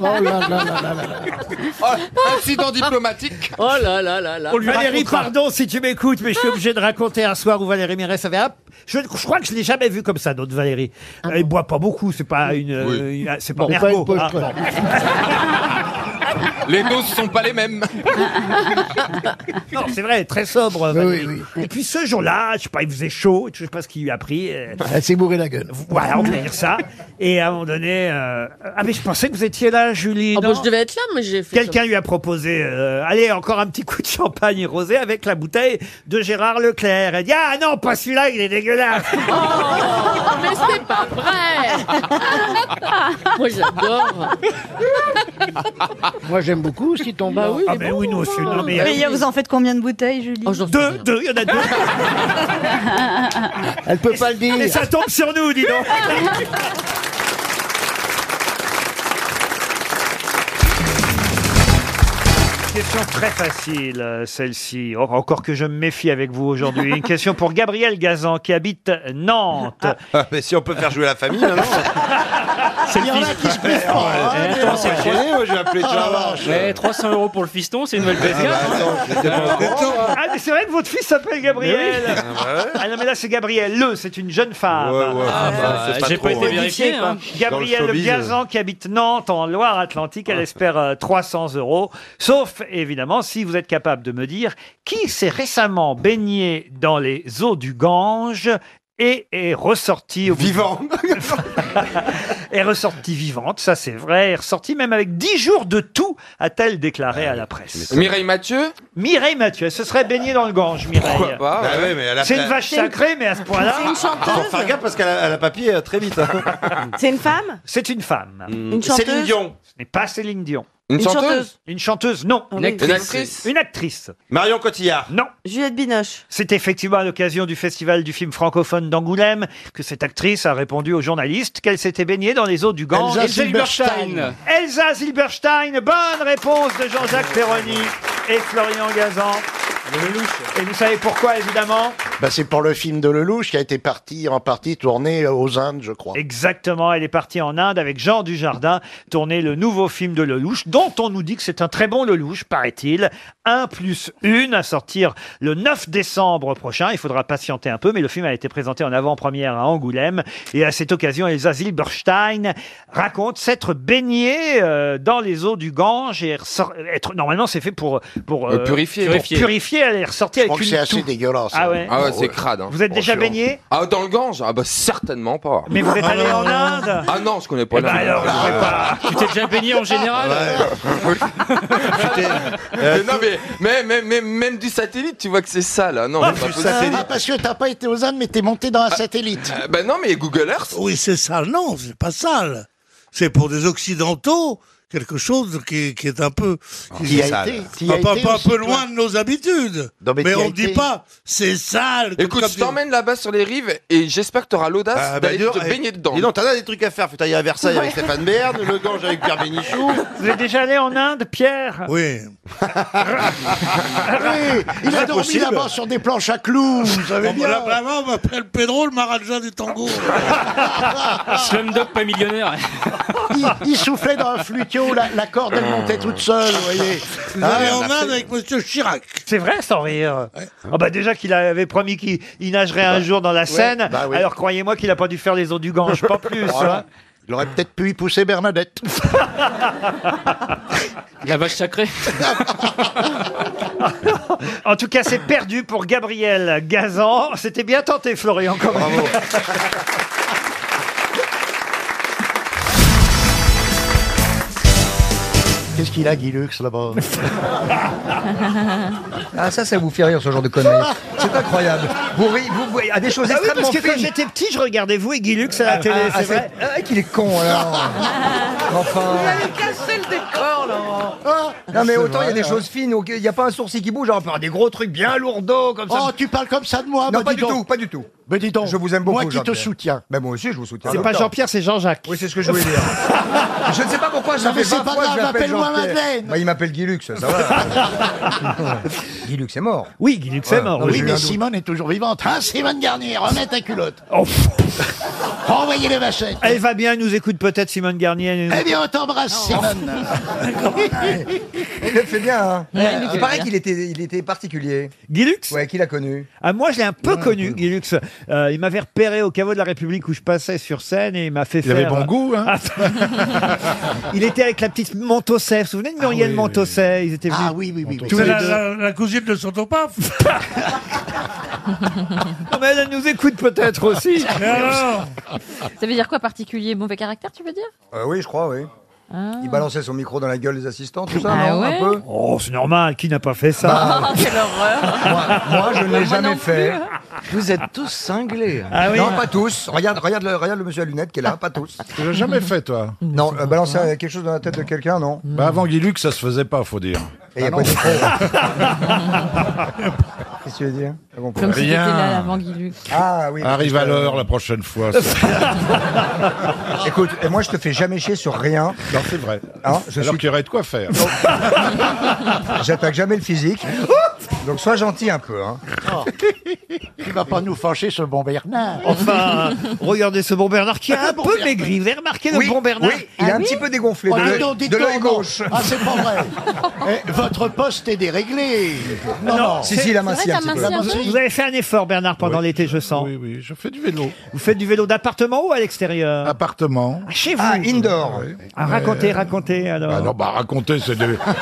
[SPEAKER 25] Oh
[SPEAKER 9] Oh, incident diplomatique.
[SPEAKER 25] Oh là là là là.
[SPEAKER 1] Valérie, pardon si tu m'écoutes, mais je suis obligé de raconter un soir où Valérie Mérès avait. hop, Je, je crois que je l'ai jamais vu comme ça, d'autres Valérie. Elle boit pas beaucoup, c'est pas une. euh, une- c'est pas
[SPEAKER 17] Ah Bon,
[SPEAKER 1] un
[SPEAKER 17] pas une
[SPEAKER 1] ergot,
[SPEAKER 17] poche,
[SPEAKER 1] hein.
[SPEAKER 17] voilà.
[SPEAKER 9] Les doses sont pas les mêmes.
[SPEAKER 1] Non, c'est vrai, elle est très sobre. Valérie. Et puis ce jour-là, je sais pas, il faisait chaud, je sais pas ce qu'il lui a pris. euh,
[SPEAKER 17] Elle s'est bourrée Ah, la gueule.
[SPEAKER 1] Voilà, on peut dire ça. Et à un moment donné, euh, ah mais je pensais que vous étiez là, Julie.
[SPEAKER 25] Oh,
[SPEAKER 1] non
[SPEAKER 25] bah, je devais être là, mais j'ai fait.
[SPEAKER 1] Quelqu'un lui a proposé, euh, allez, encore un petit coup de champagne rosé avec la bouteille de Gérard Leclerc. Elle dit, ah non, pas celui-là, il est dégueulasse.
[SPEAKER 25] Oh, mais c'est pas vrai. Moi j'adore.
[SPEAKER 17] Moi, j'aime beaucoup ce qui tombe.
[SPEAKER 25] Bah oui,
[SPEAKER 1] ah ben oui, nous aussi. Non, mais,
[SPEAKER 17] Bah
[SPEAKER 1] euh,
[SPEAKER 17] oui.
[SPEAKER 6] Mais vous en faites combien de bouteilles, Julie
[SPEAKER 1] deux, deux, il y en a deux.
[SPEAKER 17] Elle peut pas le dire.
[SPEAKER 1] Et ça tombe sur nous, dis donc. Question très facile, euh, celle-ci. Oh, encore que je me méfie avec vous aujourd'hui. Une question pour Gabriel Gazan qui habite Nantes.
[SPEAKER 19] Ah, Mais si on peut faire jouer la famille, non, non.
[SPEAKER 15] C'est le
[SPEAKER 19] se plaisent pas, hein, mais on s'est gêné, moi, j'ai appelé Jean Larche.
[SPEAKER 15] Ouais, 300 euros pour le fiston, c'est une nouvelle
[SPEAKER 19] Ah,
[SPEAKER 15] PS4.
[SPEAKER 19] bah, attends, j'étais pas au courant.
[SPEAKER 1] Ah, mais c'est vrai que votre fils s'appelle Gabriel.
[SPEAKER 19] Mais oui. Ah, ouais.
[SPEAKER 1] Ah non, mais là, c'est Gabriel Le, c'est une jeune femme.
[SPEAKER 19] Ah, bah, c'est
[SPEAKER 15] j'ai
[SPEAKER 19] trop,
[SPEAKER 15] pas été
[SPEAKER 19] hein.
[SPEAKER 15] vérifié,
[SPEAKER 1] Modifié,
[SPEAKER 15] hein.
[SPEAKER 1] quoi.
[SPEAKER 19] Dans le
[SPEAKER 1] Gabrielle
[SPEAKER 19] showbiz,
[SPEAKER 1] Gazan qui habite Nantes en Loire-Atlantique, elle espère euh, 300 euros. Sauf évidemment si vous êtes capable de me dire qui s'est récemment baigné dans les eaux du Gange et est ressorti au bout-
[SPEAKER 19] Vivant.
[SPEAKER 1] est ressorti vivante, ça c'est vrai, est ressorti même avec 10 jours de tout, a-t-elle
[SPEAKER 19] Ah,
[SPEAKER 1] déclaré à la presse.
[SPEAKER 9] Mireille Mathieu
[SPEAKER 1] Mireille Mathieu, elle se serait baignée dans le Gange, Mireille.
[SPEAKER 9] Pourquoi pas
[SPEAKER 19] Bah ouais, mais elle a-
[SPEAKER 1] C'est une vache sacrée, mais à ce point-là,
[SPEAKER 6] C'est une
[SPEAKER 19] Faut faire
[SPEAKER 6] chanteuse
[SPEAKER 19] gaffe parce qu'elle a, elle a papier euh, très vite. hein.
[SPEAKER 6] C'est une femme
[SPEAKER 1] c'est une femme.
[SPEAKER 6] Une chanteuse
[SPEAKER 19] Céline Dion.
[SPEAKER 1] Ce n'est pas Céline Dion.
[SPEAKER 19] Une
[SPEAKER 6] Une chanteuse
[SPEAKER 19] chanteuse
[SPEAKER 1] Une chanteuse, non.
[SPEAKER 6] Une Ah
[SPEAKER 19] actrice. Une
[SPEAKER 6] oui.
[SPEAKER 19] actrice
[SPEAKER 1] Une actrice.
[SPEAKER 19] Marion Cotillard.
[SPEAKER 1] Non.
[SPEAKER 6] Juliette Binoche.
[SPEAKER 1] C'est effectivement à l'occasion du festival du film francophone d'Angoulême que cette actrice a répondu aux journalistes qu'elle s'était baignée dans les eaux du Gange.
[SPEAKER 17] Elsa
[SPEAKER 15] Silberstein.
[SPEAKER 1] Elsa Silberstein, bonne réponse de Jean-Jacques Perroni et Florian Gazan. Et vous savez pourquoi, évidemment
[SPEAKER 9] Bah, c'est pour le film de Lelouch qui a été parti, en partie tourné aux Indes, je crois.
[SPEAKER 1] Exactement, elle est partie en Inde avec Jean Dujardin tourner le nouveau film de Lelouch, dont on nous dit que c'est un très bon Lelouch, paraît-il. 1 plus 1 à sortir le 9 décembre prochain. Il faudra patienter un peu, mais le film a été présenté en avant-première à Angoulême. Et à cette occasion, Elsa Zilberstein raconte s'être baignée euh, dans les eaux du Gange et ressort- être. Normalement, c'est fait pour. pour
[SPEAKER 6] Euh, purifier.
[SPEAKER 1] pour
[SPEAKER 6] Purifier.
[SPEAKER 1] purifier, elle est ressortie
[SPEAKER 6] Je
[SPEAKER 1] avec
[SPEAKER 6] crois que
[SPEAKER 1] une
[SPEAKER 6] c'est assez
[SPEAKER 1] toux.
[SPEAKER 6] dégueulasse,
[SPEAKER 1] Ah ouais,
[SPEAKER 6] Ah ouais, c'est crade. hein.
[SPEAKER 1] Vous êtes déjà
[SPEAKER 6] Franchement.
[SPEAKER 1] baigné
[SPEAKER 6] Ah, dans le Gange Ah bah certainement pas.
[SPEAKER 1] Mais vous êtes allé en Inde
[SPEAKER 6] Ah non, je connais pas
[SPEAKER 1] Eh ben alors, vous savez pas.
[SPEAKER 6] Tu t'es déjà baigné en général Non mais, mais, mais, mais même du satellite, tu vois que c'est ça là. Non, mais pas possible.
[SPEAKER 27] Ah, parce que t'as pas été aux Indes, mais t'es monté dans un
[SPEAKER 9] Ah,
[SPEAKER 27] satellite.
[SPEAKER 6] Euh, Ben non, mais Google Earth
[SPEAKER 7] Oui, c'est sale. Non, c'est pas sale. C'est pour des Occidentaux quelque chose qui, qui est un peu
[SPEAKER 9] Qui a été- qui a
[SPEAKER 7] un,
[SPEAKER 9] été
[SPEAKER 7] peu- un peu- un
[SPEAKER 9] aussi,
[SPEAKER 7] peu
[SPEAKER 9] toi
[SPEAKER 7] loin de nos habitudes.
[SPEAKER 9] mais
[SPEAKER 7] mais
[SPEAKER 9] qui a
[SPEAKER 7] on ne dit
[SPEAKER 9] été
[SPEAKER 7] pas c'est sale. tout
[SPEAKER 6] Écoute,
[SPEAKER 7] comme
[SPEAKER 6] je
[SPEAKER 7] tu-
[SPEAKER 6] t'emmène là-bas sur les rives et j'espère que t'auras l'audace
[SPEAKER 7] Ah, bah,
[SPEAKER 6] d'aller
[SPEAKER 7] dis donc,
[SPEAKER 6] te
[SPEAKER 7] eh,
[SPEAKER 6] baigner dedans.
[SPEAKER 7] dis donc, t'en
[SPEAKER 6] as des trucs à faire. Faut aller à
[SPEAKER 9] Versailles avec Stéphane Bern, le Gange avec Pierre Bénichou.
[SPEAKER 1] Vous êtes déjà allé en Inde, Pierre
[SPEAKER 7] Oui.
[SPEAKER 9] Oui, il a dormi là-bas sur des planches à clous, vous savez
[SPEAKER 7] On-
[SPEAKER 9] bien.
[SPEAKER 7] là- Là-bas, on m'appelle Pedro, le Maradja du tango.
[SPEAKER 28] Slumdog pas millionnaire.
[SPEAKER 9] Il, il soufflait dans un flutio, la, la corde elle montait toute seule, vous voyez.
[SPEAKER 7] Vous
[SPEAKER 9] Hein,
[SPEAKER 7] allez en
[SPEAKER 9] on a
[SPEAKER 7] Inde
[SPEAKER 9] fait-
[SPEAKER 7] avec Monsieur Chirac.
[SPEAKER 1] C'est vrai, sans rire. Ah bah déjà qu'il avait promis qu'il il nagerait un jour dans la Seine.
[SPEAKER 9] bah oui.
[SPEAKER 1] Alors croyez-moi qu'il n'a pas dû faire les eaux du Gange, pas plus. hein.
[SPEAKER 9] Il aurait peut-être pu y pousser Bernadette.
[SPEAKER 28] La vache sacrée.
[SPEAKER 1] En tout cas, c'est perdu pour Gabriel Gazan. C'était bien tenté, Florian. Quand même.
[SPEAKER 9] Qu'est-ce qu'il a, Guilux, là-bas
[SPEAKER 2] Ah ça, ça vous fait rire ce genre de conneries. C'est incroyable. Vous, ri- vous, vous- à des choses
[SPEAKER 1] Ah oui,
[SPEAKER 2] extrêmement
[SPEAKER 1] parce que quand
[SPEAKER 2] fines.
[SPEAKER 1] j'étais petit, je regardais vous et Guy Lux à la
[SPEAKER 2] Ah,
[SPEAKER 1] télé,
[SPEAKER 2] ah,
[SPEAKER 1] c'est vrai
[SPEAKER 2] ah, qu'il est con alors. Enfin.
[SPEAKER 10] casser le décor, Laurent.
[SPEAKER 17] Ah.
[SPEAKER 2] Non mais autant il y a
[SPEAKER 9] vrai,
[SPEAKER 2] des
[SPEAKER 9] hein.
[SPEAKER 2] choses fines, où il n'y a pas un sourcil qui bouge, alors on peut avoir des gros trucs bien lourdeaux comme ça.
[SPEAKER 9] Oh, tu parles comme ça de moi
[SPEAKER 2] non
[SPEAKER 9] bah,
[SPEAKER 2] pas
[SPEAKER 9] dis
[SPEAKER 2] du
[SPEAKER 9] donc.
[SPEAKER 2] tout, pas du tout.
[SPEAKER 9] Bah, dis donc.
[SPEAKER 2] Je vous aime beaucoup.
[SPEAKER 9] Moi qui te
[SPEAKER 2] Jean-Pierre.
[SPEAKER 9] soutiens.
[SPEAKER 2] Ben moi aussi je vous soutiens.
[SPEAKER 1] C'est pas Jean-Pierre, c'est Jean-Jacques.
[SPEAKER 2] Oui c'est ce que je voulais dire. je ne sais pas pourquoi ça
[SPEAKER 9] Non, mais
[SPEAKER 2] fait
[SPEAKER 9] c'est
[SPEAKER 2] 20
[SPEAKER 9] pas
[SPEAKER 2] fois que
[SPEAKER 9] grave,
[SPEAKER 2] je m'appelle
[SPEAKER 9] appelle-moi
[SPEAKER 2] Jean-Pierre.
[SPEAKER 9] Madeleine.
[SPEAKER 2] Bah, il m'appelle Guilux, ça va. Guilux est mort.
[SPEAKER 1] Oui, Guy Lux est
[SPEAKER 2] Ouais.
[SPEAKER 1] mort.
[SPEAKER 2] Non,
[SPEAKER 1] oui.
[SPEAKER 9] Oui,
[SPEAKER 2] j'ai eu un
[SPEAKER 9] mais
[SPEAKER 2] doute.
[SPEAKER 9] Simone est toujours vivante. Hein, Simone Garnier, remets ta culotte.
[SPEAKER 1] Oh, pff,
[SPEAKER 9] Renvoyez les vachettes.
[SPEAKER 1] elle va bien, elle nous écoute peut-être, Simone Garnier. elle nous-
[SPEAKER 9] Eh bien, on t'embrasse, Simone.
[SPEAKER 2] Il le fait bien. Hein.
[SPEAKER 1] Ouais, il le fait
[SPEAKER 2] il paraît
[SPEAKER 1] bien.
[SPEAKER 2] qu'il était, il était particulier.
[SPEAKER 1] Guy Lux
[SPEAKER 2] Ouais, qui l'a connu.
[SPEAKER 1] Ah, moi, je l'ai un peu connu, Guy Lux. Euh, il m'avait repéré au caveau de la République où je passais sur scène et il m'a fait
[SPEAKER 9] Il
[SPEAKER 1] faire.
[SPEAKER 9] avait bon goût, hein
[SPEAKER 2] hein.
[SPEAKER 1] il était avec la petite Montosset. Vous vous souvenez de
[SPEAKER 2] Ah
[SPEAKER 1] Muriel Montosset Ils étaient venus.
[SPEAKER 9] Ah oui, oui, oui. oui.
[SPEAKER 1] Tous
[SPEAKER 7] C'est
[SPEAKER 1] les
[SPEAKER 7] la,
[SPEAKER 1] deux.
[SPEAKER 7] la- la cousine de Santopaf.
[SPEAKER 1] Non, mais elle, elle nous écoute peut-être aussi. Ah
[SPEAKER 7] Et alors
[SPEAKER 18] Ça veut dire quoi particulier Mauvais caractère, tu veux dire
[SPEAKER 2] Euh, oui, je crois, oui.
[SPEAKER 18] Ah.
[SPEAKER 2] Il balançait son micro dans la gueule des assistants, tout ça,
[SPEAKER 18] Ah
[SPEAKER 2] non
[SPEAKER 18] ouais
[SPEAKER 2] Un peu Bah,
[SPEAKER 1] Oh, c'est normal, qui n'a pas fait ça
[SPEAKER 18] Ah, quelle horreur
[SPEAKER 2] Moi, je ne l'ai jamais fait.
[SPEAKER 29] Vous êtes tous cinglés.
[SPEAKER 1] Ah oui
[SPEAKER 2] Non, pas tous. Regarde, regarde, le, regarde le monsieur à lunettes qui est là, pas tous.
[SPEAKER 17] Tu l'as jamais fait, toi Mmh.
[SPEAKER 2] Non, euh, balancer euh, quelque chose dans la tête de quelqu'un, non.
[SPEAKER 17] Bah avant Guy Lux, ça se faisait pas, faut dire.
[SPEAKER 2] Hmm. Et y a
[SPEAKER 17] Ah
[SPEAKER 2] pas
[SPEAKER 17] non.
[SPEAKER 2] de micro. Qu'est-ce que tu veux dire
[SPEAKER 17] Ah
[SPEAKER 2] J'ai pas compris.
[SPEAKER 18] Comme si t'étais
[SPEAKER 17] Rien.
[SPEAKER 18] là avant Guy Lux.
[SPEAKER 2] Ah oui.
[SPEAKER 17] Arrive à l'heure la prochaine fois. ça.
[SPEAKER 2] Écoute, et moi je te fais jamais chier sur rien.
[SPEAKER 17] non, c'est vrai.
[SPEAKER 2] Hein, je
[SPEAKER 17] Alors
[SPEAKER 2] suis-
[SPEAKER 17] qu'il y aurait de quoi faire.
[SPEAKER 2] J'attaque jamais le physique. Donc sois gentil un peu. Hein.
[SPEAKER 9] Oh.
[SPEAKER 1] Eh
[SPEAKER 9] Tu vas pas nous fâcher, ce bon Bernard.
[SPEAKER 1] Enfin, Ah, regardez ce bon Bernard qui a un peu maigri. Vous avez remarqué le bon Bernard
[SPEAKER 2] Ah,
[SPEAKER 1] Ah
[SPEAKER 2] oui, il est un petit peu dégonflé
[SPEAKER 9] Oh,
[SPEAKER 2] de
[SPEAKER 9] dis
[SPEAKER 2] l'œil-
[SPEAKER 9] donc,
[SPEAKER 2] de
[SPEAKER 9] dites-le, non.
[SPEAKER 2] l'œil gauche.
[SPEAKER 9] Ah, c'est pas vrai. Eh, votre poste est déréglé. Non, non.
[SPEAKER 2] Si, si, il amincit un petit peu.
[SPEAKER 1] Vous avez fait un effort, Bernard, pendant l'été, je sens.
[SPEAKER 17] Oui, oui, je fais du vélo.
[SPEAKER 1] Vous faites du vélo d'appartement ou à l'extérieur
[SPEAKER 17] Appartement.
[SPEAKER 1] Ah, Chez vous
[SPEAKER 2] Ah, indoor.
[SPEAKER 1] Ah, racontez, racontez alors.
[SPEAKER 17] Ah non, bah raconter, c'est des...
[SPEAKER 10] Ah,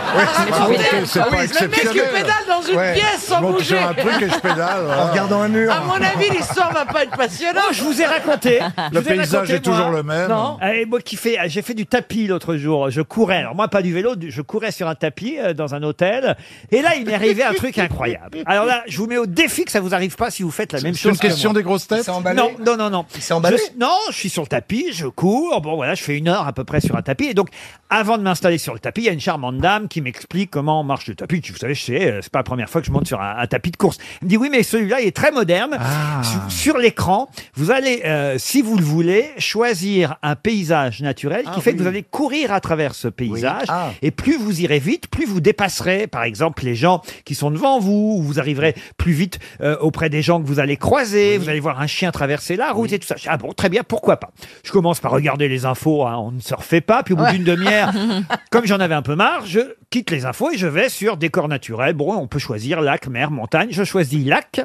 [SPEAKER 17] c'est
[SPEAKER 2] pédale,
[SPEAKER 1] Ah
[SPEAKER 2] quoi.
[SPEAKER 17] pas
[SPEAKER 2] Oui, le mec qui
[SPEAKER 17] exceptionnel.
[SPEAKER 2] pédale dans une pièce sans
[SPEAKER 17] Je monte sur
[SPEAKER 2] bouger.
[SPEAKER 17] un truc et je pédale.
[SPEAKER 2] En
[SPEAKER 17] voilà.
[SPEAKER 2] regardant un mur.
[SPEAKER 10] À mon avis, l'histoire va pas être passionnante.
[SPEAKER 1] Oh, je vous ai raconté. Je
[SPEAKER 17] Le
[SPEAKER 1] vous ai
[SPEAKER 17] paysage
[SPEAKER 1] raconté,
[SPEAKER 17] est toujours
[SPEAKER 1] moi.
[SPEAKER 17] le même.
[SPEAKER 1] Non. Ah, et moi qui fais, ah, j'ai fait du tapis l'autre jour. Je courais. Alors moi pas du vélo, du- je courais sur un tapis euh, dans un hôtel. Et là il m'est arrivé un truc incroyable. Alors là je vous mets au défi que ça vous arrive pas si vous faites la même
[SPEAKER 17] C'est
[SPEAKER 1] chose.
[SPEAKER 17] une question
[SPEAKER 1] que moi.
[SPEAKER 17] des grosses têtes
[SPEAKER 2] s'est emballé
[SPEAKER 1] Non, non, non, non.
[SPEAKER 2] s'est emballé
[SPEAKER 1] Je- non, je suis sur le tapis, je cours. Bon, voilà, je fais une heure à peu près sur un tapis. Et donc, avant de m'installer sur le tapis, il y a une charmante dame qui qui m'explique comment marche le tapis. Vous savez, je sais, euh, c'est pas la première fois que je monte sur un, un tapis de course. Il me dit, oui, mais celui-là, il est très moderne.
[SPEAKER 17] Ah.
[SPEAKER 1] Sur, sur l'écran, vous allez, euh, si vous le voulez, choisir un paysage naturel qui
[SPEAKER 18] Ah
[SPEAKER 1] fait
[SPEAKER 18] oui.
[SPEAKER 1] que vous allez courir à travers ce paysage.
[SPEAKER 18] Ah.
[SPEAKER 1] Et plus vous irez vite, plus vous dépasserez, par exemple, les gens qui sont devant vous, ou vous arriverez plus vite euh, auprès des gens que vous allez croiser, vous allez voir un chien traverser la route et tout ça. Je dis, Ah bon, très bien, pourquoi pas Je commence par regarder les infos, hein, on ne se refait pas, puis au bout
[SPEAKER 18] Ouais.
[SPEAKER 1] d'une demi-heure, comme j'en avais un peu marre, je quitte les infos et je vais sur décor naturel. Bon, on peut choisir lac, mer, montagne, je choisis lac.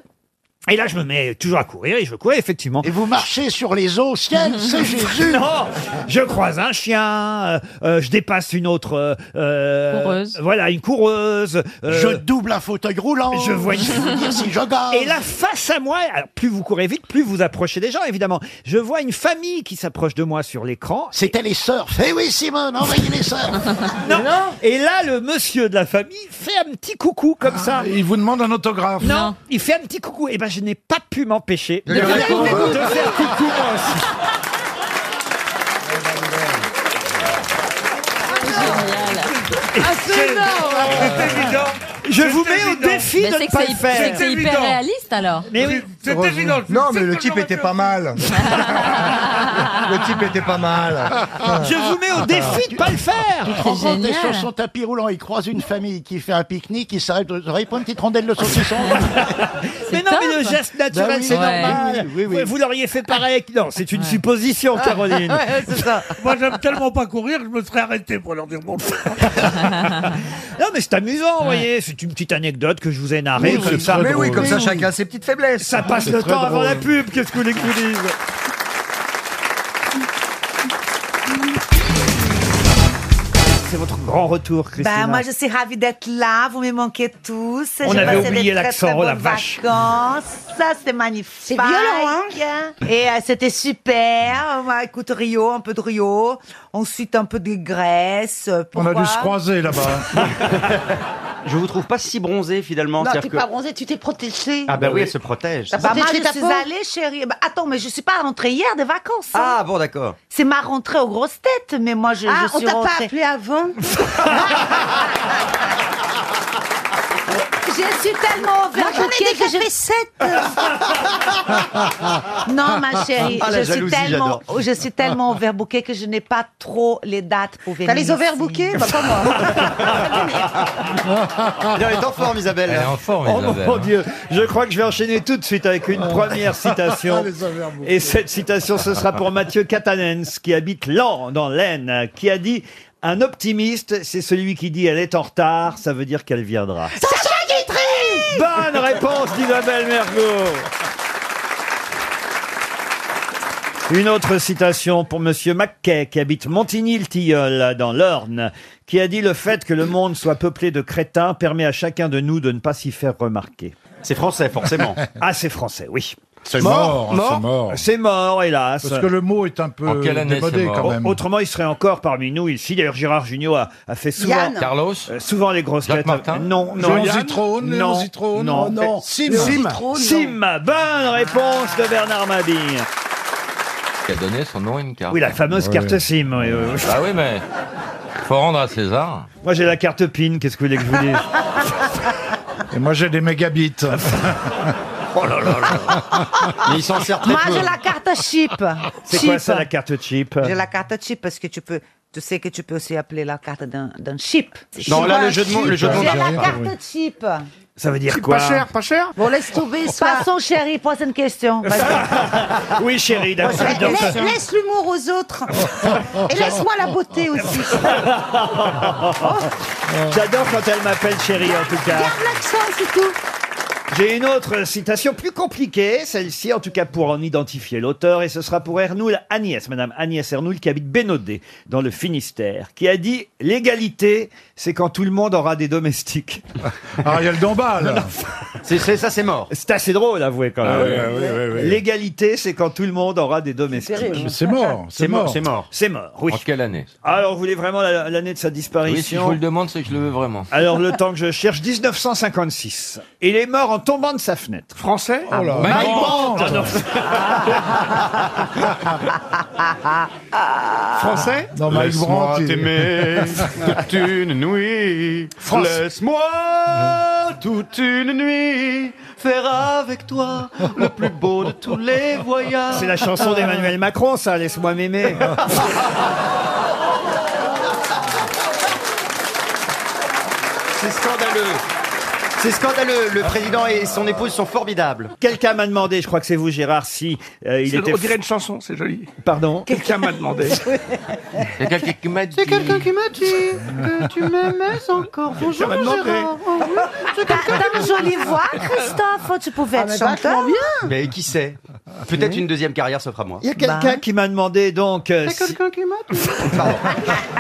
[SPEAKER 1] Et là, je me mets toujours à courir et je courais effectivement. Et vous marchez sur les eaux, ciel,
[SPEAKER 2] c'est Jésus.
[SPEAKER 1] Non, je croise un chien, euh, euh, je dépasse une autre euh, euh,
[SPEAKER 2] Coureuse.
[SPEAKER 1] Voilà, une coureuse.
[SPEAKER 2] Je
[SPEAKER 1] double un fauteuil roulant. Je vois. une-
[SPEAKER 2] Je veux dire, si je gagne.
[SPEAKER 1] Et là, face à moi, alors, plus vous courez vite, plus vous approchez des gens, évidemment. Je vois une famille qui s'approche de moi sur l'écran. C'était les sœurs.
[SPEAKER 2] Eh oui, Simone, envoyez les sœurs.
[SPEAKER 1] Non. Et là, le monsieur de la famille fait un petit coucou
[SPEAKER 30] Ah,
[SPEAKER 1] comme ça. Il vous demande un autographe. Non, il fait un petit coucou. Et ben, je n'ai pas pu m'empêcher
[SPEAKER 18] De lui répondre.
[SPEAKER 1] de faire coucou moi aussi.
[SPEAKER 18] Ah, c'est énorme
[SPEAKER 1] Je vous mets au défi
[SPEAKER 18] Mais
[SPEAKER 1] de
[SPEAKER 18] c'est
[SPEAKER 1] ne
[SPEAKER 18] que
[SPEAKER 1] pas
[SPEAKER 18] c'est-
[SPEAKER 1] le faire.
[SPEAKER 18] c'est que c'est hyper Évident. réaliste,
[SPEAKER 1] alors. Mais oui,
[SPEAKER 18] C'est évident, je
[SPEAKER 30] Non,
[SPEAKER 18] sais
[SPEAKER 30] mais le
[SPEAKER 18] que
[SPEAKER 30] type
[SPEAKER 18] j'aurais
[SPEAKER 30] était
[SPEAKER 18] fait.
[SPEAKER 30] pas mal. le type était pas mal.
[SPEAKER 1] Je vous mets au défi de pas le faire.
[SPEAKER 2] Tu te rends compte, sur son tapis roulant, il croise une famille qui fait un pique-nique, il s'arrête, vous auriez pas une petite rondelle de saucisson
[SPEAKER 1] Mais non, mais le geste naturel,
[SPEAKER 2] Bah oui.
[SPEAKER 1] c'est
[SPEAKER 2] Ouais.
[SPEAKER 1] normal. Vous, vous l'auriez fait pareil. Non, c'est une supposition, Caroline.
[SPEAKER 7] Moi, j'aime tellement pas courir, je me serais arrêté pour leur dire bonjour.
[SPEAKER 1] Non, mais c'est amusant, vous voyez. C'est une petite anecdote que je vous ai narrée.
[SPEAKER 30] Oui, c'est
[SPEAKER 1] comme ça.
[SPEAKER 30] très Mais oui, drôle. comme ça, chacun
[SPEAKER 1] ses petites faiblesses. Ça passe
[SPEAKER 30] C'est
[SPEAKER 1] le
[SPEAKER 30] très
[SPEAKER 1] temps avant
[SPEAKER 30] drôle.
[SPEAKER 1] la pub. Qu'est-ce que vous voulez que je vous dise C'est votre grand retour, Christina.
[SPEAKER 13] Ben, moi, je suis ravie d'être là. Vous me manquez tous.
[SPEAKER 1] On
[SPEAKER 13] J'ai
[SPEAKER 1] avait
[SPEAKER 13] passé
[SPEAKER 1] oublié
[SPEAKER 13] des très,
[SPEAKER 1] l'accent,
[SPEAKER 13] très
[SPEAKER 1] oh la
[SPEAKER 13] bonnes
[SPEAKER 1] vache.
[SPEAKER 13] vacances. Ça, c'était magnifique. C'est
[SPEAKER 11] violent,
[SPEAKER 13] Et euh, c'était super. Ouais, écoute, Rio, un peu de Rio. Ensuite, un peu de Grèce. Euh,
[SPEAKER 4] On a dû
[SPEAKER 13] pourquoi
[SPEAKER 4] se croiser, là-bas. Je vous trouve pas si bronzé finalement.
[SPEAKER 13] Non,
[SPEAKER 4] c'est-à-dire
[SPEAKER 13] t'es pas bronzée, tu t'es protégée.
[SPEAKER 4] Ah bah oui, elle se protège.
[SPEAKER 13] Bah, moi, je
[SPEAKER 11] ta
[SPEAKER 13] suis
[SPEAKER 11] peau
[SPEAKER 13] allée, chérie. Bah, attends, mais je suis pas rentrée hier des vacances. hein.
[SPEAKER 4] Ah bon, d'accord.
[SPEAKER 13] C'est ma rentrée aux grosses têtes, mais moi, je,
[SPEAKER 11] Ah,
[SPEAKER 13] je
[SPEAKER 11] on
[SPEAKER 13] suis
[SPEAKER 11] t'a pas
[SPEAKER 13] appelé avant Je suis tellement
[SPEAKER 11] Moi, j'en ai
[SPEAKER 13] overbookée
[SPEAKER 11] déjà
[SPEAKER 13] que j'ai fait non, ma chérie, Ah, la je, suis jalousie, tellement,
[SPEAKER 11] j'adore.
[SPEAKER 13] je suis tellement overbookée que je n'ai pas trop les dates pour venir.
[SPEAKER 11] T'as les overbookées Bah, pas moi.
[SPEAKER 4] Elle est en forme, Isabelle.
[SPEAKER 1] Elle est en forme, Oh mon Dieu, je crois que je vais enchaîner tout de suite avec une première citation.
[SPEAKER 18] Les affaires beaucoup.
[SPEAKER 1] Et cette citation, ce sera pour Mathieu Catanens, qui habite Lan, dans l'Aisne, qui a dit « Un optimiste, c'est celui qui dit « Elle est en retard, ça veut dire qu'elle viendra ».
[SPEAKER 18] Sacha Guitry
[SPEAKER 1] Bonne réponse d'Isabelle Mergo. Une autre citation pour Monsieur Mackay, qui habite Montigny-le-Tilleul, dans l'Orne, qui a dit Le fait que le monde soit peuplé de crétins permet à chacun de nous de ne pas s'y faire remarquer.
[SPEAKER 4] C'est français, forcément.
[SPEAKER 1] ah, c'est français, oui.
[SPEAKER 17] C'est mort, hein, c'est mort.
[SPEAKER 1] C'est mort, hélas.
[SPEAKER 17] Parce que le mot est un peu
[SPEAKER 1] En quelle année
[SPEAKER 17] démodé
[SPEAKER 1] c'est
[SPEAKER 17] quand
[SPEAKER 1] mort
[SPEAKER 17] même.
[SPEAKER 1] Au- Autrement, il serait encore parmi nous ici. D'ailleurs, Gérard Junior a, a fait souvent.
[SPEAKER 17] Yann.
[SPEAKER 1] Carlos. souvent les grosses têtes. Non, non.
[SPEAKER 17] Léon
[SPEAKER 1] Yann
[SPEAKER 17] Zitrone, Léon
[SPEAKER 1] Non,
[SPEAKER 17] Zitrone.
[SPEAKER 1] Non, Euh,
[SPEAKER 17] Non, non.
[SPEAKER 1] Sim.
[SPEAKER 17] Léon
[SPEAKER 1] Sim.
[SPEAKER 17] Zitrone, non.
[SPEAKER 1] Sim. Bonne réponse de Bernard Mabille.
[SPEAKER 9] Qui a donné son nom à une carte.
[SPEAKER 1] Oui, la fameuse carte SIM. oui, oui, oui.
[SPEAKER 9] Ah oui, mais faut rendre à César.
[SPEAKER 1] Moi, j'ai la carte PIN. Qu'est-ce que vous voulez que je vous dise
[SPEAKER 17] Et moi j'ai des mégabits.
[SPEAKER 1] Oh là là
[SPEAKER 17] Mais ils s'en servent
[SPEAKER 13] Moi, j'ai la carte chip.
[SPEAKER 1] C'est quoi ça, la carte chip
[SPEAKER 13] J'ai la carte chip parce que tu peux. Tu sais que tu peux aussi appeler la carte d'un d'un chip.
[SPEAKER 1] Non, là, le jeu de mots- le jeu de mots-
[SPEAKER 13] J'ai
[SPEAKER 1] J'ai
[SPEAKER 13] la
[SPEAKER 1] rien compris.
[SPEAKER 13] carte chip.
[SPEAKER 1] Ça veut dire quoi
[SPEAKER 13] pas cher. Bon, laisse tomber ça. Passons, chérie, prochaine question.
[SPEAKER 1] Oui, chérie, d'accord.
[SPEAKER 13] Laisse-
[SPEAKER 11] Laisse l'humour aux autres. Et laisse-moi la beauté
[SPEAKER 1] Oh.
[SPEAKER 11] aussi.
[SPEAKER 1] J'adore quand elle m'appelle chérie, en tout cas.
[SPEAKER 11] Garde l'accent, c'est tout.
[SPEAKER 1] J'ai une autre citation plus compliquée, celle-ci en tout cas pour en identifier l'auteur, et ce sera pour Ernoul Agnès, Madame Agnès Ernoul qui habite Bénodet, dans le Finistère, qui a dit « L'égalité, c'est quand tout le monde aura des domestiques. »
[SPEAKER 17] Ah,
[SPEAKER 1] Ariel Dombal C'est ça, c'est mort. C'est assez drôle, avouez quand
[SPEAKER 17] Ah
[SPEAKER 1] même.
[SPEAKER 17] ouais, ouais, ouais, ouais.
[SPEAKER 1] L'égalité, c'est quand tout le monde aura des domestiques.
[SPEAKER 17] terrible.
[SPEAKER 11] hein.
[SPEAKER 17] Mais c'est mort, c'est C'est mort, mort. c'est mort.
[SPEAKER 1] C'est mort, oui.
[SPEAKER 9] En quelle année
[SPEAKER 1] Ah, Alors, vous voulez vraiment la- l'année de sa
[SPEAKER 9] Oui, si je
[SPEAKER 1] disparition
[SPEAKER 9] vous le demande, c'est que je le veux vraiment.
[SPEAKER 1] alors, le temps que je cherche, 1956. Il est mort en en tombant de sa fenêtre. Français
[SPEAKER 4] Ah
[SPEAKER 17] Oh là.
[SPEAKER 1] Mike
[SPEAKER 17] Bond.
[SPEAKER 1] Bond. Ah non.
[SPEAKER 17] Français Non, Mike
[SPEAKER 9] Ah, Laisse-moi
[SPEAKER 17] Brandt, il-
[SPEAKER 9] t'aimer toute une nuit.
[SPEAKER 17] Français.
[SPEAKER 4] Ah,
[SPEAKER 9] Laisse-moi toute une nuit faire avec toi le plus beau de tous les voyages.
[SPEAKER 1] C'est la chanson d'Emmanuel Macron, ça, laisse-moi m'aimer.
[SPEAKER 4] C'est scandaleux. C'est scandaleux. Le président et son épouse sont formidables.
[SPEAKER 1] Quelqu'un m'a demandé, je crois que c'est vous, Gérard, si euh, il
[SPEAKER 4] C'est-
[SPEAKER 1] était.
[SPEAKER 4] on dirait
[SPEAKER 1] une chanson, c'est joli. Pardon. Quelqu'un m'a demandé. quelqu'un qui m'a dit.
[SPEAKER 10] C'est quelqu'un qui m'a dit que tu m'aimais encore. Bonjour
[SPEAKER 1] m'a demandé.
[SPEAKER 10] Gérard. Oh, oui, c'est quelqu'un qui
[SPEAKER 13] T'as
[SPEAKER 10] m'a
[SPEAKER 13] une jolie
[SPEAKER 10] dit.
[SPEAKER 13] voix, Christophe. Oh, Tu pouvais
[SPEAKER 10] Ah,
[SPEAKER 13] être chanteur.
[SPEAKER 4] Mais qui sait Peut-être une deuxième carrière s'offre à moi.
[SPEAKER 1] Il y a
[SPEAKER 2] Bah.
[SPEAKER 1] quelqu'un
[SPEAKER 4] Bah.
[SPEAKER 1] qui m'a demandé donc euh,
[SPEAKER 10] C'est
[SPEAKER 1] si-
[SPEAKER 10] quelqu'un qui m'a dit.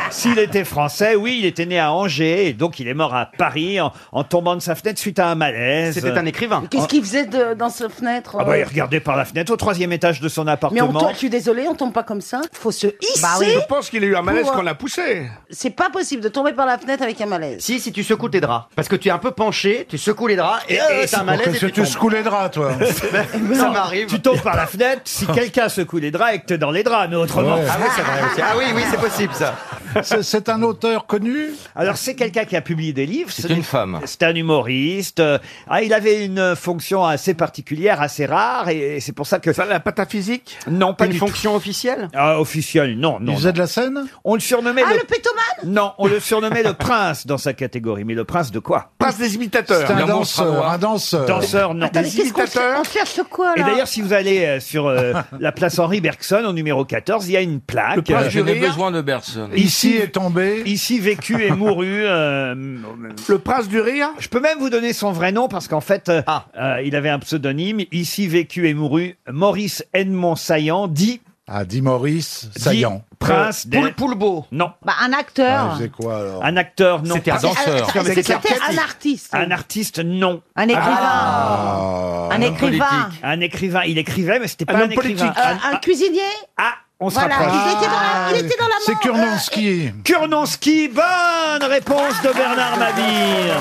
[SPEAKER 1] s'il était français. Oui, il était né à Angers et donc il est mort à Paris en, en tombant de sa fenêtre suite à un malaise.
[SPEAKER 4] C'était un écrivain.
[SPEAKER 1] En-
[SPEAKER 11] Qu'est-ce qu'il faisait de- dans cette fenêtre
[SPEAKER 1] Ah bah
[SPEAKER 11] euh
[SPEAKER 1] il regardait par la fenêtre au troisième étage de son
[SPEAKER 11] Mais on
[SPEAKER 1] appartement.
[SPEAKER 11] tombe- je suis désolée, on tombe pas comme ça. Bah Faut se hisser.
[SPEAKER 1] Je pense qu'il a eu un malaise
[SPEAKER 11] pour,
[SPEAKER 1] qu'on l'a
[SPEAKER 11] euh,
[SPEAKER 4] poussé.
[SPEAKER 11] C'est pas possible de tomber par la fenêtre avec un malaise.
[SPEAKER 4] Si, si tu secoues tes draps. Parce que tu es un peu penché, tu secoues les draps et, et t'as un malaise. et
[SPEAKER 17] tu
[SPEAKER 4] tombes.
[SPEAKER 17] secoues les draps, toi.
[SPEAKER 4] Ça m'arrive.
[SPEAKER 1] Tu tombes par la fenêtre si quelqu'un secoue les draps et que t'es dans les draps, mais autrement.
[SPEAKER 17] Ouais. Ah oui, c'est
[SPEAKER 4] vrai aussi. Ah oui, oui, c'est possible ça.
[SPEAKER 17] C'est- C'est un auteur connu
[SPEAKER 1] Alors c'est quelqu'un qui a publié des livres.
[SPEAKER 17] C'est
[SPEAKER 1] Ce
[SPEAKER 17] une
[SPEAKER 1] n'est-
[SPEAKER 17] femme.
[SPEAKER 1] C'est un humoriste. Euh, Ah, il avait une euh, fonction assez particulière, assez rare, et et c'est pour ça que. Ça, la pataphysique Non, pas
[SPEAKER 4] Une
[SPEAKER 1] fonction officielle Ah, officielle, non, non.
[SPEAKER 17] Il faisait
[SPEAKER 1] non.
[SPEAKER 17] de la scène
[SPEAKER 1] On le surnommait.
[SPEAKER 11] Ah, le pétomane
[SPEAKER 1] Non, on le surnommait le prince dans sa catégorie, mais le prince de quoi Prince des imitateurs.
[SPEAKER 17] C'est un danseur, un danseur.
[SPEAKER 1] Danseur, Oh, non.
[SPEAKER 11] Attendez, qu'est-ce qu'on cherche, on cherche quoi Oh
[SPEAKER 1] Et
[SPEAKER 11] là
[SPEAKER 1] d'ailleurs, si vous allez euh, sur euh, la place Henri Bergson, au numéro 14, il y a une plaque. euh,
[SPEAKER 6] Je n'ai besoin de personne.
[SPEAKER 1] Ici est tombé. Ici vécu et mouru. le prince du rire. Je peux même vous donner son vrai nom parce qu'en fait, euh, euh, il avait un pseudonyme. Ici vécu et mouru, Maurice Edmond Saillant, dit. Ah, dit Maurice
[SPEAKER 17] Saillant.
[SPEAKER 1] Prince
[SPEAKER 17] Euh,
[SPEAKER 1] des.
[SPEAKER 17] Poul-
[SPEAKER 1] Poulbeau. Non.
[SPEAKER 13] Bah,
[SPEAKER 11] un
[SPEAKER 13] Ah,
[SPEAKER 11] acteur.
[SPEAKER 1] Ah,
[SPEAKER 17] C'est quoi alors
[SPEAKER 1] Un acteur, non.
[SPEAKER 17] C'était un C'était- danseur.
[SPEAKER 11] Attends, mais C'était un artiste.
[SPEAKER 1] Un artiste, non.
[SPEAKER 11] Un écrivain.
[SPEAKER 1] Ah.
[SPEAKER 11] Un Un homme écrivain. politique.
[SPEAKER 1] Un écrivain. Il écrivait, mais c'était pas
[SPEAKER 11] Un
[SPEAKER 1] un,
[SPEAKER 11] homme
[SPEAKER 1] écrivain.
[SPEAKER 11] politique. Euh, un cuisinier
[SPEAKER 1] Ah, on se
[SPEAKER 11] Voilà,
[SPEAKER 1] rapproche.
[SPEAKER 11] il était dans la-
[SPEAKER 10] Ah.
[SPEAKER 11] il était dans la
[SPEAKER 1] C'est Kurnonski. Kurnonski, bonne réponse de Bernard Mabir.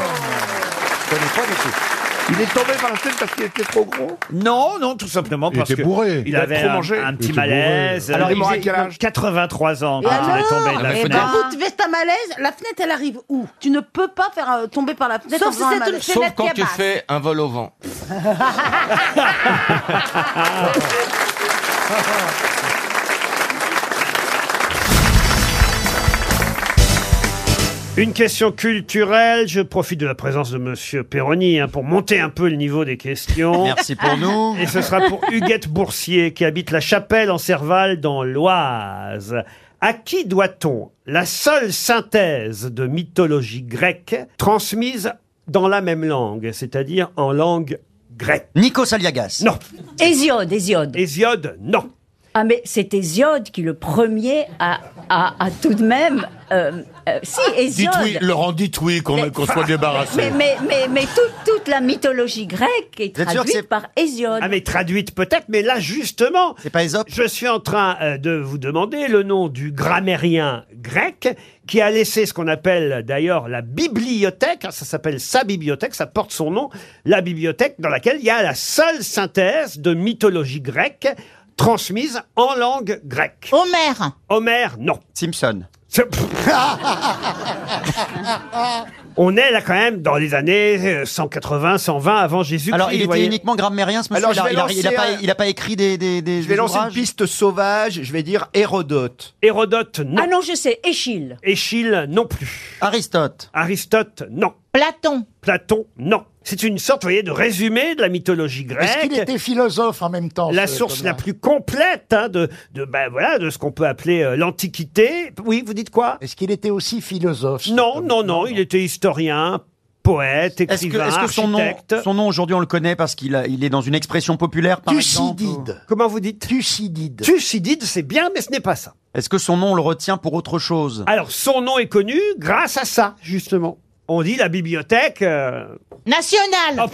[SPEAKER 2] Il est tombé par la scène parce qu'il était trop gros.
[SPEAKER 1] Non, oh non, tout simplement
[SPEAKER 17] Il
[SPEAKER 1] parce
[SPEAKER 17] était
[SPEAKER 1] que
[SPEAKER 17] bourré.
[SPEAKER 1] il
[SPEAKER 17] Il a
[SPEAKER 1] avait
[SPEAKER 17] trop
[SPEAKER 1] un,
[SPEAKER 17] mangé.
[SPEAKER 1] un
[SPEAKER 17] Il
[SPEAKER 1] petit
[SPEAKER 17] était bourré.
[SPEAKER 1] malaise.
[SPEAKER 17] Alors, il
[SPEAKER 1] mort à
[SPEAKER 17] faisait-
[SPEAKER 1] quel âge 83 ans.
[SPEAKER 11] Et
[SPEAKER 1] quand il est
[SPEAKER 11] alors
[SPEAKER 1] tombé de la
[SPEAKER 11] Eh ben,
[SPEAKER 1] fenêtre.
[SPEAKER 11] Quand vous faites un malaise, la fenêtre, elle arrive où Tu ne peux pas faire euh, tomber par la fenêtre.
[SPEAKER 31] Sauf si c'est une
[SPEAKER 6] Sauf quand tu fais un vol au vent.
[SPEAKER 2] Une question culturelle. Je profite de la présence de Monsieur Perroni hein, pour monter un peu le niveau des questions.
[SPEAKER 1] Merci pour nous.
[SPEAKER 2] Et ce sera pour Huguette Boursier qui habite la Chapelle en Serval dans l'Oise. À qui doit-on la seule synthèse de mythologie grecque transmise dans la même langue, c'est-à-dire en langue grecque Nikos Aliagas. Non.
[SPEAKER 5] Hésiode, Hésiode.
[SPEAKER 2] Hésiode, non.
[SPEAKER 5] Ah mais c'est Hésiode qui le premier a, a, a tout de même... euh, euh, si, Hésiode.
[SPEAKER 2] Laurent, dites oui qu'on soit débarrassé.
[SPEAKER 5] Mais, mais, mais, mais toute, toute la mythologie grecque est
[SPEAKER 2] Vous êtes sûr que c'est-
[SPEAKER 5] traduite par Hésiode.
[SPEAKER 2] Ah mais traduite peut-être, mais là justement, je suis en train euh, de vous demander le nom du grammairien grec qui a laissé ce qu'on appelle d'ailleurs la bibliothèque, hein, ça s'appelle sa bibliothèque, ça porte son nom, la bibliothèque dans laquelle il y a la seule synthèse de mythologie grecque transmise en langue grecque. Homère Homère, non. Simpson.
[SPEAKER 9] Ah.
[SPEAKER 2] On est là quand même dans les années euh, 180, 120 avant Jésus-Christ.
[SPEAKER 4] Alors, il
[SPEAKER 2] vous
[SPEAKER 4] était
[SPEAKER 2] voyez.
[SPEAKER 4] uniquement grammairien, ce monsieur.
[SPEAKER 2] Alors, je
[SPEAKER 4] il, a,
[SPEAKER 2] vais
[SPEAKER 4] il a- il a
[SPEAKER 2] lancer
[SPEAKER 4] pas,
[SPEAKER 2] un-
[SPEAKER 4] il a pas écrit des, des, des
[SPEAKER 2] Je vais lancer une
[SPEAKER 4] piste sauvage. Je vais dire Hérodote.
[SPEAKER 2] Hérodote, non.
[SPEAKER 5] Ah non, je sais, Échille.
[SPEAKER 2] Échille non plus. Aristote. Aristote, non. Platon. Platon, non. C'est une sorte, vous voyez, de résumé de la mythologie
[SPEAKER 32] Est-ce
[SPEAKER 2] grecque.
[SPEAKER 32] qu'il était philosophe en même temps
[SPEAKER 2] La
[SPEAKER 32] ce
[SPEAKER 2] source
[SPEAKER 32] Thomas
[SPEAKER 2] la plus complète hein, de, de, ben voilà, de ce qu'on peut appeler euh, l'Antiquité. Oui, vous dites quoi
[SPEAKER 32] Est-ce qu'il était aussi philosophe
[SPEAKER 2] Non, non, non, il était historien, poète,
[SPEAKER 4] Est-ce que,
[SPEAKER 2] écrivain,
[SPEAKER 4] est-ce que son nom,
[SPEAKER 2] architecte.
[SPEAKER 4] son nom aujourd'hui on le connaît parce qu'il a- il est dans une expression populaire par exemple
[SPEAKER 2] Thucydide. Comment vous dites
[SPEAKER 32] Thucydide.
[SPEAKER 2] Thucydide, c'est bien, mais ce n'est pas ça.
[SPEAKER 4] Est-ce que son nom on le retient pour autre chose
[SPEAKER 2] Alors, son nom est connu grâce à ça,
[SPEAKER 1] euh,
[SPEAKER 2] justement. On dit la bibliothèque... Nationale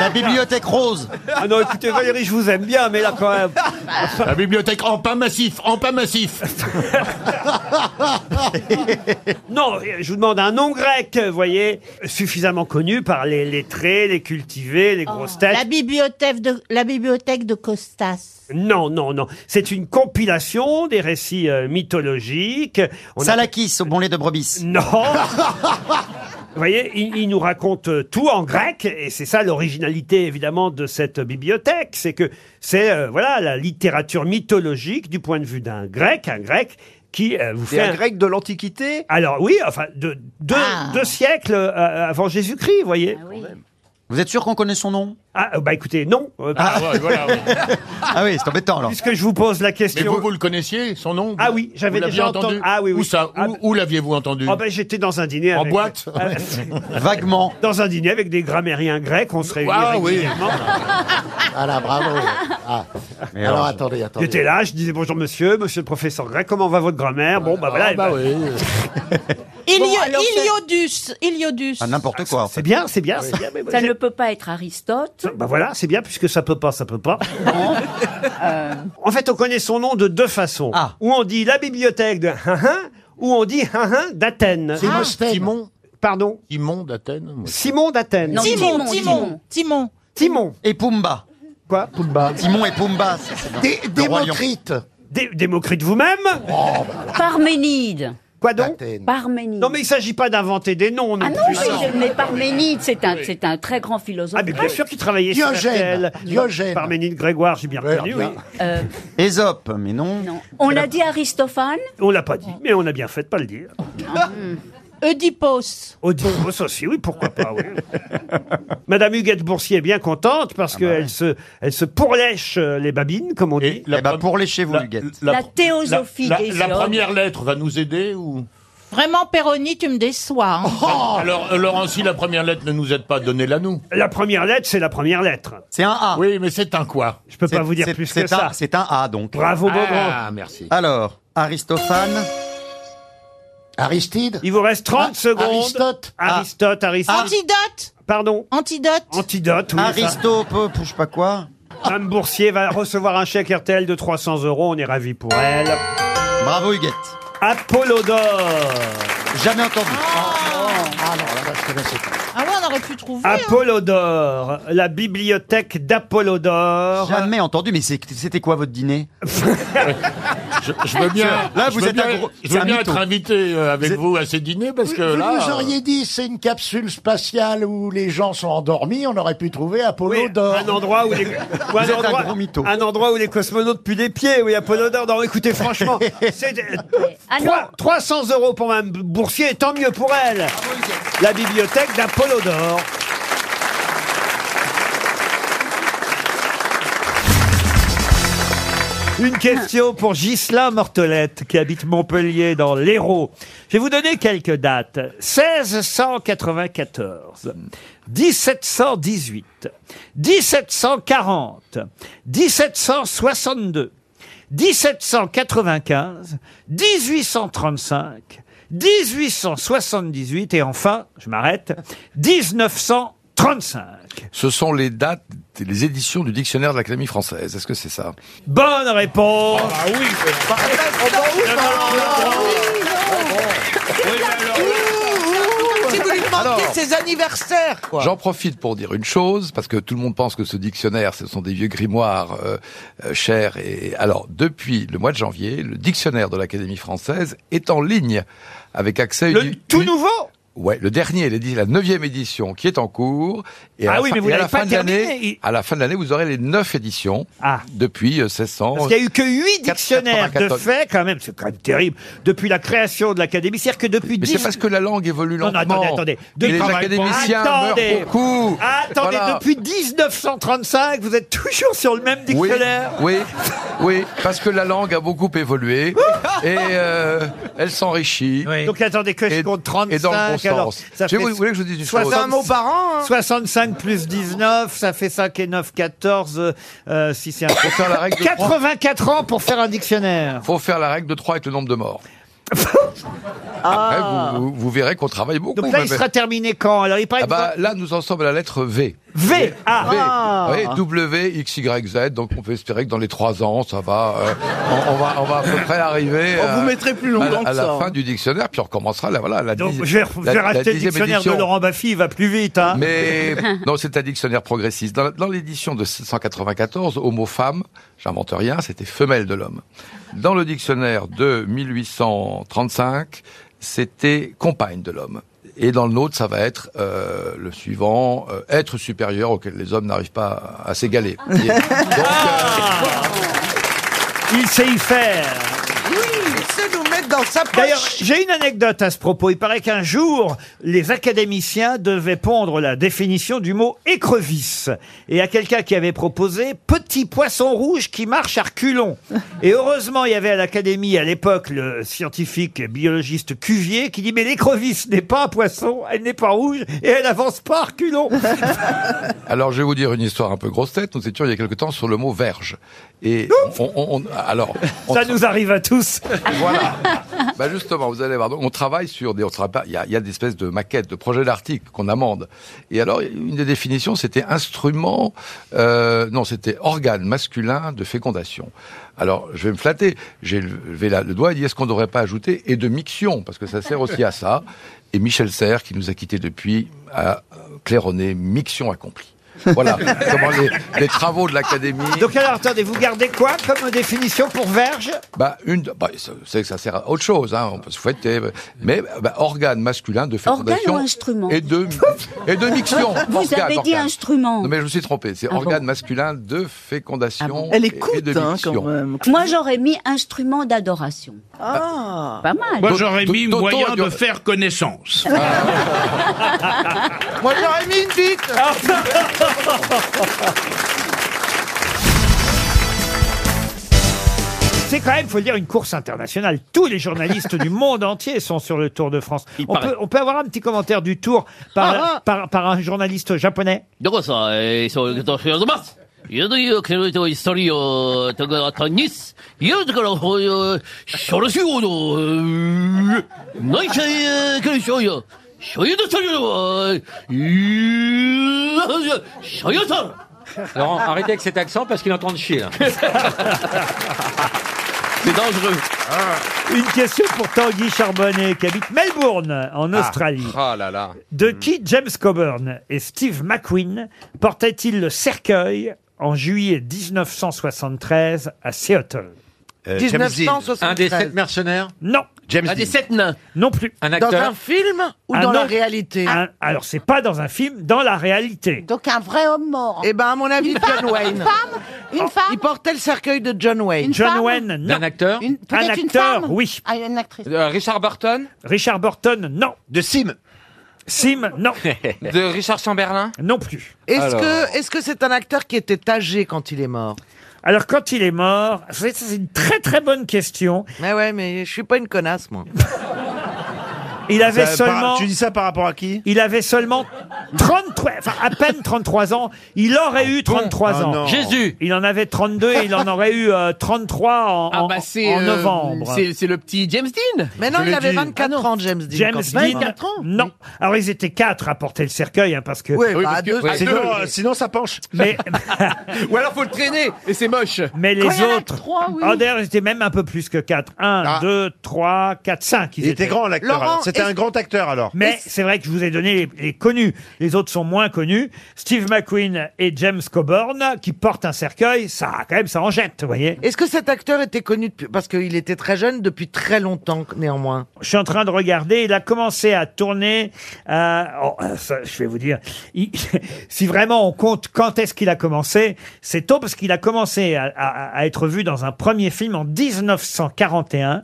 [SPEAKER 33] La bibliothèque rose. Ah non, écoutez, Valérie, je vous aime bien, mais là, quand même.
[SPEAKER 2] La bibliothèque en pain massif, en pain massif.
[SPEAKER 1] Non, euh, je vous demande un nom grec, vous voyez, suffisamment connu par les lettrés, les cultivés, les grosses têtes.
[SPEAKER 11] Oh, La bibliothèque de, la bibliothèque de Costas.
[SPEAKER 1] Non, non, non. C'est une compilation des récits euh, mythologiques. Salakis, au bon lait de brebis. Non. Vous voyez, il, il nous raconte euh, tout en grec, et c'est ça l'originalité évidemment de cette bibliothèque, c'est que c'est euh, voilà la littérature mythologique du point de vue d'un grec, un grec qui euh, vous
[SPEAKER 34] C'est
[SPEAKER 1] fait
[SPEAKER 34] un grec de l'Antiquité
[SPEAKER 1] Alors oui, enfin de deux, deux siècles euh, avant Jésus-Christ, vous voyez. Ah Vous êtes sûr qu'on connaît son nom Ah euh, bah écoutez, non. Euh,
[SPEAKER 2] Ah, ouais, voilà, ouais.
[SPEAKER 1] Ah oui, c'est embêtant alors. Puisque je vous pose la question.
[SPEAKER 2] Mais vous, vous le connaissiez, son nom
[SPEAKER 1] Ah oui, j'avais
[SPEAKER 2] Vous l'aviez
[SPEAKER 1] déjà entendu. Ah oui, oui.
[SPEAKER 2] Où ça Où,
[SPEAKER 1] Ah,
[SPEAKER 2] où l'aviez-vous entendu
[SPEAKER 1] Oh, ben, j'étais dans un dîner
[SPEAKER 2] En
[SPEAKER 1] avec-
[SPEAKER 2] boîte
[SPEAKER 1] Ah,
[SPEAKER 2] Vaguement.
[SPEAKER 1] Dans un dîner avec des grammairiens grecs, on se réunit
[SPEAKER 2] Ah oui.
[SPEAKER 1] régulièrement.
[SPEAKER 9] Ah là, bravo. Ah. Alors,
[SPEAKER 1] alors,
[SPEAKER 9] attendez, attendez.
[SPEAKER 1] J'étais là, je disais bonjour monsieur, monsieur le professeur grec, comment va votre grammaire Bon bah voilà.
[SPEAKER 9] Ah, bah
[SPEAKER 11] Ilio- Iliodus,
[SPEAKER 5] Ah,
[SPEAKER 11] Iliodus.
[SPEAKER 1] n'importe quoi. C'est bien, c'est bien, c'est bien. mais-
[SPEAKER 5] Ça ne peut pas être Aristote.
[SPEAKER 1] Bah voilà, c'est bien puisque ça peut pas, ça peut pas. En fait, on connaît son nom de deux façons. Ou on dit la bibliothèque de Hinhin, ou on dit Hinhin d'Athènes.
[SPEAKER 2] Simon Ah.
[SPEAKER 1] Simon. Pardon
[SPEAKER 2] Timon d'Athènes.
[SPEAKER 1] Simon d'Athènes.
[SPEAKER 11] Non, Timon, Timon, Timon.
[SPEAKER 1] Timon. Timon. Et Pumba. Quoi Pumba.
[SPEAKER 2] Timon et Pumba.
[SPEAKER 1] Dé- Démocrite. Dé- Démocrite vous-même
[SPEAKER 5] Parménide.
[SPEAKER 1] Quoi donc
[SPEAKER 5] Parménide.
[SPEAKER 1] Non mais il s'agit pas d'inventer des noms.
[SPEAKER 5] Ah non,
[SPEAKER 1] plus.
[SPEAKER 5] oui, je- mais Parménide, c'est un, c'est un très grand philosophe.
[SPEAKER 1] Ah mais bien sûr qu'il travaillait sur
[SPEAKER 5] Diogène.
[SPEAKER 1] RTL.
[SPEAKER 5] Diogène.
[SPEAKER 1] Parménide Grégoire, j'ai bien reconnu, oui.
[SPEAKER 5] Euh,
[SPEAKER 1] Ésope, mais non.
[SPEAKER 5] on l'a dit Aristophane.
[SPEAKER 1] On l'a pas dit, mais on a bien fait de pas le dire.
[SPEAKER 11] Oedipos.
[SPEAKER 1] Oedipus aussi, oui, pourquoi pas, oui. Madame Huguette Boursier est bien contente parce qu'elle se, elle se pourlèche euh, les babines, comme on dit.
[SPEAKER 2] Eh ben, pour lécher vous, Huguette.
[SPEAKER 11] La théosophie
[SPEAKER 2] la,
[SPEAKER 11] des
[SPEAKER 2] la
[SPEAKER 11] hommes.
[SPEAKER 2] première lettre va nous aider ou
[SPEAKER 11] Vraiment, Péroni, tu me déçois. hein.
[SPEAKER 2] Alors, euh, Laurent, si la première lettre ne nous aide pas, donnez-la nous.
[SPEAKER 1] La première lettre, c'est la première lettre.
[SPEAKER 2] C'est un A. Oui, mais c'est un quoi
[SPEAKER 1] Je peux pas vous dire plus que ça.
[SPEAKER 4] C'est un A donc.
[SPEAKER 1] Bravo, Beaugrand.
[SPEAKER 2] Ah, merci.
[SPEAKER 4] Alors, Aristophane.
[SPEAKER 9] Aristide
[SPEAKER 1] Il vous reste 30 secondes.
[SPEAKER 9] Aristote.
[SPEAKER 1] Aristote, Aristote.
[SPEAKER 11] Antidote.
[SPEAKER 1] Pardon
[SPEAKER 11] Antidote.
[SPEAKER 1] Antidote, oui.
[SPEAKER 4] Aristo, peu, je sais pas quoi.
[SPEAKER 1] Madame Boursier va recevoir un chèque RTL de 300 euros. On est ravis pour elle.
[SPEAKER 4] Bravo Huguette.
[SPEAKER 1] Apollodore.
[SPEAKER 4] Jamais entendu. Oh,
[SPEAKER 11] Ah ouais, on aurait pu trouver. hein.
[SPEAKER 1] Apollodore, la bibliothèque d'Apollodore.
[SPEAKER 4] Jamais entendu, mais c'est- c'était quoi votre dîner
[SPEAKER 2] Je, je veux bien.
[SPEAKER 4] Là,
[SPEAKER 2] je
[SPEAKER 4] vous
[SPEAKER 2] veux
[SPEAKER 4] êtes
[SPEAKER 2] bien-
[SPEAKER 4] un gros-
[SPEAKER 2] Je
[SPEAKER 4] c'est
[SPEAKER 2] veux
[SPEAKER 4] un
[SPEAKER 2] bien
[SPEAKER 4] mytho.
[SPEAKER 2] être invité euh, avec vous à ces dîners parce que
[SPEAKER 9] Vous
[SPEAKER 2] là.
[SPEAKER 9] nous
[SPEAKER 2] euh,
[SPEAKER 9] auriez dit c'est une capsule spatiale où les gens sont endormis, on aurait pu trouver Apollo d'or.
[SPEAKER 1] Un endroit où les, ou
[SPEAKER 9] êtes un
[SPEAKER 1] endroit,
[SPEAKER 9] gros mytho.
[SPEAKER 1] un endroit où les cosmonautes puent des pieds, oui, Apollodore. Non, écoutez, franchement, c'est
[SPEAKER 5] Ah non.
[SPEAKER 1] trois- 300 euros pour Mme Boursier, et tant mieux pour elle. La bibliothèque d'Apollodore. Une question pour Gisela Mortelette, qui habite Montpellier dans l'Hérault. Je vais vous donner quelques dates. 1694, 1718, 1740, 1762, 1795, 1835, 1878 et enfin, je m'arrête, 1935.
[SPEAKER 6] Ce sont les dates, les éditions du dictionnaire de l'Académie française. Est-ce que c'est ça
[SPEAKER 1] Bonne réponse
[SPEAKER 2] Ah bah oui. Ah bah
[SPEAKER 10] Si vous lui demandiez
[SPEAKER 6] Alors.
[SPEAKER 10] ses anniversaires, quoi.
[SPEAKER 6] J'en profite pour dire une chose, parce que tout le monde pense que ce dictionnaire, ce sont des vieux grimoires euh, euh, chers. Et alors, depuis le mois de janvier, le dictionnaire de l'Académie française est en ligne, avec accès.
[SPEAKER 1] Le tout nouveau.
[SPEAKER 6] Ouais, le dernier, l'édi- la neuvième édition qui est en cours. Et à
[SPEAKER 1] Ah
[SPEAKER 6] la
[SPEAKER 1] oui,
[SPEAKER 6] fin-
[SPEAKER 1] mais vous
[SPEAKER 6] et à la
[SPEAKER 1] l'avez pas
[SPEAKER 6] fin de l'année,
[SPEAKER 1] terminé, il- Ah.
[SPEAKER 6] à la fin de l'année, vous aurez les neuf éditions depuis euh, 1600.
[SPEAKER 1] Parce qu'il n'y a eu que huit dictionnaires de
[SPEAKER 6] 94.
[SPEAKER 1] fait, quand même, c'est quand même terrible, depuis la création de l'Académie. C'est-à-dire que depuis
[SPEAKER 6] Mais c'est parce que la langue évolue
[SPEAKER 1] Non, non,
[SPEAKER 6] lentement.
[SPEAKER 1] attendez, attendez.
[SPEAKER 6] Et les académiciens meurent beaucoup.
[SPEAKER 1] Attendez,
[SPEAKER 6] Voilà.
[SPEAKER 1] depuis 1935, vous êtes toujours sur le même
[SPEAKER 6] Oui,
[SPEAKER 1] dictionnaire
[SPEAKER 6] oui, oui, parce que la langue a beaucoup évolué et euh, elle s'enrichit.
[SPEAKER 1] Donc attendez que je compte 35.
[SPEAKER 6] et dans le bon
[SPEAKER 1] alors,
[SPEAKER 6] sens.
[SPEAKER 1] ça
[SPEAKER 6] Je
[SPEAKER 1] fait
[SPEAKER 6] vous- vous voulez que je vous dise une chose
[SPEAKER 1] 60
[SPEAKER 6] C'est un mot par hein.
[SPEAKER 1] an 65 plus 19, ça fait 5 et 9, 14. euh, euh, si c'est un...
[SPEAKER 6] Faut faire la règle de
[SPEAKER 1] 84 ans pour faire un dictionnaire.
[SPEAKER 6] Faut faire la règle de 3 avec le nombre de morts. Après, vous, vous- vous verrez qu'on travaille beaucoup.
[SPEAKER 1] Ah. Donc là, il
[SPEAKER 6] mais-
[SPEAKER 1] sera terminé quand Alors, il paraît
[SPEAKER 6] Ah
[SPEAKER 1] que
[SPEAKER 6] bah,
[SPEAKER 1] vous-
[SPEAKER 6] là, nous en sommes à la lettre V.
[SPEAKER 1] V, A. Ah.
[SPEAKER 6] Oui, W, X, Y, Z. Donc on peut espérer que dans les trois ans, ça va. euh, on, on va on va à peu près arriver.
[SPEAKER 1] On Oh, vous
[SPEAKER 6] euh,
[SPEAKER 1] mettrait plus longtemps
[SPEAKER 6] à, la- à
[SPEAKER 1] que
[SPEAKER 6] la
[SPEAKER 1] ça,
[SPEAKER 6] fin
[SPEAKER 1] hein.
[SPEAKER 6] du dictionnaire, puis on recommencera. Là, voilà, la
[SPEAKER 1] Ah, Donc,
[SPEAKER 6] dix-
[SPEAKER 1] je vais, je
[SPEAKER 6] la-
[SPEAKER 1] vais
[SPEAKER 6] la
[SPEAKER 1] racheter le
[SPEAKER 6] dixième
[SPEAKER 1] dictionnaire
[SPEAKER 6] édition.
[SPEAKER 1] de Laurent Baffy, il va plus vite. Hein.
[SPEAKER 6] Mais non, c'est un dictionnaire progressiste. Dans, dans l'édition de 794, homo femme, j'invente rien, c'était femelle de l'homme. Dans le dictionnaire de 1835, c'était compagne de l'homme. Et dans le nôtre, ça va être euh, le suivant, euh, être supérieur auquel les hommes n'arrivent pas à, à s'égaler. Et-
[SPEAKER 1] Ah. Il sait y faire.
[SPEAKER 10] Oui, il sait nous mettre dans sa
[SPEAKER 1] D'ailleurs,
[SPEAKER 10] poche.
[SPEAKER 1] j'ai une anecdote à ce propos. Il paraît qu'un jour, les académiciens devaient pondre la définition du mot écrevisse. Et à quelqu'un qui avait proposé petit poisson rouge qui marche à reculons. Et heureusement, il y avait à l'académie à l'époque le scientifique et biologiste Cuvier qui dit mais l'écrevisse n'est pas un poisson, elle n'est pas rouge et elle avance pas à reculons.
[SPEAKER 6] Alors, je vais vous dire une histoire un peu grosse tête. Nous étions il y a quelque temps sur le mot verge. Et on, on- on- alors, on
[SPEAKER 1] Ça nous arrive à tous.
[SPEAKER 6] Voilà. Bah justement, vous allez voir. Donc, on travaille sur des. On travaille pas- il y a, il y a des espèces de maquettes, de projets d'articles qu'on amende. Et alors, une des définitions, c'était instrument. euh, non, c'était organe masculin de fécondation. Alors, je vais me flatter. J'ai levé la- le doigt et dit est-ce qu'on ne devrait pas ajouter et de miction parce que ça sert aussi à ça. Et Michel Serres, qui nous a quittés depuis, a claironné miction accomplie. Voilà comment les, les travaux de l'Académie.
[SPEAKER 1] Donc alors attendez, vous gardez quoi comme définition pour verge
[SPEAKER 6] Bah, une, bah, ça- c'est que ça sert à autre chose, hein, on peut se fouetter, mais bah, organe masculin de
[SPEAKER 5] Organe
[SPEAKER 6] fécondation
[SPEAKER 5] ou instrument
[SPEAKER 6] et de, et de mixion.
[SPEAKER 5] Vous
[SPEAKER 6] Organe,
[SPEAKER 5] avez dit
[SPEAKER 6] organe.
[SPEAKER 5] instrument.
[SPEAKER 6] Non, mais je me suis trompé, c'est
[SPEAKER 5] Ah bon Ah
[SPEAKER 6] organe masculin de fécondation
[SPEAKER 5] Elle
[SPEAKER 6] et- et
[SPEAKER 5] écoute,
[SPEAKER 6] de
[SPEAKER 5] hein,
[SPEAKER 6] miction.
[SPEAKER 5] Moi, j'aurais mis instrument d'adoration. Ah Pas mal.
[SPEAKER 9] Moi, j'aurais
[SPEAKER 6] Toto-
[SPEAKER 9] mis
[SPEAKER 6] Toto
[SPEAKER 9] moyen
[SPEAKER 6] a dû-
[SPEAKER 9] de faire connaissance.
[SPEAKER 10] Moi, j'aurais mis une bite.
[SPEAKER 1] C'est quand même, faut le dire, une course internationale. Tous les journalistes du monde entier sont sur le Tour de France. On
[SPEAKER 15] paraît.
[SPEAKER 1] peut, on peut avoir un petit commentaire du Tour par, par, par un journaliste japonais
[SPEAKER 15] どこさ、
[SPEAKER 19] euh,
[SPEAKER 15] えー、そういうことを知らずます。ゆずゆくると一人
[SPEAKER 19] euh,
[SPEAKER 15] よ、とかたにす。ゆずからほうよ、しょらし
[SPEAKER 19] euh,
[SPEAKER 15] ようど、ないしゃえ、くるしょう
[SPEAKER 19] euh,
[SPEAKER 15] よ。しょゆとしょよど、ゆ
[SPEAKER 19] euh,
[SPEAKER 15] ー、しょゆと。
[SPEAKER 17] Laurent, arrêtez avec cet accent parce qu'il est en train de chier. là.
[SPEAKER 15] C'est dangereux.
[SPEAKER 1] Une question pour Tanguy Charbonnet, qui habite Melbourne, en Australie.
[SPEAKER 17] Ah là là.
[SPEAKER 1] De qui James Coburn et Steve McQueen portaient-ils le cercueil en juillet 1973 à Seattle
[SPEAKER 10] Euh,
[SPEAKER 17] Un des sept mercenaires
[SPEAKER 1] Non.
[SPEAKER 17] James
[SPEAKER 1] Un des
[SPEAKER 17] Dean.
[SPEAKER 1] sept nains Non plus.
[SPEAKER 17] Un acteur Dans un
[SPEAKER 1] film
[SPEAKER 17] ou dans la
[SPEAKER 1] réalité Alors, c'est pas dans un film, dans la réalité.
[SPEAKER 10] Donc un vrai homme mort. Eh ben à mon avis
[SPEAKER 1] Une
[SPEAKER 10] John
[SPEAKER 1] femme,
[SPEAKER 10] Wayne.
[SPEAKER 1] une femme,
[SPEAKER 10] une femme. Il portait le cercueil de John Wayne.
[SPEAKER 1] John Wayne, non.
[SPEAKER 17] D'un acteur Euh,
[SPEAKER 1] Une-
[SPEAKER 10] Peut-être
[SPEAKER 1] un
[SPEAKER 10] une
[SPEAKER 1] acteur,
[SPEAKER 10] femme
[SPEAKER 1] oui.
[SPEAKER 10] Ah, une actrice.
[SPEAKER 17] Richard Burton
[SPEAKER 1] Richard Burton, non.
[SPEAKER 17] De Sim
[SPEAKER 1] Sim, non.
[SPEAKER 17] De Richard Chamberlain
[SPEAKER 1] Non plus.
[SPEAKER 10] Est-ce que est-ce que c'est un acteur qui était âgé quand il est mort
[SPEAKER 1] Alors quand il est mort, c'est c'est une très très bonne question.
[SPEAKER 10] Mais ouais, mais je suis pas une connasse moi.
[SPEAKER 1] Il avait
[SPEAKER 10] Ça, par-
[SPEAKER 1] seulement.
[SPEAKER 10] tu dis
[SPEAKER 1] ça par rapport à qui Il avait seulement 33, enfin à peine 33 ans. Il aurait eu 33
[SPEAKER 17] Ah
[SPEAKER 1] ans.
[SPEAKER 17] non. Jésus.
[SPEAKER 1] Il en avait 32 et il en aurait eu euh, 33 en,
[SPEAKER 10] Ah
[SPEAKER 1] en-
[SPEAKER 10] bah,
[SPEAKER 1] en
[SPEAKER 10] euh,
[SPEAKER 1] novembre.
[SPEAKER 10] le petit James Dean. Mais non,
[SPEAKER 1] Je
[SPEAKER 10] il
[SPEAKER 1] l'ai
[SPEAKER 10] avait
[SPEAKER 1] dit.
[SPEAKER 10] 24 ans James Dean.
[SPEAKER 1] James
[SPEAKER 10] quand même.
[SPEAKER 1] Dean, non. Alors ils étaient quatre à porter le cercueil, hein, parce que.
[SPEAKER 10] Ouais, Oui, bah, parce à que- deux, à
[SPEAKER 1] sinon,
[SPEAKER 10] deux,
[SPEAKER 1] euh, sinon, ça penche. Mais
[SPEAKER 19] Ou alors faut le traîner et c'est moche.
[SPEAKER 1] Mais les
[SPEAKER 19] Quand il y en a
[SPEAKER 1] autres.
[SPEAKER 19] trois, oui.
[SPEAKER 1] Ah, d'ailleurs, ils étaient même un peu plus que 4. 1, 2, 3, 4, 5.
[SPEAKER 35] Ah. Il était grand, l'acteur, Laurent, alors. C'était est-ce- un grand
[SPEAKER 1] acteur alors. Mais c'est vrai que je vous ai donné les, les connus. Les autres sont moins connus. Steve McQueen et James Coburn qui portent un cercueil. Ça, quand même, ça en jette, vous voyez.
[SPEAKER 10] Est-ce que cet acteur était connu depuis, parce qu'il était très jeune depuis très longtemps néanmoins
[SPEAKER 1] Je suis en train de regarder. Il a commencé à tourner. euh, oh, ça, je vais vous dire. Il- si vraiment on compte quand est-ce qu'il a commencé, c'est tôt parce qu'il a commencé à, à- à être vu dans un premier film en 1941.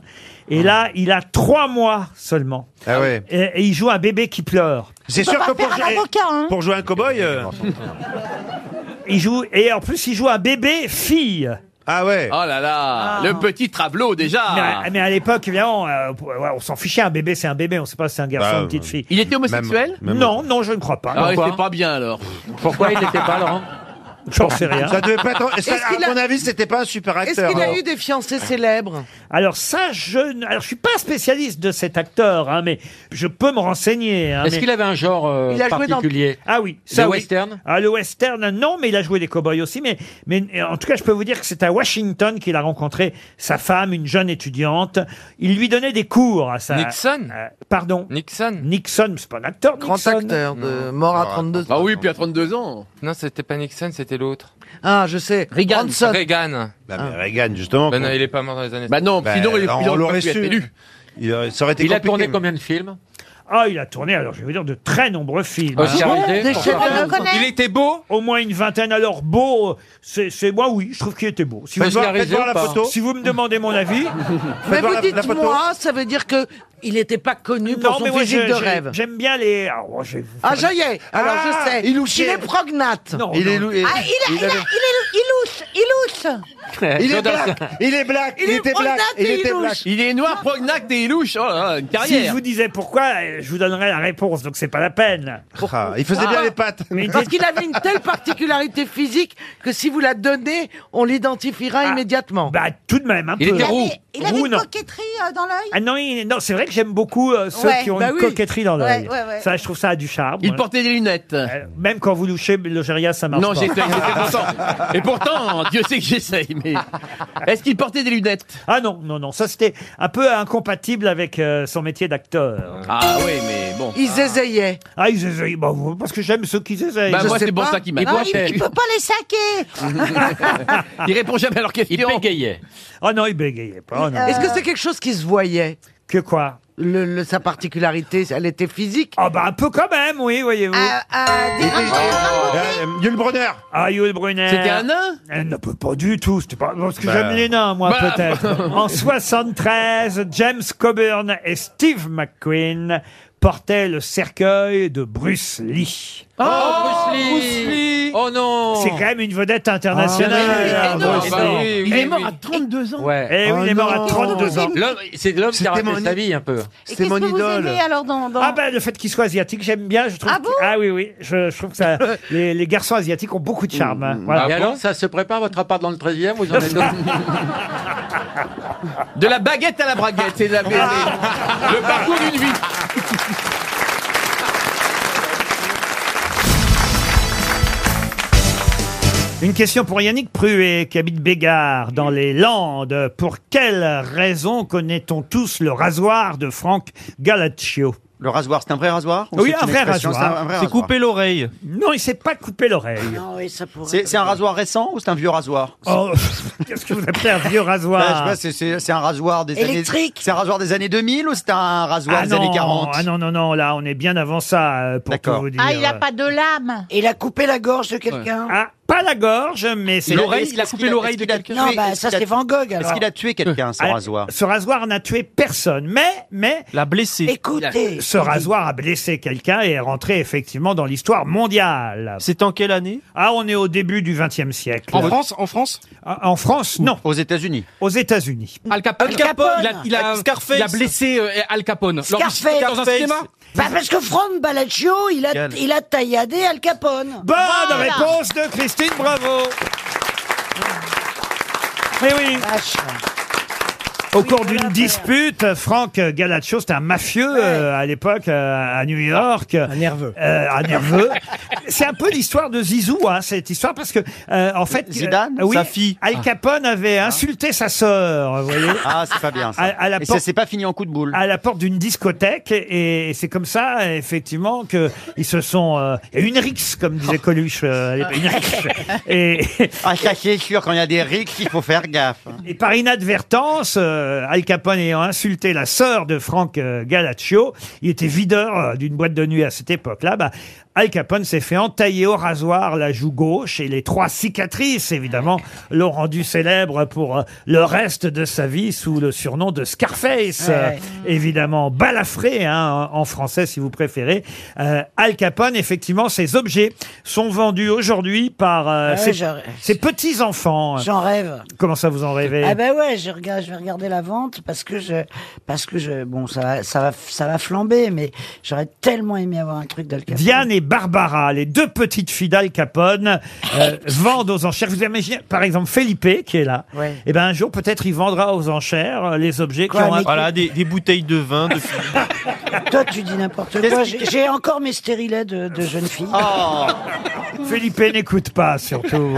[SPEAKER 1] Et là, il a trois mois seulement.
[SPEAKER 35] Ah ouais.
[SPEAKER 1] Et, et il joue un bébé qui pleure.
[SPEAKER 35] C'est sûr que pour, jouer- pour jouer un cow-boy. euh,
[SPEAKER 1] Il joue et en plus il joue un bébé fille.
[SPEAKER 35] Ah ouais. Ah.
[SPEAKER 19] Oh là là, le petit travelot
[SPEAKER 1] Mais,
[SPEAKER 19] déjà.
[SPEAKER 1] à- mais à l'époque, évidemment, euh, ouais, on s'en fichait. Un bébé, c'est un bébé. On ne sait pas si c'est un garçon
[SPEAKER 19] Bah,
[SPEAKER 1] ou une petite fille.
[SPEAKER 19] Il était homosexuel
[SPEAKER 1] Non, non, je ne crois pas.
[SPEAKER 19] Ah, ouais, c'est pas bien alors.
[SPEAKER 1] Pourquoi il n'était pas, Laurent J'en sais rien.
[SPEAKER 35] Ça devait pas être. ça,
[SPEAKER 10] Est-ce qu'il
[SPEAKER 35] à
[SPEAKER 10] a-
[SPEAKER 35] mon avis, c'était pas un super
[SPEAKER 10] Est-ce
[SPEAKER 35] acteur.
[SPEAKER 10] qu'il a
[SPEAKER 35] alors.
[SPEAKER 10] eu des fiancés célèbres
[SPEAKER 1] Alors ça, je ne alors, je suis pas spécialiste de cet acteur, hein, mais je peux me renseigner. hein,
[SPEAKER 17] Est-ce
[SPEAKER 1] mais-
[SPEAKER 17] qu'il avait un genre euh,
[SPEAKER 1] Il a joué dans-
[SPEAKER 17] particulier
[SPEAKER 1] Ah oui, ça
[SPEAKER 17] Le
[SPEAKER 1] oui.
[SPEAKER 17] western
[SPEAKER 1] Ah, le western, non, mais il a joué des cowboys aussi. Mais, mais euh, en tout cas, je peux vous dire que c'est à Washington qu'il a rencontré sa femme, une jeune étudiante. Il lui donnait des cours à sa...
[SPEAKER 19] Nixon
[SPEAKER 1] Euh, Pardon
[SPEAKER 19] Nixon
[SPEAKER 1] Nixon, c'est pas un acteur,
[SPEAKER 19] Grand
[SPEAKER 1] Nixon.
[SPEAKER 19] acteur de- mort à 32 Ah oui, puis à 32 ans.
[SPEAKER 17] Non, c'était pas Nixon, c'était l'autre.
[SPEAKER 10] Ah, je sais. Ah.
[SPEAKER 19] Reagan.
[SPEAKER 10] Bronson.
[SPEAKER 17] Reagan.
[SPEAKER 35] Bah,
[SPEAKER 2] euh,
[SPEAKER 35] mais Reagan, justement.
[SPEAKER 17] Bah non, il est pas mort dans les années.
[SPEAKER 19] Bah non,
[SPEAKER 35] Bah,
[SPEAKER 19] sinon il,
[SPEAKER 9] Oh,
[SPEAKER 35] on
[SPEAKER 19] il aurait
[SPEAKER 35] l'aurait
[SPEAKER 19] pas pu être
[SPEAKER 35] su.
[SPEAKER 19] élu.
[SPEAKER 35] Il, aurait- ça aurait été
[SPEAKER 17] Il a
[SPEAKER 35] compliqué,
[SPEAKER 17] tourné
[SPEAKER 35] mais-
[SPEAKER 17] combien de films
[SPEAKER 1] Ah, il a tourné, alors je vais vous dire, de très nombreux films.
[SPEAKER 19] Ah,
[SPEAKER 1] Ah,
[SPEAKER 17] Oscarisé Des chefs-d'œuvre. On le connaît. Il
[SPEAKER 1] était beau Au moins une vingtaine. Alors, beau, c'est c'est- moi, oui, je trouve qu'il était beau. Si vous,
[SPEAKER 10] Oscarisé
[SPEAKER 1] faites voir
[SPEAKER 10] ou
[SPEAKER 1] la
[SPEAKER 10] pas
[SPEAKER 1] photo. si vous me demandez mon avis...
[SPEAKER 10] Mais vous dites-moi, ça veut dire que il n'était pas connu pour
[SPEAKER 1] Non,
[SPEAKER 10] son
[SPEAKER 1] mais moi,
[SPEAKER 10] physique
[SPEAKER 1] je-
[SPEAKER 10] de
[SPEAKER 1] j'ai-
[SPEAKER 10] rêve.
[SPEAKER 1] J'aime bien les... Ah, oh, je vais vous
[SPEAKER 10] Ah,
[SPEAKER 1] faire-
[SPEAKER 10] ça y est. Alors
[SPEAKER 1] Ah,
[SPEAKER 10] je sais.
[SPEAKER 1] il louchait.
[SPEAKER 10] il est prognate.
[SPEAKER 1] Non, Il non. est lou-
[SPEAKER 10] loué.
[SPEAKER 1] il-
[SPEAKER 13] Ah, il, a, il, a, il, est, il louche, il louche.
[SPEAKER 35] Il est black. Il est black. Il,
[SPEAKER 13] est
[SPEAKER 35] était black.
[SPEAKER 13] prognate
[SPEAKER 35] Il
[SPEAKER 13] et
[SPEAKER 35] était
[SPEAKER 13] il
[SPEAKER 35] black.
[SPEAKER 19] Il est noir, prognac, des louches. Oh là là, une
[SPEAKER 1] Si je
[SPEAKER 19] carrière.
[SPEAKER 1] vous disais pourquoi, euh, je vous donnerais la réponse, donc c'est pas la peine.
[SPEAKER 35] Ah, il faisait bien les pattes.
[SPEAKER 1] Mais il
[SPEAKER 10] Parce
[SPEAKER 1] était-
[SPEAKER 10] qu'il avait une telle particularité physique que si vous la donnez, on l'identifiera immédiatement.
[SPEAKER 1] Bah tout de même, un peu.
[SPEAKER 13] Il avait
[SPEAKER 1] Roux,
[SPEAKER 13] une
[SPEAKER 1] non.
[SPEAKER 13] coquetterie euh, dans l'œil.
[SPEAKER 1] Ah non, il- non c'est vrai que j'aime beaucoup euh, ceux
[SPEAKER 13] Ouais,
[SPEAKER 1] qui ont
[SPEAKER 13] bah
[SPEAKER 1] une
[SPEAKER 13] oui.
[SPEAKER 1] coquetterie dans l'œil.
[SPEAKER 13] Ouais, ouais, ouais.
[SPEAKER 1] Ça, je trouve ça a du charme.
[SPEAKER 19] Il
[SPEAKER 1] Ouais.
[SPEAKER 19] portait des lunettes.
[SPEAKER 1] Euh, Même quand vous louchez l'ogéria, ça marche
[SPEAKER 19] Non,
[SPEAKER 1] pas.
[SPEAKER 19] j'essaye, j'essaie pourtant. Et pourtant, Dieu sait que j'essaye, mais. Est-ce qu'il portait des lunettes
[SPEAKER 1] Ah non, non, non, ça c'était un peu incompatible avec euh, son métier d'acteur.
[SPEAKER 19] Ah oui, mais bon.
[SPEAKER 10] Ils essayaient.
[SPEAKER 1] Ah, ils essayent, bah, vous- parce que j'aime ceux qui essayent.
[SPEAKER 19] Bah,
[SPEAKER 1] Je
[SPEAKER 19] moi,
[SPEAKER 1] sais
[SPEAKER 19] c'est pour
[SPEAKER 1] pas.
[SPEAKER 19] ça qu'il
[SPEAKER 13] Non,
[SPEAKER 19] m'appelle.
[SPEAKER 13] il, il peut pas les saquer.
[SPEAKER 19] Il répond jamais à leurs questions. Il bégayait.
[SPEAKER 1] Ah non, il bégayait pas.
[SPEAKER 13] euh,
[SPEAKER 1] non.
[SPEAKER 10] Est-ce que c'est quelque chose qui se voyait
[SPEAKER 1] euh. Que quoi
[SPEAKER 10] le, le- Sa particularité, elle était physique Ah.
[SPEAKER 1] Ah bah un peu quand même, oui, voyez-vous.
[SPEAKER 9] Eh,
[SPEAKER 35] Euh, Yul Brunner.
[SPEAKER 1] Ah, Yul Brunner.
[SPEAKER 19] C'était un nain
[SPEAKER 1] Elle ne peut pas du tout. C'était pas parce que
[SPEAKER 35] Bah.
[SPEAKER 1] j'aime les nains, moi,
[SPEAKER 19] Bah.
[SPEAKER 1] peut-être. en 73, James Coburn et Steve McQueen portaient le cercueil de Bruce Lee.
[SPEAKER 19] Oh, Bruce Lee. Oh non
[SPEAKER 1] C'est quand même une vedette
[SPEAKER 19] Ah,
[SPEAKER 1] internationale.
[SPEAKER 19] oui,
[SPEAKER 1] hein,
[SPEAKER 19] énorme.
[SPEAKER 1] Bruce
[SPEAKER 19] Ah, bah
[SPEAKER 1] Lee.
[SPEAKER 19] oui,
[SPEAKER 1] Il
[SPEAKER 19] oui,
[SPEAKER 1] est mort
[SPEAKER 19] oui.
[SPEAKER 1] à
[SPEAKER 10] 32 ans.
[SPEAKER 1] Eh oui, il est mort à 32 ans.
[SPEAKER 17] L'homme- C'est l'homme
[SPEAKER 35] Oh
[SPEAKER 17] qui
[SPEAKER 35] C'était
[SPEAKER 17] a raté
[SPEAKER 35] mon-
[SPEAKER 17] sa vie un peu.
[SPEAKER 13] Et qu'est-ce que vous aimez alors dans... dans...
[SPEAKER 1] Ah ben le fait qu'il soit asiatique, j'aime bien. Je trouve
[SPEAKER 13] Ah
[SPEAKER 1] que-
[SPEAKER 13] bon
[SPEAKER 1] ah oui oui, je, je trouve que ça, les, les garçons asiatiques ont beaucoup de charme.
[SPEAKER 19] Mm,
[SPEAKER 1] hein. Voilà.
[SPEAKER 17] Et
[SPEAKER 19] Ah
[SPEAKER 17] alors, ça se prépare votre appart dans le 13 e vous en êtes
[SPEAKER 19] De la baguette à la braguette, c'est de la Le parcours d'une vie.
[SPEAKER 1] Une question pour Yannick Pruet, qui habite Bégard, dans les Landes. Pour quelle raison connaît-on tous le rasoir de Franck Galaccio
[SPEAKER 4] Le rasoir, c'est un vrai rasoir Ou
[SPEAKER 1] Oui,
[SPEAKER 4] c'est
[SPEAKER 1] un
[SPEAKER 4] une
[SPEAKER 1] vrai
[SPEAKER 4] expression C'est un
[SPEAKER 1] rasoir.
[SPEAKER 4] vrai rasoir.
[SPEAKER 1] l'oreille. Non, il s'est pas coupé
[SPEAKER 3] Ah
[SPEAKER 1] l'oreille.
[SPEAKER 10] Non, oui, ça pourrait.
[SPEAKER 4] C'est c'est un rasoir récent ou c'est un vieux rasoir
[SPEAKER 1] Oh, qu'est-ce que vous appelez un vieux
[SPEAKER 4] Bah, je sais
[SPEAKER 1] rasoir
[SPEAKER 4] pas, c'est- c'est c'est un rasoir des
[SPEAKER 10] Électrique.
[SPEAKER 4] années. C'est un rasoir des années 2000 ou c'est un rasoir
[SPEAKER 1] ah
[SPEAKER 4] des
[SPEAKER 1] non,
[SPEAKER 4] années 40
[SPEAKER 1] ah non, non, non, là, on est bien avant ça, euh, pour tout
[SPEAKER 4] D'accord.
[SPEAKER 1] vous dire.
[SPEAKER 13] Ah, il a pas de lame.
[SPEAKER 3] Il a coupé la gorge de quelqu'un.
[SPEAKER 1] Ah, pas la gorge, mais c'est...
[SPEAKER 19] L'oreille,
[SPEAKER 4] est-ce
[SPEAKER 19] il a
[SPEAKER 4] qu'il
[SPEAKER 19] coupé
[SPEAKER 4] a-
[SPEAKER 19] l'oreille
[SPEAKER 4] est-ce
[SPEAKER 19] de
[SPEAKER 4] qu'il a-
[SPEAKER 19] quelqu'un.
[SPEAKER 3] Non,
[SPEAKER 4] Oui,
[SPEAKER 3] bah
[SPEAKER 4] est-ce
[SPEAKER 3] ça
[SPEAKER 4] qu'il a-
[SPEAKER 3] c'est Van Gogh
[SPEAKER 4] Est-ce
[SPEAKER 3] alors.
[SPEAKER 4] qu'il a tué quelqu'un, ce
[SPEAKER 1] Ah,
[SPEAKER 4] rasoir
[SPEAKER 1] Ce rasoir n'a tué personne, mais, mais,
[SPEAKER 19] La blessée.
[SPEAKER 3] Écoutez,
[SPEAKER 1] ce rasoir a blessé quelqu'un et est rentré effectivement dans l'histoire mondiale.
[SPEAKER 19] C'est en quelle année
[SPEAKER 1] Ah, on est au début du XXe siècle.
[SPEAKER 35] En France En France
[SPEAKER 1] Ah, En France, non.
[SPEAKER 4] Aux États-unis.
[SPEAKER 1] Aux États-Unis.
[SPEAKER 19] Al Capone.
[SPEAKER 3] Al Capone.
[SPEAKER 19] Il a, il a-
[SPEAKER 3] Scarface.
[SPEAKER 19] il a blessé euh, Al Capone. Lors du-
[SPEAKER 3] Scarface.
[SPEAKER 19] Dans un cinéma
[SPEAKER 3] bah parce que Franck Balaccio, il a,
[SPEAKER 4] Quel-
[SPEAKER 3] il a tailladé Al Capone.
[SPEAKER 1] Bonne
[SPEAKER 13] Voilà.
[SPEAKER 1] réponse de Christine Bravo. Eh oui.
[SPEAKER 3] Vache.
[SPEAKER 1] Au cours d'une dispute, Franck Galaccio, c'était un mafieux euh, à l'époque euh, à New York. Un nerveux. un nerveux. C'est un peu l'histoire de Zizou, hein, cette histoire, parce que euh, en fait,
[SPEAKER 4] Zidane,
[SPEAKER 1] oui,
[SPEAKER 4] sa fille.
[SPEAKER 1] Al Capone avait insulté sa sœur, vous voyez.
[SPEAKER 4] Ah, c'est pas bien ça.
[SPEAKER 1] À- à la
[SPEAKER 4] Et
[SPEAKER 1] porte-
[SPEAKER 4] ça s'est pas fini en coup de boule.
[SPEAKER 1] à la porte d'une discothèque et et c'est comme ça effectivement que ils se sont euh, et une rixe comme disait Coluche euh, à l'époque, une rixe. et,
[SPEAKER 4] Ah, ça c'est sûr, quand il y a des rixes, il faut faire gaffe.
[SPEAKER 1] et par inadvertance euh, Al Capone ayant insulté la sœur de Frank euh, Galaccio il était videur euh, d'une boîte de nuit à cette époque là bah Al Capone s'est fait entailler au rasoir la joue gauche et les trois cicatrices évidemment l'ont rendu célèbre pour euh, le reste de sa vie sous le surnom de Scarface euh, évidemment balafré hein, en en français si vous préférez. Euh, Al Capone, effectivement, ces objets sont vendus aujourd'hui par
[SPEAKER 3] Ah
[SPEAKER 1] euh,
[SPEAKER 3] Ouais,
[SPEAKER 1] ses,
[SPEAKER 3] j'aurais-
[SPEAKER 1] ses petits-enfants. euh,
[SPEAKER 3] J'en rêve.
[SPEAKER 1] Comment ça vous en rêvez
[SPEAKER 3] Ah ben ouais, je regarde, je vais regarder la vente parce que je, parce que je, bon, ça, va- ça va, ça va flamber, mais j'aurais tellement aimé avoir un truc d'Al Capone.
[SPEAKER 1] Diane est Barbara, les deux petites filles d'Al Capone, euh, vendent aux enchères. Vous imaginez, par exemple, Felipe, qui est là,
[SPEAKER 10] Ouais.
[SPEAKER 1] et ben un jour, peut-être, il vendra aux enchères euh, les objets qui ont un...
[SPEAKER 20] Voilà, des, des bouteilles de vin. De...
[SPEAKER 3] Toi, tu dis n'importe quoi. J'ai j'ai encore mes stérilets de, de jeune fille.
[SPEAKER 1] Felipe n'écoute pas, surtout.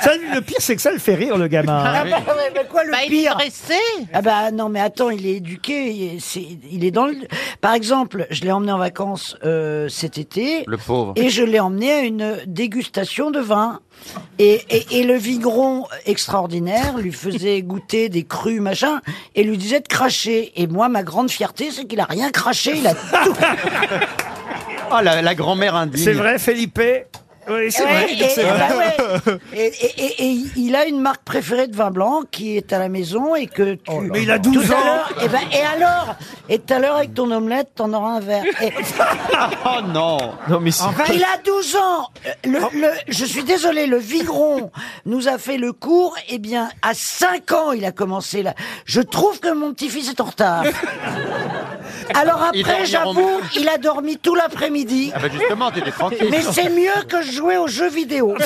[SPEAKER 1] Ça, le pire, c'est que ça le fait rire, le gamin.
[SPEAKER 3] Ah,
[SPEAKER 1] hein.
[SPEAKER 3] bah, ouais, mais quoi le
[SPEAKER 13] Bah, il est
[SPEAKER 3] pire Ah bah non mais attends, il est éduqué, il est, c'est- il est dans le... Par exemple, je l'ai emmené en vacances euh, cet été.
[SPEAKER 4] Le pauvre.
[SPEAKER 3] Et je l'ai emmené à une dégustation de vin. Et, et- et le vigneron extraordinaire lui faisait goûter des crus, machin, et lui disait de cracher. Et moi, ma grande fierté, c'est qu'il a rien craché, il a tout...
[SPEAKER 4] Oh, la, la grand-mère indigne.
[SPEAKER 1] C'est vrai, Felipe Oui, c'est vrai.
[SPEAKER 3] Ouais, et-
[SPEAKER 1] c'est
[SPEAKER 3] et
[SPEAKER 1] vrai.
[SPEAKER 3] bah ouais. Et, et- et- et il a une marque préférée de vin blanc qui est à la maison et que tu.
[SPEAKER 1] Mais il a 12
[SPEAKER 3] Oh Tout à
[SPEAKER 1] ans.
[SPEAKER 3] l'heure- Et, ben, et alors Et tout à l'heure, avec ton omelette, t'en auras un verre. Et-
[SPEAKER 4] Oh non Non mais c'est...
[SPEAKER 3] Enfin, il a 12 ans Euh, le, le- Je suis désolé, le vigneron nous a fait le cours. Eh bien, à 5 ans, il a commencé là. Je trouve que mon petit-fils est en retard. Alors
[SPEAKER 35] Il dormira
[SPEAKER 3] après, j'avoue, il a dormi tout l'après-midi.
[SPEAKER 35] Ah bah justement, t'étais tranquille.
[SPEAKER 3] Mais c'est mieux que je jouais aux jeux vidéo.